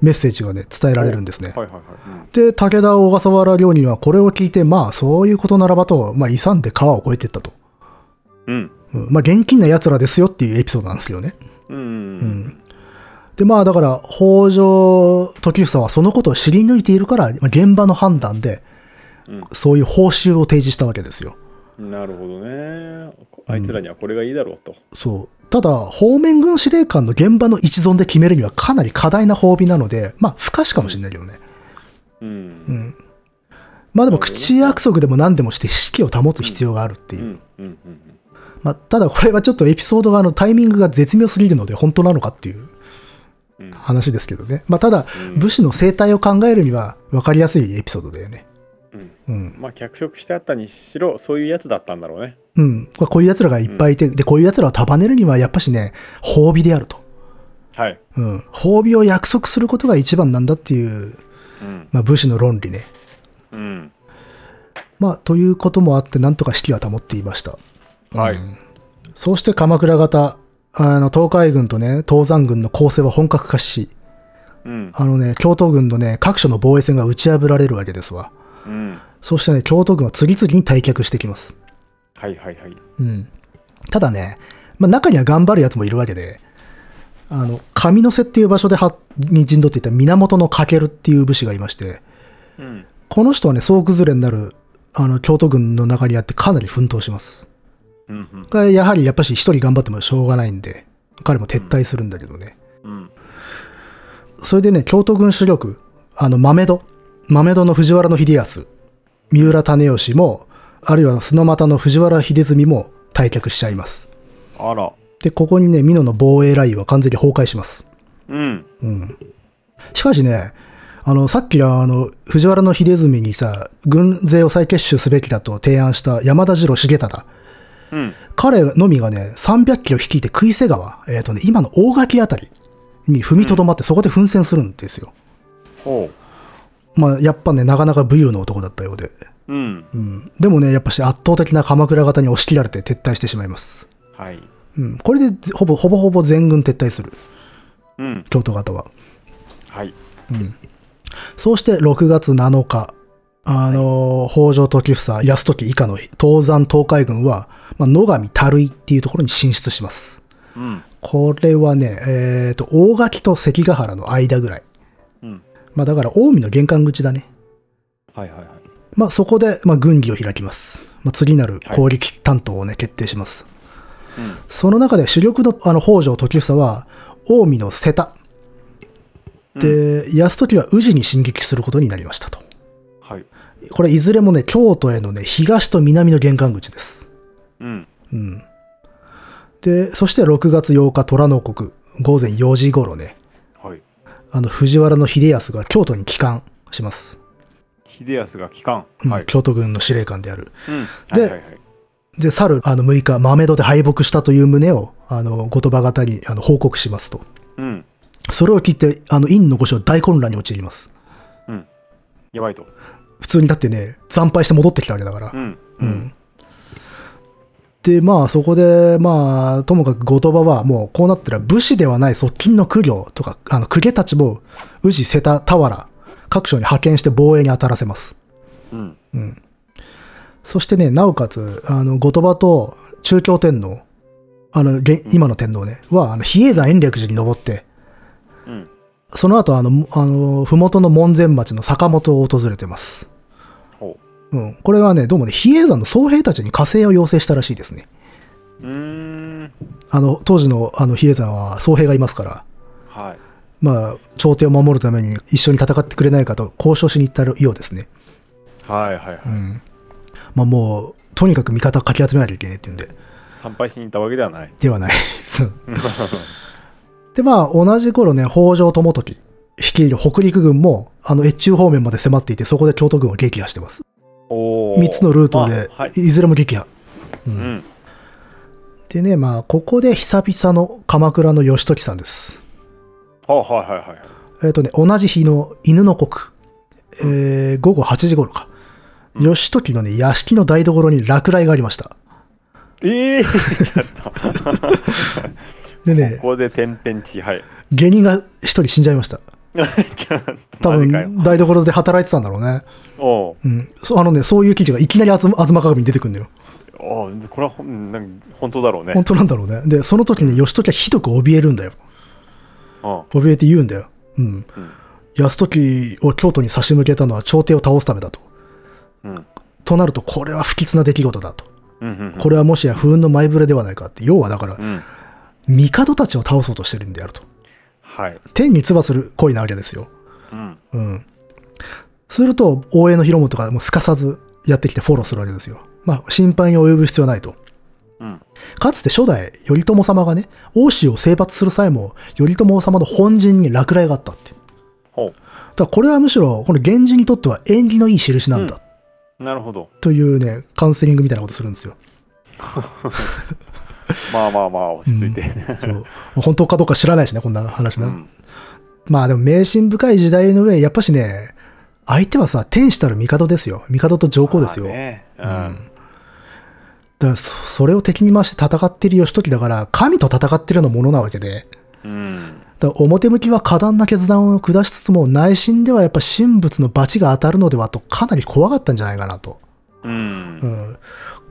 メッセージがね、伝えられるんですね。はいはいはい。で、武田小笠原両人はこれを聞いて、まあ、そういうことならばと、まあ、勇んで川を越えていったと。うん。うん、まあ、現金な奴らですよっていうエピソードなんですよね。うん。うん。でまあだから北条時房はそのことを知り抜いているからまあ現場の判断でうんそういう報酬を提示したわけですよ。うんなるほどね。あいつらにはこれがいいだろうと。そうただ方面軍司令官の現場の一存で決めるにはかなり過大な褒美なのでまあ不可視かもしれないけどね。う。うんん、まあでなるほどねも口約束でも何でもして士気を保つ必要があるっていうう、ん。うん。うん。まあ、ただこれはちょっとエピソードがあのタイミングが絶妙すぎるので本当なのかっていううん話ですけどね、まあ、ただうん武士の生態を考えるには分かりやすいエピソードだよね。うん。うんまあ脚色してあったにしろそういうやつだったんだろうね。うん。ここういう奴らがいっぱいいて、で、こういう奴らを束ねるには、やっぱしね、褒美であると。はい。うん。褒美を約束することが一番なんだっていう、うん。まあ、武士の論理ね。うん。まあ、ということもあって、なんとか士気は保っていました。はい。そうして鎌倉方、あの、東海軍とね、東山軍の構成は本格化し、うん。あのね、京都軍のね、各所の防衛線が打ち破られるわけですわ。うん。そうしてね、京都軍は次々に退却してきます。はいはいはい。うん。ただね、まあ、中には頑張るやつもいるわけで、あの、上瀬っていう場所ではに陣取っていた源のかけるっていう武士がいまして、うん。この人はね、総崩れになる、あの、京都軍の中にあってかなり奮闘します。うん。がやはりやっぱし一人頑張ってもしょうがないんで、彼も撤退するんだけどね。うん。それでね、京都軍主力、あの、豆戸、豆戸の藤原の秀康、三浦種義も、あるいは砂俣の藤原秀澄も退却しちゃいます。あら。で、ここにね、美濃の防衛ラインは完全に崩壊します。うん。しかしね、あの、さっきのあの、藤原の秀澄にさ、軍勢を再結集すべきだと提案した山田次郎重忠。うん。彼のみがね、300キロ率いて食い瀬川、えっ、とね、今の大垣あたりに踏みとどまって、そこで奮戦するんですよ。ほまあ、やっぱね、なかなか武勇の男だったようで。う。うん。うん。でもね、やっぱし圧倒的な鎌倉方に押し切られて撤退してしまいます。はい。うん。これで、ほぼ、ほぼほぼ全軍撤退する。うん。京都方は。はい。そうして6月7日、あのー北条時房、泰時以下の東山東海軍は、まあ、野上樽井っていうところに進出します。うん。これはね、えっ、と、大垣と関ヶ原の間ぐらい。うん。まあだから、近江の玄関口だね。はいはいはい。まあそこで、まあ軍議を開きます。まあ次なる攻撃担当をね、決定します。うん。その中で主力のあの北条時房は、近江の瀬田。で、泰時は宇治に進撃することになりましたと。はい。これいずれもね、京都へのね、東と南の玄関口です。うん。うん。で、そして6月8日、虎の国、午前4時頃ね、はい。あの、藤原の秀康が京都に帰還します。秀康が帰還。うんはい。京都軍の司令官である。うん。ではいはいはい。で、去る、あの、6日、豆戸で敗北したという旨を、あの、後鳥羽方に、あの、報告しますと。うん。それを聞いて、あの、院の御所大混乱に陥ります。うん。やばいと。普通にだってね、惨敗して戻ってきたわけだから。うん。うん。で、まあそこで、まあともかく後鳥羽はもうこうなったら武士ではない側近の公領とか、あの公家たちも宇治、瀬田、俵、各所に派遣して防衛に当たらせます。うん。そしてね、なおかつ、あの、後鳥羽と中京天皇、あの、現今の天皇ね、は、あの、比叡山延暦寺に登って、うん。その後、あの、もあの、麓の門前町の坂本を訪れてます。ほうん。これはね、どうもね、比叡山の僧兵たちに加勢を要請したらしいですね。う。うーん。あの、当時の、あの、比叡山は僧兵がいますから、はい。まあ、朝廷を守るために一緒に戦ってくれないかと交渉しに行ったようですね。はいはいはい。まあ、もう、とにかく味方をかき集めなきゃいけないっていうんで、参拝しに行ったわけではない。ではない。 そうで、まあ、同じ頃ね、北条智時率いる北陸軍も、あの、越中方面まで迫っていて、そこで京都軍を撃破してます。おお。 3つのルートでまあはい、。いずれも撃破。うん。でね、まあ、ここで久々の鎌倉の義時さんです。はあ、はいはいはい。えっ、とね、同じ日の犬の国、えー、午後8時頃か。義時のね、屋敷の台所に落雷がありました。ええー、 ちょっと。こでね、こで天変地異。はい。 芸人が一人死んじゃいました。ちょっと、多マジかよ分、。台所で働いてたんだろうね。おううん。そうあのね、そういう記事がいきなりあず東鏡に出てくるのよ。おうこれはほんなんか本当だろうね。本当なんだろうね。で、その時に義時はひどく怯えるんだうよ。ん怯えて言うんだよ。うん。うん泰時を京都に差し向けたのは朝廷を倒すためだと。うんとなると、これは不吉な出来事だと。うんうんこれはもしや不運の前触れではないかって。要はだからう、ん。うん帝たちを倒そうとしてるんであると。はい。天に唾する恋なわけですよ。うん。うん。すると、大江の広元がもうすかさずやってきてフォローするわけですよ。まあ、心配に及ぶ必要はないと。うん。かつて初代頼朝様がね、欧州を征伐する際も、頼朝様の本陣に落雷があったって。ほだからこれはむしろ、この源氏にとっては縁起のいい印なんだ。う。なるほど。というね、カウンセリングみたいなことするんですよ。まあまあまあ、落ち着いて。そう。本当かどうか知らないしね、こんな 話な。うん。まあでも迷信深い時代の上、やっぱしね、相手はさ、天使たる帝ですよ。帝と上皇ですよ。まあねうん。だからそ、それを敵に回して戦っている義時だから、神と戦っているようなものなわけで、うん。だから表向きは過断な決断を下しつつも、内心ではやっぱ神仏の罰が当たるのではと、かなり怖かったんじゃないかなと。う。うんん。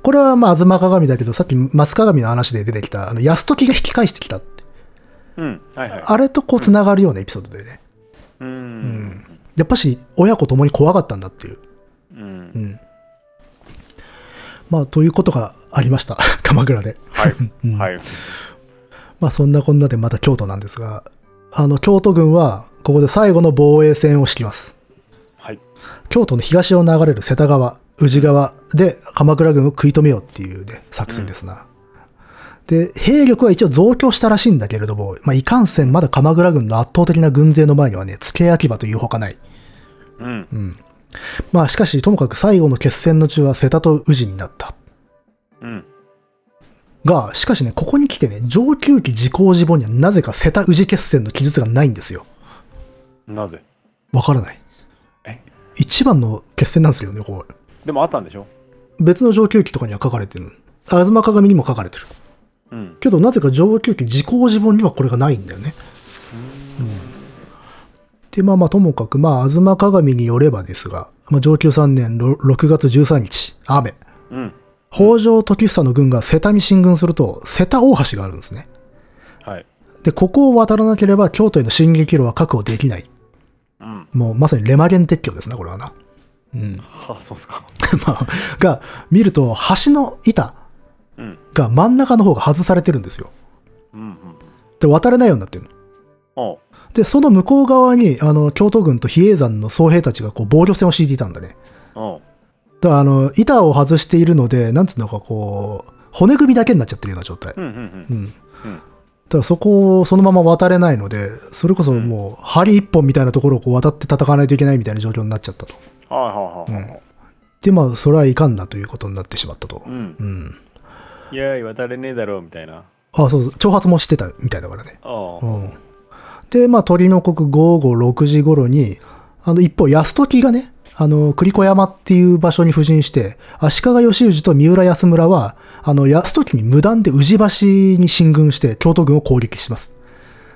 これはまあ、東鏡だけど、さっき松鏡の話で出てきた、あの、安時が引き返してきたって。うん。はいはい。あれとこう繋がるようなエピソードでね。うん。やっぱし、親子共に怖かったんだっていう。うん。まあ、ということがありました。 鎌倉で。はい。はい。まあ、そんなこんなでまた京都なんですが、あの、京都軍は、ここで最後の防衛戦を敷きます。はい。京都の東を流れる瀬田川、宇治川で鎌倉軍を食い止めようっていうね、作戦ですな。で、兵力は一応増強したらしいんだけれども、まあ、いかんせんまだ鎌倉軍の圧倒的な軍勢の前にはね、付け焼き場というほかない。うん。まあ、しかし、ともかく最後の決戦の中は瀬田と宇治になった。うん。が、しかしね、ここに来てね、上級期自公自母にはなぜか瀬田宇治決戦の記述がないんですよ。なぜわからない。え一番の決戦なんですけどね、こう。でもあったんでしょ別の上級期とかには書かれてる。東鏡にも書かれてる。うん。けど、なぜか上級期自公自母にはこれがないんだよね。うん。で、まあまあ、ともかく、まあ、東鏡によればですが、まあ、上級3年ろ6月13日、雨。うん。北条時房の軍が瀬田に進軍すると、瀬田大橋があるんですね。はい。で、ここを渡らなければ京都への進撃路は確保できない。うん。もうまさにレマゲン鉄橋ですね、これはな。 はあ、そうっすか。まあ、が、見ると橋の板うん。が真ん中の方が外されてるんですよ。うん。うん。で、渡れないようになってるの。おう。で、その向こう側に、あの、京都軍と比叡山の僧兵たちがこう防御線を敷いていたんだね。おう。だから、あの、板を外しているので、なんつうのかこう、骨組みだけになっちゃってるような状態。うん。うん。ううん。ん。うん。ただそこをそのまま渡れないので、それこそもう、針一本みたいなところをこう渡って戦わないといけないみたいな状況になっちゃったと。はいはいはいはい。で、まあ、それはいかんなということになってしまったと。うんう。ん。いやい、渡れねえだろうみたいな。あ、そうそう、挑発もしてたみたいだからね。おう。うんで、まあ、鳥の国午後6時頃に、あの、一方、安時がね、あの、栗子山っていう場所に布陣して、足利義氏と三浦安村は、あの、泰時に無断で宇治橋に進軍して京都軍を攻撃します。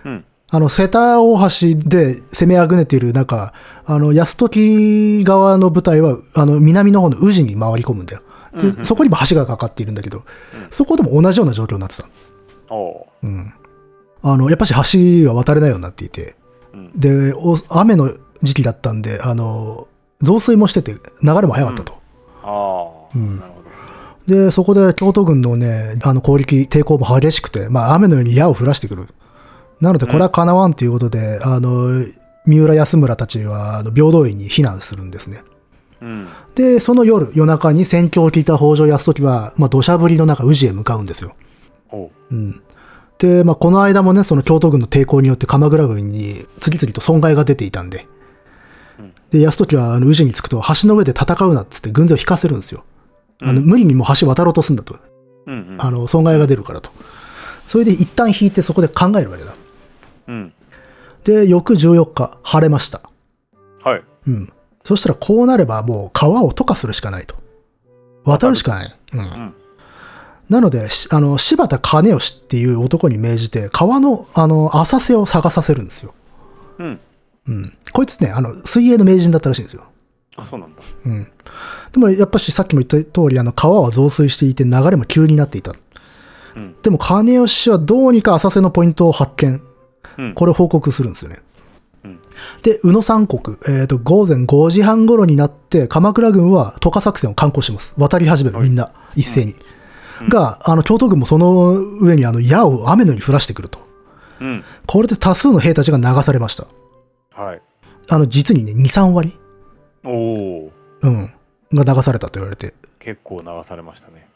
うん。あの、瀬田大橋で攻めあぐねている中、あの、安時側の部隊は、あの、南の方の宇治に回り込むんだよ。で、そこにも橋がかかっているんだけど、そこでも同じような状況になってた。おう。うん。あの、やっぱし橋は渡れないようになっていて、うん。で、お雨の時期だったんで、あの、増水もしてて、流れも早かったと。ああ、なるほど。で、そこで京都軍のね、あの攻撃、抵抗も激しくて、まあ雨のように矢を降らしてくる。なので、これはかなわんということで、あの、三浦安村たちは、あの、平等院に避難するんですね。うん。で、その夜、夜中に戦況を聞いた北条泰時は、まあ、土砂降りの中、宇治へ向かうんですよ。おう。うん。で、まあ、この間もね、その京都軍の抵抗によって鎌倉軍に次々と損害が出ていたんでうん。で、泰時は、あの、宇治に着くと、橋の上で戦うなっつって軍勢を引かせるんですよ。あの、無理にもう橋渡ろうとすんだと。うん。うん。あの、損害が出るからと。それで一旦引いてそこで考えるわけだ。うん。で、翌14日、晴れました。はい。うん。そしたらこうなればもう川を渡河するしかないと。渡るしかない。うん。んなので、しあの、柴田兼義っていう男に命じて、川の、あの、浅瀬を探させるんですよ。うん。うん。こいつね、あの、水泳の名人だったらしいんですよ。あ、そうなんだ。うん。でもやっぱしさっきも言った通り、あの、川は増水していて流れも急になっていた。うん。でも兼義はどうにか浅瀬のポイントを発見。うん。これを報告するんですよね。うんで、宇野三国、えーと、午前5時半頃になって、鎌倉軍は渡河作戦を敢行します。渡り始める、みんな、一斉に。が、あの、京都軍もその上に、あの、矢を雨のように降らしてくると。うん。これで多数の兵たちが流されました。はい。あの、実にね、2、3割おお。うん。が流されたと言われて。結構流されましたね。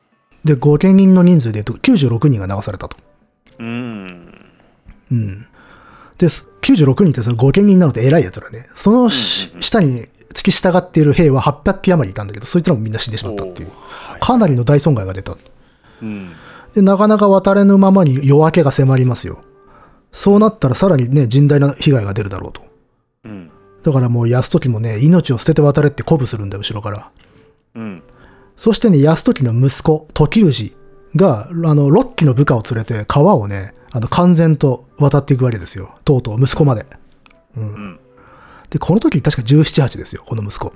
で、合計人の人数で言うと96人が流されたと。うん。うん。で、す96人ってその5件人なので偉い奴らね。そのし、下に付き従っている兵は800機余りいたんだけど、そいつらもみんな死んでしまったっていうお。ーはいかなりの大損害が出た。うん。で、なかなか渡れぬままに夜明けが迫りますよ。そうなったらさらにね、甚大な被害が出るだろうと。うん。だからもう安時もね、命を捨てて渡れって鼓舞するんだよ、後ろから。うん。そしてね、安時の息子、時氏が、あの、6機の部下を連れて川をね、あの、完全と渡っていくわけですよ。とうとう息子まで。うん。で、この時確か17、8ですよ、この息子。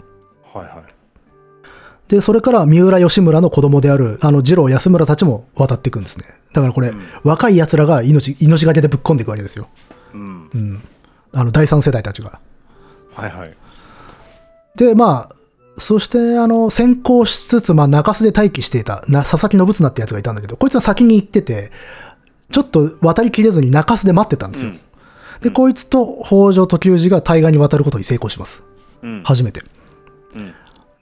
はいはい。で、それから三浦義村の子供である、あの、二郎安村たちも渡っていくんですね。だからこれ、若い奴らが命、命がけでぶっ込んでいくわけですよ。うんう。ん。あの、第三世代たちが。はいはい。で、まあ、そして、あの、先行しつつ、まあ、中洲で待機していた、な佐々木信綱ってやつがいたんだけど、こいつは先に行ってて、ちょっと渡りきれずに中洲で待ってたんですよ。うんで、こいつと北条時氏が対岸に渡ることに成功します。うん。初めて。うん。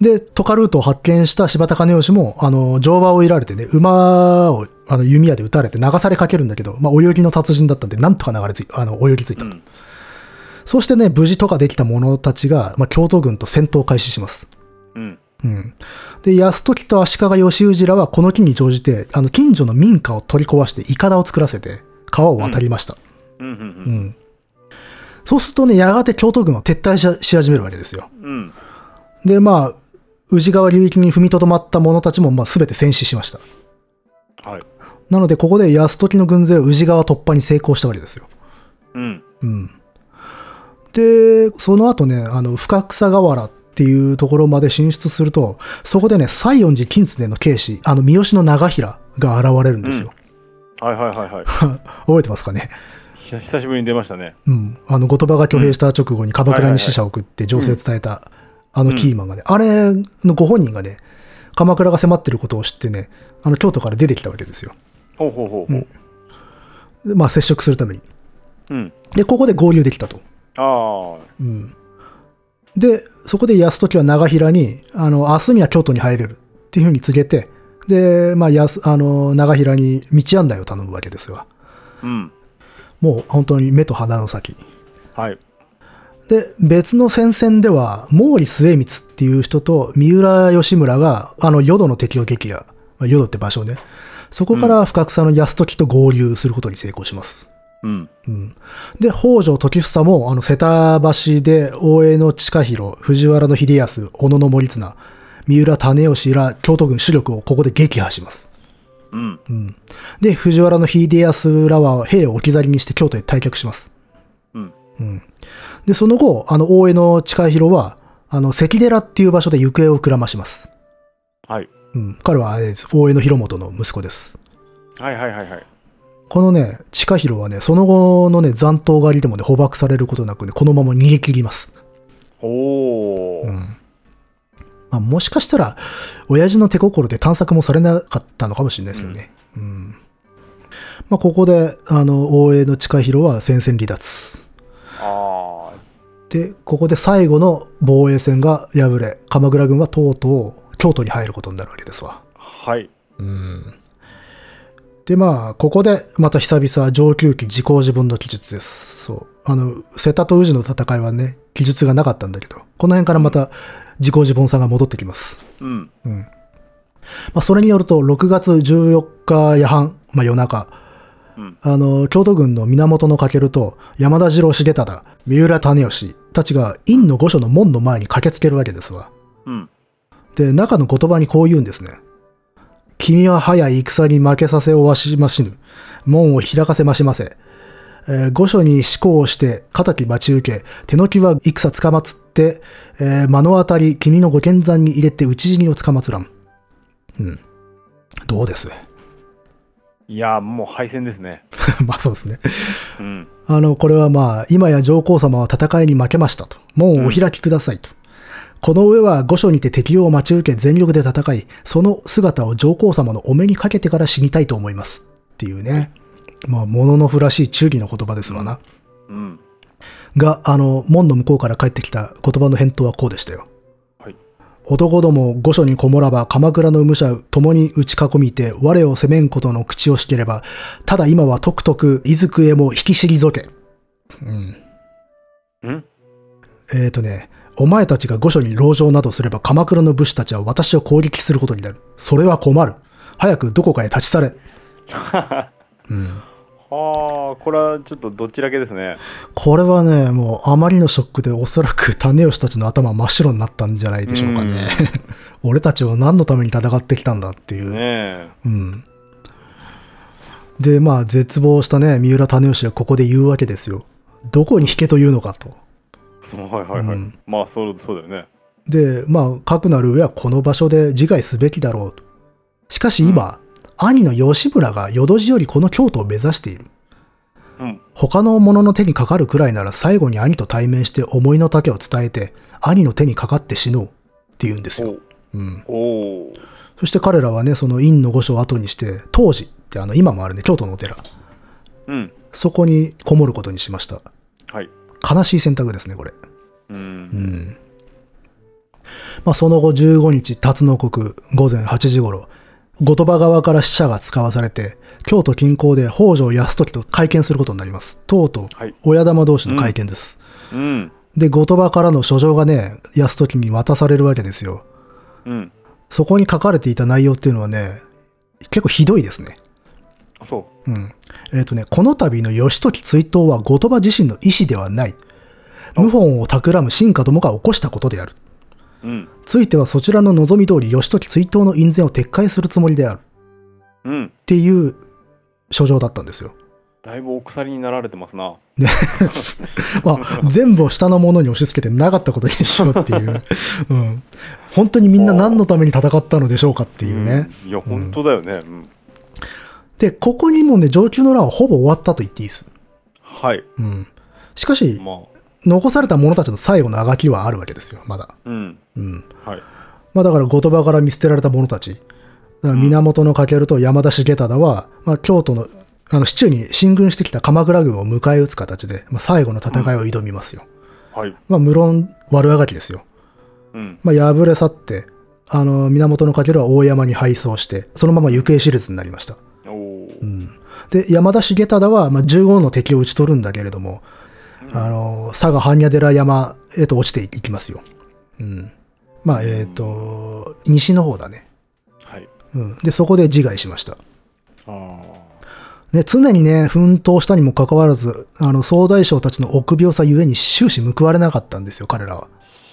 で、トカルートを発見した柴田兼義も、あの、乗馬をいられてね、馬を、あの、弓矢で撃たれて流されかけるんだけど、まあ、泳ぎの達人だったんで、なんとか流れつい、あの、泳ぎついた。うんそしてね、無事とかできた者たちが、まあ、京都軍と戦闘を開始します。うん。うん。で、泰時と足利義氏らはこの機に乗じて、あの、近所の民家を取り壊して、イカダを作らせて、川を渡りました。うん。う。うんん。そうするとね、やがて京都軍は撤退しし始めるわけですよ。うん。で、まあ、宇治川流域に踏みとどまった者たちも、まあ、全て戦死しました。はい。なので、ここで泰時の軍勢は宇治川突破に成功したわけですよ。うん。うん。で、その後ね、あの、深草河原っていうところまで進出すると、そこでね、西園寺金常の慶子、あの、三好の長平が現れるんですよ。はいはいはいはい。覚えてますかねひ久しぶりに出ましたね。うん。あの、後鳥羽が挙兵した直後に鎌倉に使者を送って情勢を伝えた、あのキーマンがね、あれのご本人がね、鎌倉が迫ってることを知ってね、あの、京都から出てきたわけですよ。ほうほうほうほう。でまあ、接触するために。うん。で、ここで合流できたと。ああ。うん。で、そこで泰時は長平に、あの、明日には京都に入れるっていうふうに告げて、で、まあ、やすあの、長平に道案内を頼むわけですが、うん。もう本当に目と鼻の先。はい。で、別の戦線では、毛利末光っていう人と三浦義村が、あの、淀の敵を撃破。まあ、淀って場所ね。そこから深草の泰時と合流することに成功します。うん。うんで、北条時房も、あの、瀬田橋で、大江の近広、藤原の秀康、小野の森綱、三浦種義ら、京都軍主力をここで撃破します。うん。うん。で、藤原の秀康らは兵を置き去りにして京都へ退却します。うん。うん。で、その後、あの、大江の近広は、あの、関寺っていう場所で行方をくらまします。はい。うん。彼は、あれです大江の広元の息子です。はいはいはいはい。このね、近広はね、その後のね、残党狩りでもね、捕獲されることなくね、このまま逃げ切ります。おお、うん。まあ、もしかしたら、親父の手心で探索もされなかったのかもしれないですよね。うん。まあ、ここで、あの、大江の近広は戦線離脱。ああ。で、ここで最後の防衛戦が敗れ、鎌倉軍はとうとう京都に入ることになるわけですわ。はい。で、まあ、ここで、また久々、上級期自己自分の記述です。そう。あの、瀬田と宇治の戦いはね、記述がなかったんだけど、この辺からまた、自己自分さんが戻ってきます。うん。まあ、それによると、6月14日夜半、まあ、夜中、うんあの、京都軍の源のると、山田次郎重忠、三浦種義たちが、院の御所の門の前に駆けつけるわけですわ。うん。で、中の言葉にこう言うんですね。君は早い戦に負けさせをわしましぬ。門を開かせましませ。えー御所に思考をして、仇き待ち受け、手の際戦つかまつって、えー目の当たり君のご見山に入れて討ち死にをつかまつらん。うん。どうです いやー、もう敗戦ですね。まあそうですね。うん。あの、これはまあ、今や上皇様は戦いに負けましたと。門をお開きくださいと。この上は御所にて敵を待ち受け全力で戦い、その姿を上皇様のお目にかけてから死にたいと思います。っていうね。まあ、もののふらしい忠義の言葉ですわな。うん。が、あの、門の向こうから帰ってきた言葉の返答はこうでしたよ。はい。男ども御所にこもらば鎌倉の武者共に打ち囲みて我を責めんことの口をしければただ今はとくとくいずくえも引き退けうんうんえっ、ー、とねお前たちが御所に籠城などすれば鎌倉の武士たちは私を攻撃することになるそれは困る早くどこかへ立ち去れ、うん、はあ、これはちょっとどっちだけですね。これはねもうあまりのショックでおそらく種吉たちの頭は真っ白になったんじゃないでしょうかね 俺たちは何のために戦ってきたんだっていうねえ。うん。で、まあ、絶望したね、三浦種義がここで言うわけですよ。どこに引けというのかと。はいはいはい。うんまあそう、そうだよね。で、まあ、かくなる上はこの場所で自害すべきだろうと。しかし今、兄の吉村が淀路よりこの京都を目指している。うん。他の者の手にかかるくらいなら最後に兄と対面して思いの丈を伝えて、兄の手にかかって死のうって言うんですよ。うん。おおー。そして彼らはね、その院の御所を後にして、当時ってあの今もあるね、京都のお寺。うん。そこにこもることにしました。はい。悲しい選択ですね、これ。う。うんん。まあ、その後15日、辰野国、午前8時頃、後鳥羽側から死者が使わされて、京都近郊で北条泰時と会見することになります。とうとうはい、親玉同士の会見です。うん。で、後鳥羽からの書状がね、泰時に渡されるわけですよ。うん。そこに書かれていた内容っていうのはね、結構ひどいですね。あそうん。えっ、とね、この度の義時追悼は後鳥羽自身の意思ではない。謀反を企む臣下どもが起こしたことである。う。うん。ついてはそちらの望み通り義時追悼の印税を撤回するつもりである。っうん。ていう書状だったんです よ。だいぶお鎖になられてますな。まあ、全部を下の者に押し付けてなかったことにしようっていう。 うん。本当にみんな何のために戦ったのでしょうかっていうね。うん。いや、本当だよね。うん。で、ここにもね、上級の乱はほぼ終わったと言っていいです。はい。うん。しかし、まあ。残された者たちの最後のあがきはあるわけですよ、まだ。うん。うん。はい。まあだから後鳥羽から見捨てられた者たち。だから源のると山田重忠は、まあ京都の、あの、市中に進軍してきた鎌倉軍を迎え撃つ形で、まあ最後の戦いを挑みますよ。はい。まあ無論悪あがきですよ。うん。まあ敗れ去って、あの、源のるは大山に敗走して、そのまま行方知れずになりました。おおー。で、山田重忠は、まあ、15の敵を撃ち取るんだけれども、あの、佐賀般若寺山へと落ちていきますよ。うん。まあ、えっ、と、西の方だね。はい。うん。で、そこで自害しました。あね、常にね、奮闘したにもかかわらず、あの、総大将たちの臆病さゆえに終始報われなかったんですよ、彼らは。あ。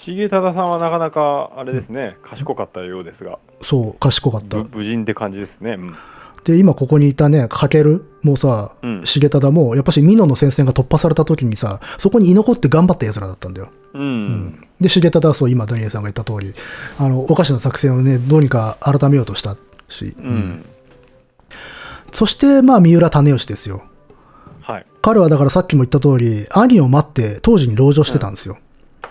重忠さんはなかなかあれですね、賢かったようですが、そう、賢かったぶ。武人って感じですね。うん。で、今ここにいたね、かけるもさ、うん重忠も、やっぱし美濃の戦線が突破された時にさ、そこに居残って頑張った奴らだったんだよ。うん。で、重忠はそう、今ダニエルさんが言った通り、あの、おかしな作戦をね、どうにか改めようとしたし、うん。そして、まあ、三浦種義ですよ。はい。彼はだからさっきも言った通り、兄を待って当時に籠城してたんですよ。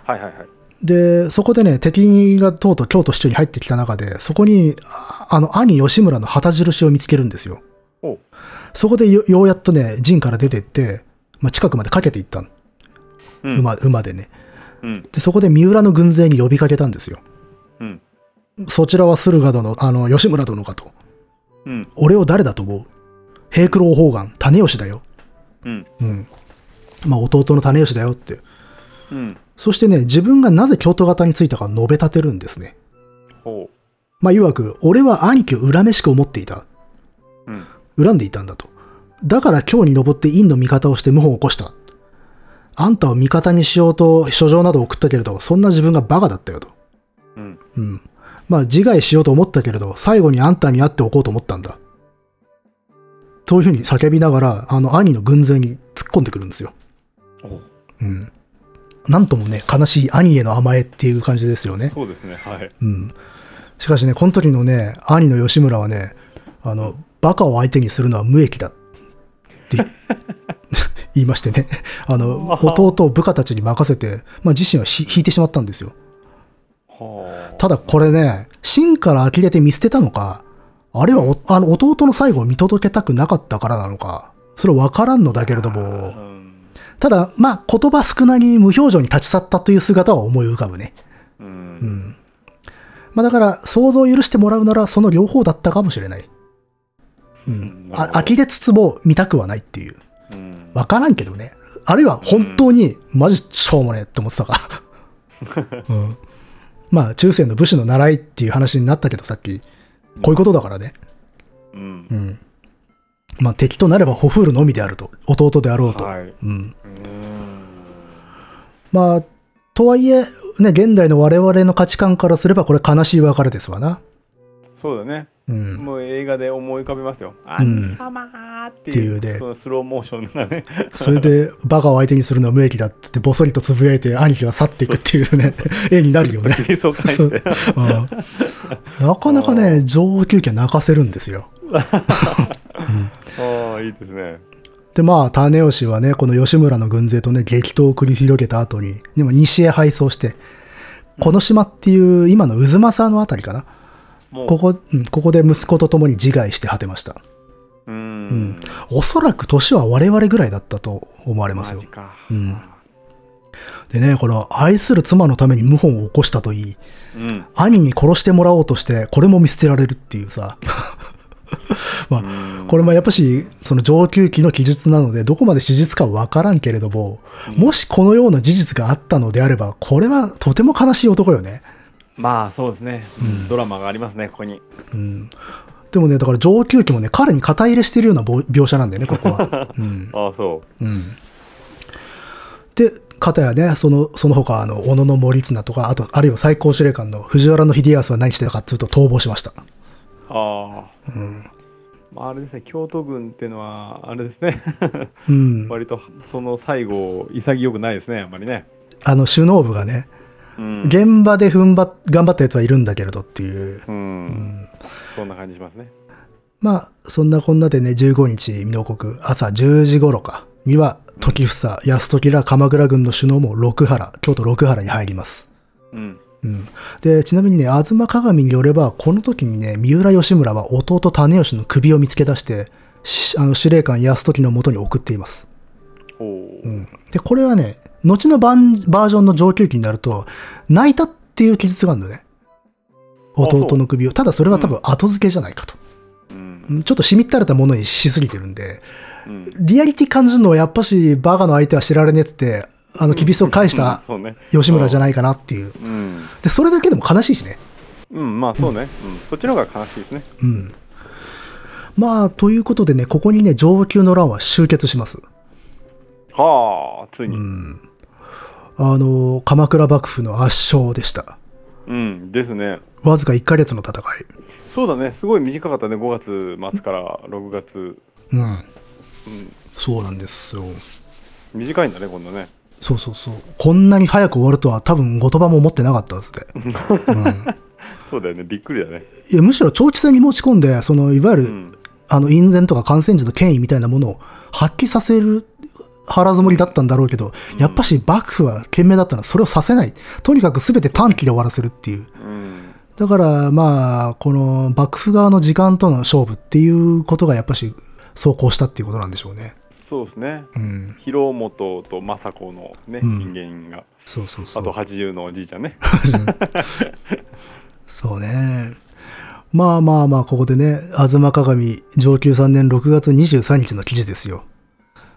はいはいはい。で、そこでね、敵がとうとう京都市中に入ってきた中で、そこに、ああの、兄吉村の旗印を見つけるんですよ。おうそこでよようやっとね、陣から出てって、まあ、近くまでかけていったの、うん。馬馬でね。うん。で、そこで三浦の軍勢に呼びかけたんですよ。うん。そちらは駿河殿、あの、吉村殿かと。うん。俺を誰だと思う平九郎方眼、種吉だよ。うん。うん。まあ、弟の種吉だよって。うん。そしてね、自分がなぜ京都型についたかを述べ立てるんですね。ほまあ、いわく、俺は兄貴を恨めしく思っていた。う。うん。恨んでいたんだと。だから今日に登って院の味方をして謀反を起こした。あんたを味方にしようと書状などを送ったけれど、そんな自分がバカだったよと。うん。うん。まあ自害しようと思ったけれど、最後にあんたに会っておこうと思ったんだ。そういうふうに叫びながら、あの兄の軍勢に突っ込んでくるんですよ。おううん。なんともね、悲しい兄への甘えっていう感じですよね。そうですね。はい。うん。しかしね、この時のね、兄の吉村はね、あの、バカを相手にするのは無益だって 言いましてね、あの、弟を部下たちに任せて、まあ自身はひ引いてしまったんですよ。はあ。ただこれね、真から呆れて見捨てたのか、あるいはおあの弟の最後を見届けたくなかったからなのか、それわからんのだけれどうも、ん。ただ、まあ言葉少なに無表情に立ち去ったという姿は思い浮かぶね。う。うんん。まあだから、想像を許してもらうなら、その両方だったかもしれない。うん。あ、呆れつつも見たくはないっていう。うん。わからんけどね。あるいは本当に、マジしょうもねえって思ってたか。 うん。まあ、中世の武士の習いっていう話になったけど、さっき。こういうことだからね。うんう。ん。まあ、敵となればホフールのみであると。弟であろうと。はい。ううん。ん。まあ、とはいえ、ね、現代の我々の価値観からすれば、これ悲しい別れですわな。そうだね。うん。もう映画で思い浮かびますよ。あんん様ーっていう,、っていうねそのスローモーションがね。それで、バカを相手にするのは無益だっつって、ぼそりとつぶやいて、兄貴は去っていくってい うね、絵になるよね。理想化そしうて。うんなかなかね、上級家泣かせるんですよ。ああ、いいですね。で、まあ、種吉はね、この吉村の軍勢とね、激闘を繰り広げた後に、でも西へ敗走して、この島っていう、今の渦政のあたりかな。もう。ここ、うんここで息子と共に自害して果てました。うーん。おそらく年は我々ぐらいだったと思われまマすよジ。か。うんでね、この愛する妻のために謀反を起こしたといい、うん。兄に殺してもらおうとして、これも見捨てられるっていうさ。 まあ、これもやっぱし、その上級期の記述なので、どこまで史実かわからんけれども、もしこのような事実があったのであれば、これはとても悲しい男よね。まあ、そうですね、ドラマがありますね、ここに。でもね、だから上級期もね、彼に肩入れしてるようなぼ描写なんだよね、ここ は。うん。ああ、そうん。で、片やね、その、その他、あの、小野の森綱とか、あと、あるいは最高司令官の藤原秀康は何してたかっていうと、逃亡しました。う。ああ。まあ、あれですね、京都軍っていうのは、あれですね。うん。割と、その最後、潔くないですね、あんまりね。あの、首脳部がね、うん。現場で踏ん張っ、頑張ったやつはいるんだけれどっていう。うん。そんな感じしますね。まあ、そんなこんなでね、15日、美濃国、朝10時頃か、には、時房、安時ら鎌倉軍の首脳も六原、京都六原に入ります。うん。うん。で、ちなみにね、東鏡によれば、この時にね、三浦義村は弟種義の首を見つけ出して、しあの司令官安時の元に送っています。おお、うん。で、これはね、後のバンバージョンの上級期になると、泣いたっていう記述があるんだよね。そう弟の首を。ただそれは多分後付けじゃないかと。うん。うんちょっとしみったれたものにしすぎてるんで、うん。リアリティ感じるのはやっぱしバカの相手は知られねえって、あの、厳しさを返しうんたそうね。吉村じゃない。ないかなっていう。うん。で、それだけでも悲しいしね。うん、まあそうね、うんそっちの方が悲しいですね。うん。まあ、ということでね、ここにね、上級の乱は集結します。はあ、ついに。あの、鎌倉幕府の圧勝でした。うんですねわずか1ヶ月の戦い。そうだねすごい短かったね5月末から6月、うん。うん、そうなんですよ。短いんだね今度ねそうそうそう。こんなに早く終わるとは多分言葉も思ってなかったはずで。うんそうだよねびっくりだねいやむしろ長期戦に持ち込んで、そのいわゆる、うんあの隠然とか感染時の権威みたいなものを発揮させる腹積もりだったんだろうけど、やっぱし幕府は賢明だったのはそれをさせない。とにかく全て短期で終わらせるっていう。うんだからまあ、この幕府側の時間との勝負っていうことがやっぱし走行したっていうことなんでしょうね。そうですねうん。広本と政子のねうん信玄が、そうそうそう。あと80のおじいち ゃんねそうね。まあまあまあ、ここでね、東鏡上級3年6月23日の記事ですよ。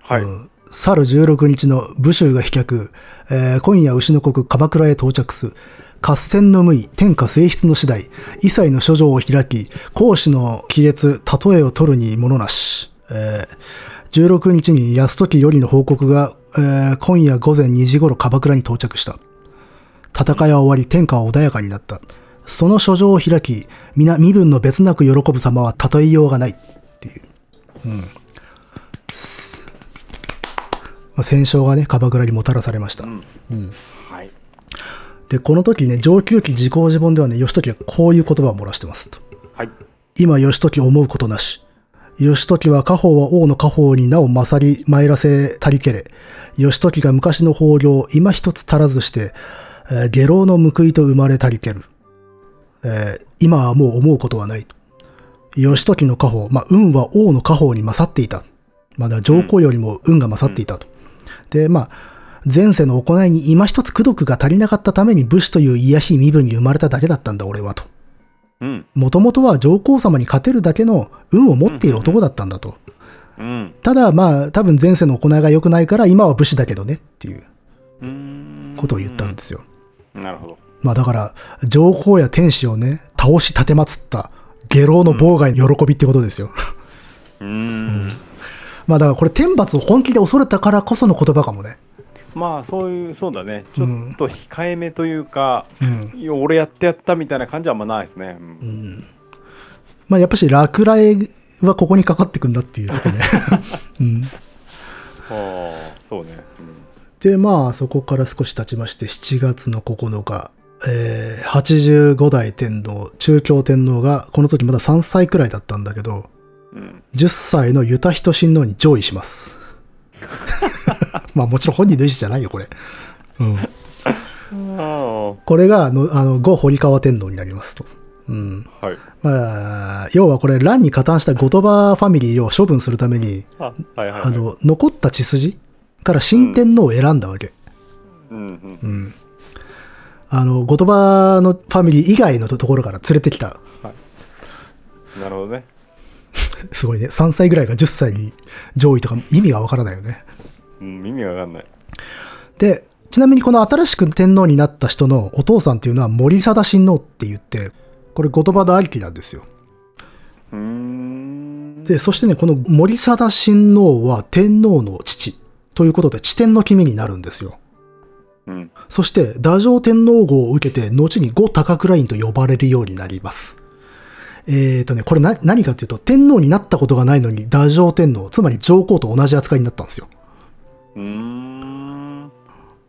はい、うん去る16日の武州が飛脚、えー今夜牛の国鎌倉へ到着す。合戦の無意、天下性質の次第、異彩の諸女を開き、孔子の亀裂、例えを取るに物なし。えー16日に安時よりの報告が、えー今夜午前2時頃鎌倉に到着した。戦いは終わり天下は穏やかになった。その書状を開き、皆身分の別なく喜ぶ様は例えようがない。っていう。うん。すまあ、戦勝がね、鎌倉にもたらされました。はいで、この時ね、上級期自公自本ではね、義時はこういう言葉を漏らしてますと。はい今義時思うことなし。義時は家宝は王の家宝になお勝り参らせたりけれ。義時が昔の法領今一つ足らずして、えー下老の報いと生まれたりける。えー今はもう思うことはないと。義時の家宝、まあ、運は王の家宝に勝っていた。まあだから上皇よりも運が勝っていたと。で、まあ、前世の行いに今一つ功徳が足りなかったために武士という卑しい身分に生まれただけだったんだ俺はと。うんもともとは上皇様に勝てるだけの運を持っている男だったんだと。うんただまあ、多分前世の行いが良くないから今は武士だけどねっていううーんことを言ったんですよ。なるほどまあだから、上皇や天使をね、倒し立てまつった下老の妨害の喜びってことですよ。 うーんまあだからこれ天罰を本気で恐れたからこその言葉かもね。まあそういうそうだねちょっと控えめというか、うん。いや俺やってやったみたいな感じはあんまないですね、うんまあやっぱし落雷はここにかかってくんだっていうとこね。うん。ああそうね、で、まあ、そこから少し経ちまして、7月の9日、えー85代天皇、中京天皇が、この時まだ3歳くらいだったんだけど、うんうん、 10歳のユタヒト親王に上位します。 まあ、もちろん本人の意思じゃないよ、これ。うん。あこれが、あの、あの後堀川天皇になりますと。うん。あはいまあ、要はこれ、乱に加担した後鳥羽ファミリーを処分するために、あはいはいはいあの、残った血筋から新天皇を選んだわけ。うんうんうん。あの、後鳥羽のファミリー以外のところから連れてきた。なるほどねすごいね。3歳ぐらいが10歳に上位とか意味がわからないよね。うん意味がわかんないで、ちなみにこの新しく天皇になった人のお父さんっていうのは森貞親王って言って、これ後鳥羽の兄貴なんですよ。うーんで、そしてね、この森貞親王は天皇の父ということで、地天の君になるんですよ。うんそして、太政天皇号を受けて、後に五高倉院と呼ばれるようになります。えーとね、これな、何かというと、天皇になったことがないのに、太政天皇、つまり上皇と同じ扱いになったんですよ。うーん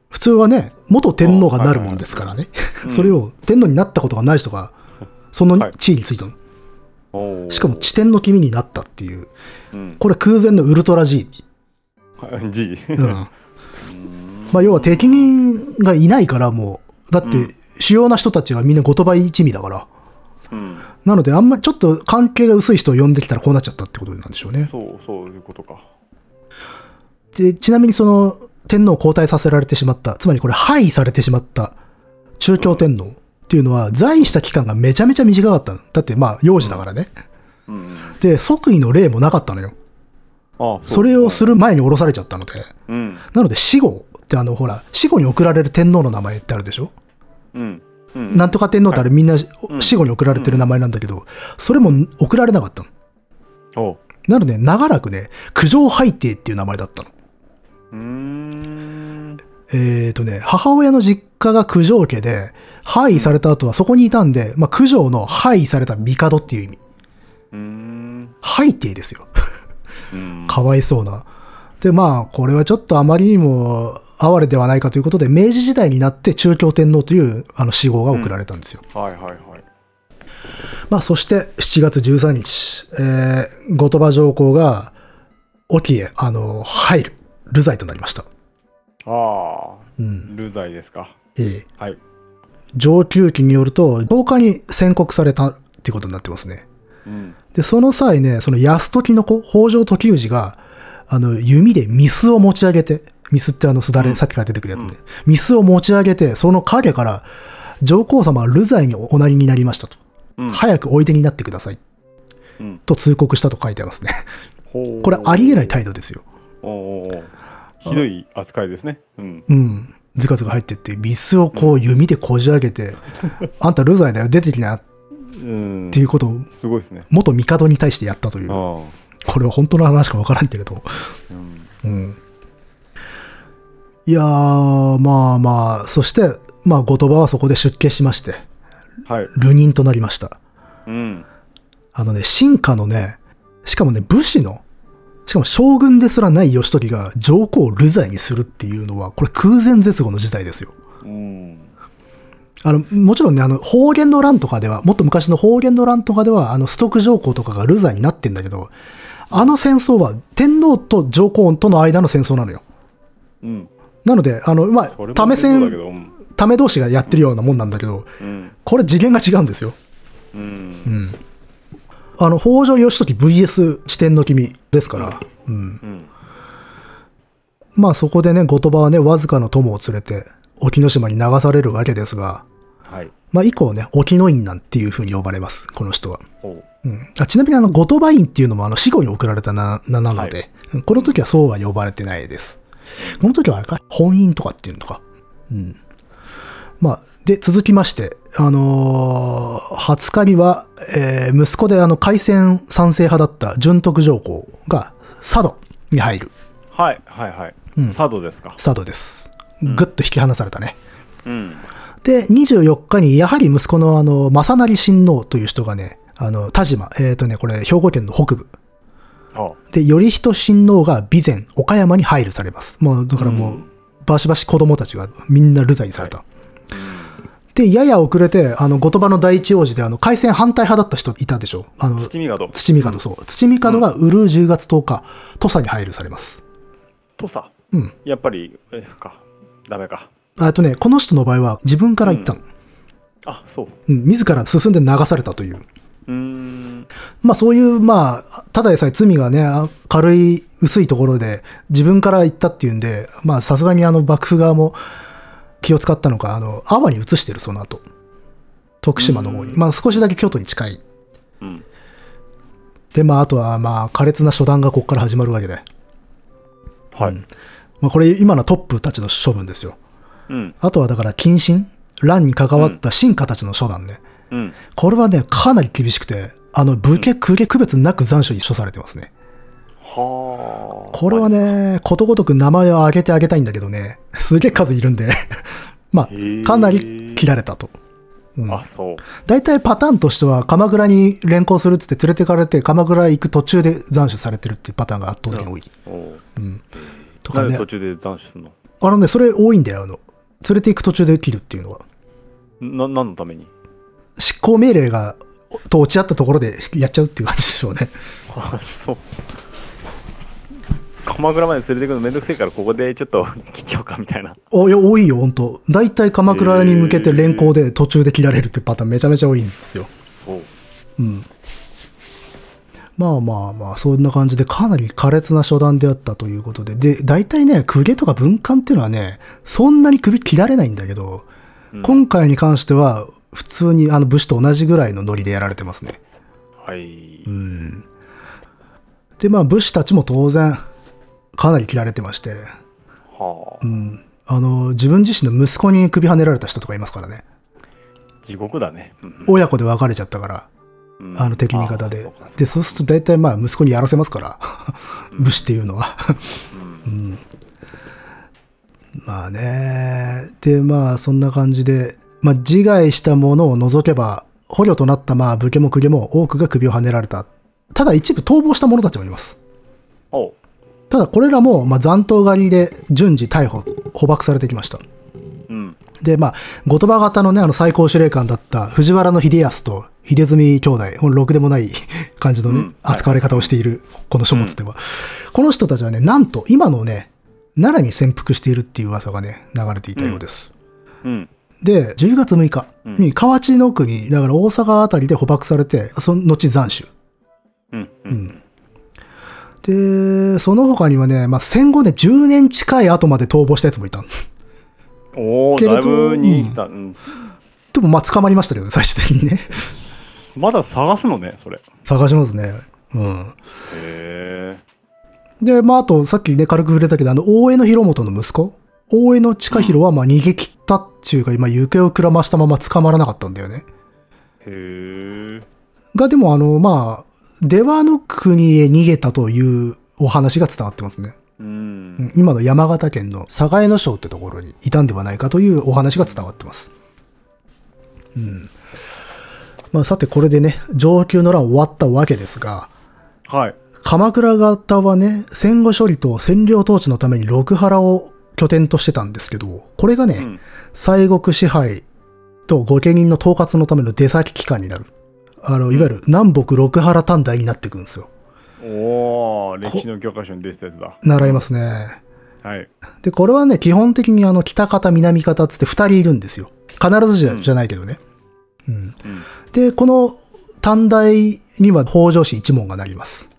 普通はね、元天皇がなるもんですからね。 うんそれを、天皇になったことがない人が、そのはい地位についたの。おーしかも、地天の君になったっていう。うん これ空前のウルトラ G。はい G うん。まあ、要は適任がいないから、もう、だって、主要な人たちはみんな後鳥羽一味だから。うんなので、あんまちょっと関係が薄い人を呼んできたらこうなっちゃったってことなんでしょうね。そうそういうことかでちなみにその天皇を交代させられてしまった、つまりこれ廃位されてしまった中京天皇っていうのは在位した期間がめちゃめちゃ短かったの。だってまあ幼児だからね。うんうんで、即位の例もなかったのよ。あそれをするる前に降ろされちゃったので。うんなので死後ってあのほら、死後に送られる天皇の名前ってあるでしょうんうんなんとか天皇ってあれみんなうん死後に送られてる名前なんだけど、それも送られなかったの。おうなので長らくね、九条拝帝っていう名前だったの。うーんえーとね、母親の実家が九条家で、廃位された後はそこにいたんで、まあ、九条の廃位された帝っていう意味。うーん。ハイティですよ。 うん。かわいそうな。で、まあ、これはちょっとあまりにも哀れではないかということで、明治時代になって中京天皇というあの死号が送られたんですよ。はいはいはい。まあ、そして7月13日、えー、後鳥羽上皇が沖へ、あの、入る、流罪となりました。ああ、うん。流罪ですか。えーはい。上級期によると、10日に宣告されたっていうことになってますね。うん。で、その際ね、その安時の子、北条時氏が、あの、弓でミスを持ち上げて、ミスってあの、すだれ、さっきから出てくるやつね。ミスを持ち上げて、その影から、上皇様は流罪におなりになりましたと。うん早くおいでになってください。うんと通告したと書いてありますね。ほうこれありえない態度ですよ。おうおうおうひどい扱いですね。うん。うん。ずかずか入ってって、ミスをこう弓でこじ上 げて、あんた流罪だよ、出てきな、っうんてい。うことを、すごいですね。元帝に対してやったという。あこれは本当の話かわからんけれど。あ。うん。うん。いやー、まあまあ、そして、まあ、後鳥羽はそこで出家しまして、はい。流人となりました。うん。あのね、進化のね、しかもね、武士の、しかも将軍ですらない義時が上皇を流罪にするっていうのは、これ空前絶後の事態ですよ。うん。あの、もちろんね、あの、方言の乱とかでは、もっと昔の方言の乱とかでは、あの、崇徳上皇とかが流罪になってんだけど、あの戦争は天皇と上皇との間の戦争なのよ。うん。なので、あの、まあ、それもためそうだ戦け、ど。うんため同士がやってるようなもんなんだけど、うん。これ次元が違うんですよ。うん。あの、北条義時 VS 地点の君ですから、うん。うん。まあそこでね、後鳥羽はね、わずかの友を連れて、沖ノ島に流されるわけですが、はい。まあ以降ね、沖ノ院なんていう風に呼ばれます、この人は。ほう。うん、あちなみにあの、後鳥羽院っていうのもあの、死後に送られたな、ななので、うんこの時はそうは呼ばれてないです。この時はあれか、本院とかっていうのか。うん。まあ、で、続きまして、あのー20日には、えー息子であの、海戦賛成派だった順徳上皇が、佐渡に入る。はいはいはい。佐渡ですか。佐渡です。ぐっと引き離されたね。うん。で、24日に、やはり息子のあの、正成親王という人がね、あの、田島、えっ、とね、これ、兵庫県の北部。あで、頼仁親王が備前、岡山に配慮されます。もう、だからもう、バシバシ子供たちがみんな流罪にされた。で、やや遅れて、あの、後鳥羽の第一王子で、あの、海戦反対派だった人いたでしょあの、土見門。土帝、そう。土帝がウルー10月10日、土佐に配慮されます。とさ、うん。やっぱり、え、そっか。ダメか。あとね、この人の場合は自分から言ったの。あ、そう。うん、自ら進んで流されたという。うーん。まあそういう、まあ、ただでさえ罪がね、あ軽い、薄いところで、自分から言ったっていうんで、まあさすがにあの幕府側も気を使ったのか、あの、阿波に移してる、その後。徳島の方に。まあ少しだけ京都に近い。うん。で、まああとは、まあ、苛烈な初段がここから始まるわけで。はい。まあこれ、今のトップたちの処分ですよ。うん。あとはだから、謹慎乱に関わった臣下たちの初段ね。うん。これはね、かなり厳しくて、あの、武家、公家区別なく残暑に処されてますね。はあ。これはね、ことごとく名前を挙げてあげたいんだけどね、 すげえ数いるんで、 まーあ、かなり切られたと。あ、そう。大体パターンとしては、鎌倉に連行するっつって連れてかれて、鎌倉行く途中で斬首されてるっていうパターンが圧倒的に多い。おうとかなんでね途。中で断酒するのあのね、それ多いんだよ、あの。連れて行く途中で切るっていうのは。な何のた めに執行命令が、と落ち合ったところでやっちゃうっていう感じでしょうね。 あそう鎌倉まで連れてくのめんどくせえからここでちょっと 切っちゃおうかみたいなおいや多いよ、本当大体鎌倉に向けて連行で途中で切られるっていうパターンめちゃめちゃ多いんですよ。そうまあまあまあ、そんな感じで、かなり苛烈な初段であったということで、で、大体ね、公家とか文官っていうのはね、そんなに首切られないんだけど、今回に関しては、普通にあの武士と同じぐらいのノリでやられてますね。はい、で、まあ武士たちも当然、かなり切られてまして、はあ、うんあの、自分自身の息子に首跳ねられた人とかいますからね。地獄だね、うん親子で別れちゃったから、うんあの敵味方あでそうか。で、そうすると大体まあ息子にやらせますから、武士っていうのは。うんまあね。で、まあそんな感じで、まあ、自害したものを除けば、捕虜となったまあ武家も公家も多くが首をはねられた。ただ一部逃亡した者たちもいます。おうただこれらもまあ残党狩りで順次逮捕、捕獲されてきました。うん。で、まあ、後鳥羽型のね、あの最高司令官だった藤原の秀康と秀住兄弟、ほんろくでもない感じのね、うん扱われ方をしている、この書物では、この人たちはね、なんと今のね、奈良に潜伏しているっていう噂がね、流れていたようです。うん。で、10月6日うんに河内の国、だから大阪あたりで捕獲されて、その後斬首。うん。う。うんんで、その他にはね、まあ、戦後ね、10年近い後まで逃亡したやつもいた。おお、けれだいどぶに来た、うんでも、まあ、捕まりましたけどね、最終的にね。まだ探すのね、それ。へ探しますね。うん。え。で、まあ、あと、さっきね、軽く触れたけど、あの、大江の広元の息子、大江の近広は、まあ、逃げ切ったっていうか、今、行方をくらましたまま捕まらなかったんだよね。へえ。が、でも、あの、まあ、出羽の国へ逃げたというお話が伝わってますね。う。うんん今の山形県の栄野省ってところにいたんではないかというお話が伝わってます。うん。まあ、さて、これでね、上級の乱終わったわけですが、はい。鎌倉方はね、戦後処理と占領統治のために六原を拠点としてたんですけど、これがね、うん。西国支配と御家人の統括のための出先機関になる。あの、いわゆる南北六原短大になっていくんですよ。おお、歴史の教科書に出てたやつだ。習いますね。はい。で、これはね、基本的にあの、北方、南方っつって二人いるんですよ。必ずじゃ,、うんじゃないけどね。うん。うん。で、この短大には北条氏一門がなります。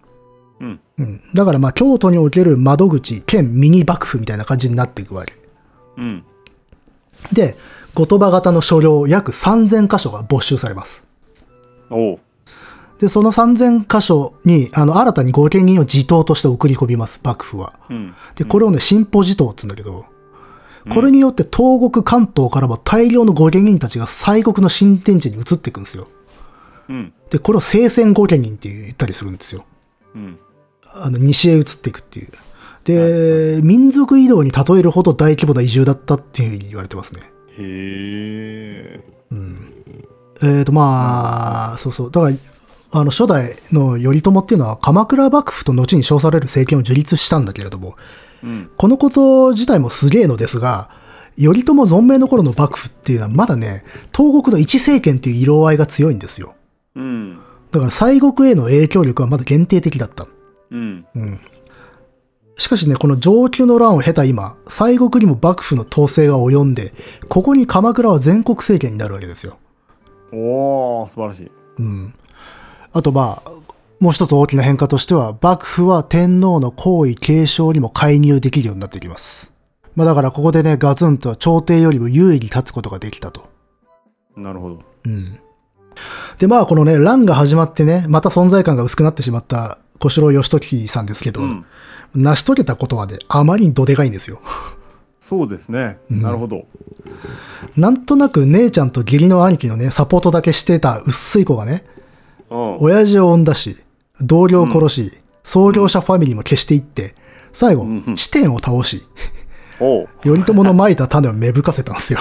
うん。うん。だからまあ、京都における窓口兼ミニ幕府みたいな感じになっていくわけ。うん。で、後鳥羽型の書領約3000箇所が没収されます。おお。で、その3000箇所に、あの、新たに御家人を地頭として送り込みます、幕府は。うん。で、これをね、進歩地頭って言うんだけど、これによって東国関東からも大量の御家人たちが西国の新天地に移っていくんですよ。うん。で、これを聖戦御家人って言ったりするんですよ。うん。あの、西へ移っていくっていう。で、民族移動に例えるほど大規模な移住だったっていうふうに言われてますね。へえ。えー、と、まあ、そうそう。だから、あの、初代の頼朝っていうのは、鎌倉幕府と後に称される政権を樹立したんだけれども、うん。このこと自体もすげえのですが、頼朝存命の頃の幕府っていうのは、まだね、東国の一政権っていう色合いが強いんですよ。うん。だから、西国への影響力はまだ限定的だった。うん。うん。しかしね、この上級の乱を経た今、西国にも幕府の統制が及んで、ここに鎌倉は全国政権になるわけですよ。おお、素晴らしい。うん。あとまあ、もう一つ大きな変化としては、幕府は天皇の皇位継承にも介入できるようになってきます。まあだからここでね、ガツンと朝廷よりも優位に立つことができたと。なるほど。うん。でまあこのね、乱が始まってね、また存在感が薄くなってしまった小四郎義時さんですけど、うん。成し遂げたことはね、あまりにどでかいんですよ。そうですね。うんなるほど。なんとなく姉ちゃんと義理の兄貴のね、サポートだけしてた薄い子がね、うん。親父を産んだし、同僚を殺し、創業者ファミリーも消していって、最後んう、ん地点を倒し、おお。頼朝の蒔いた種を芽吹かせたんですよ。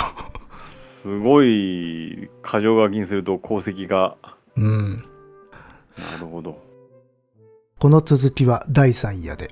すごい、過剰書きにすると功績が。うん。なるほど。この続きは第3夜で。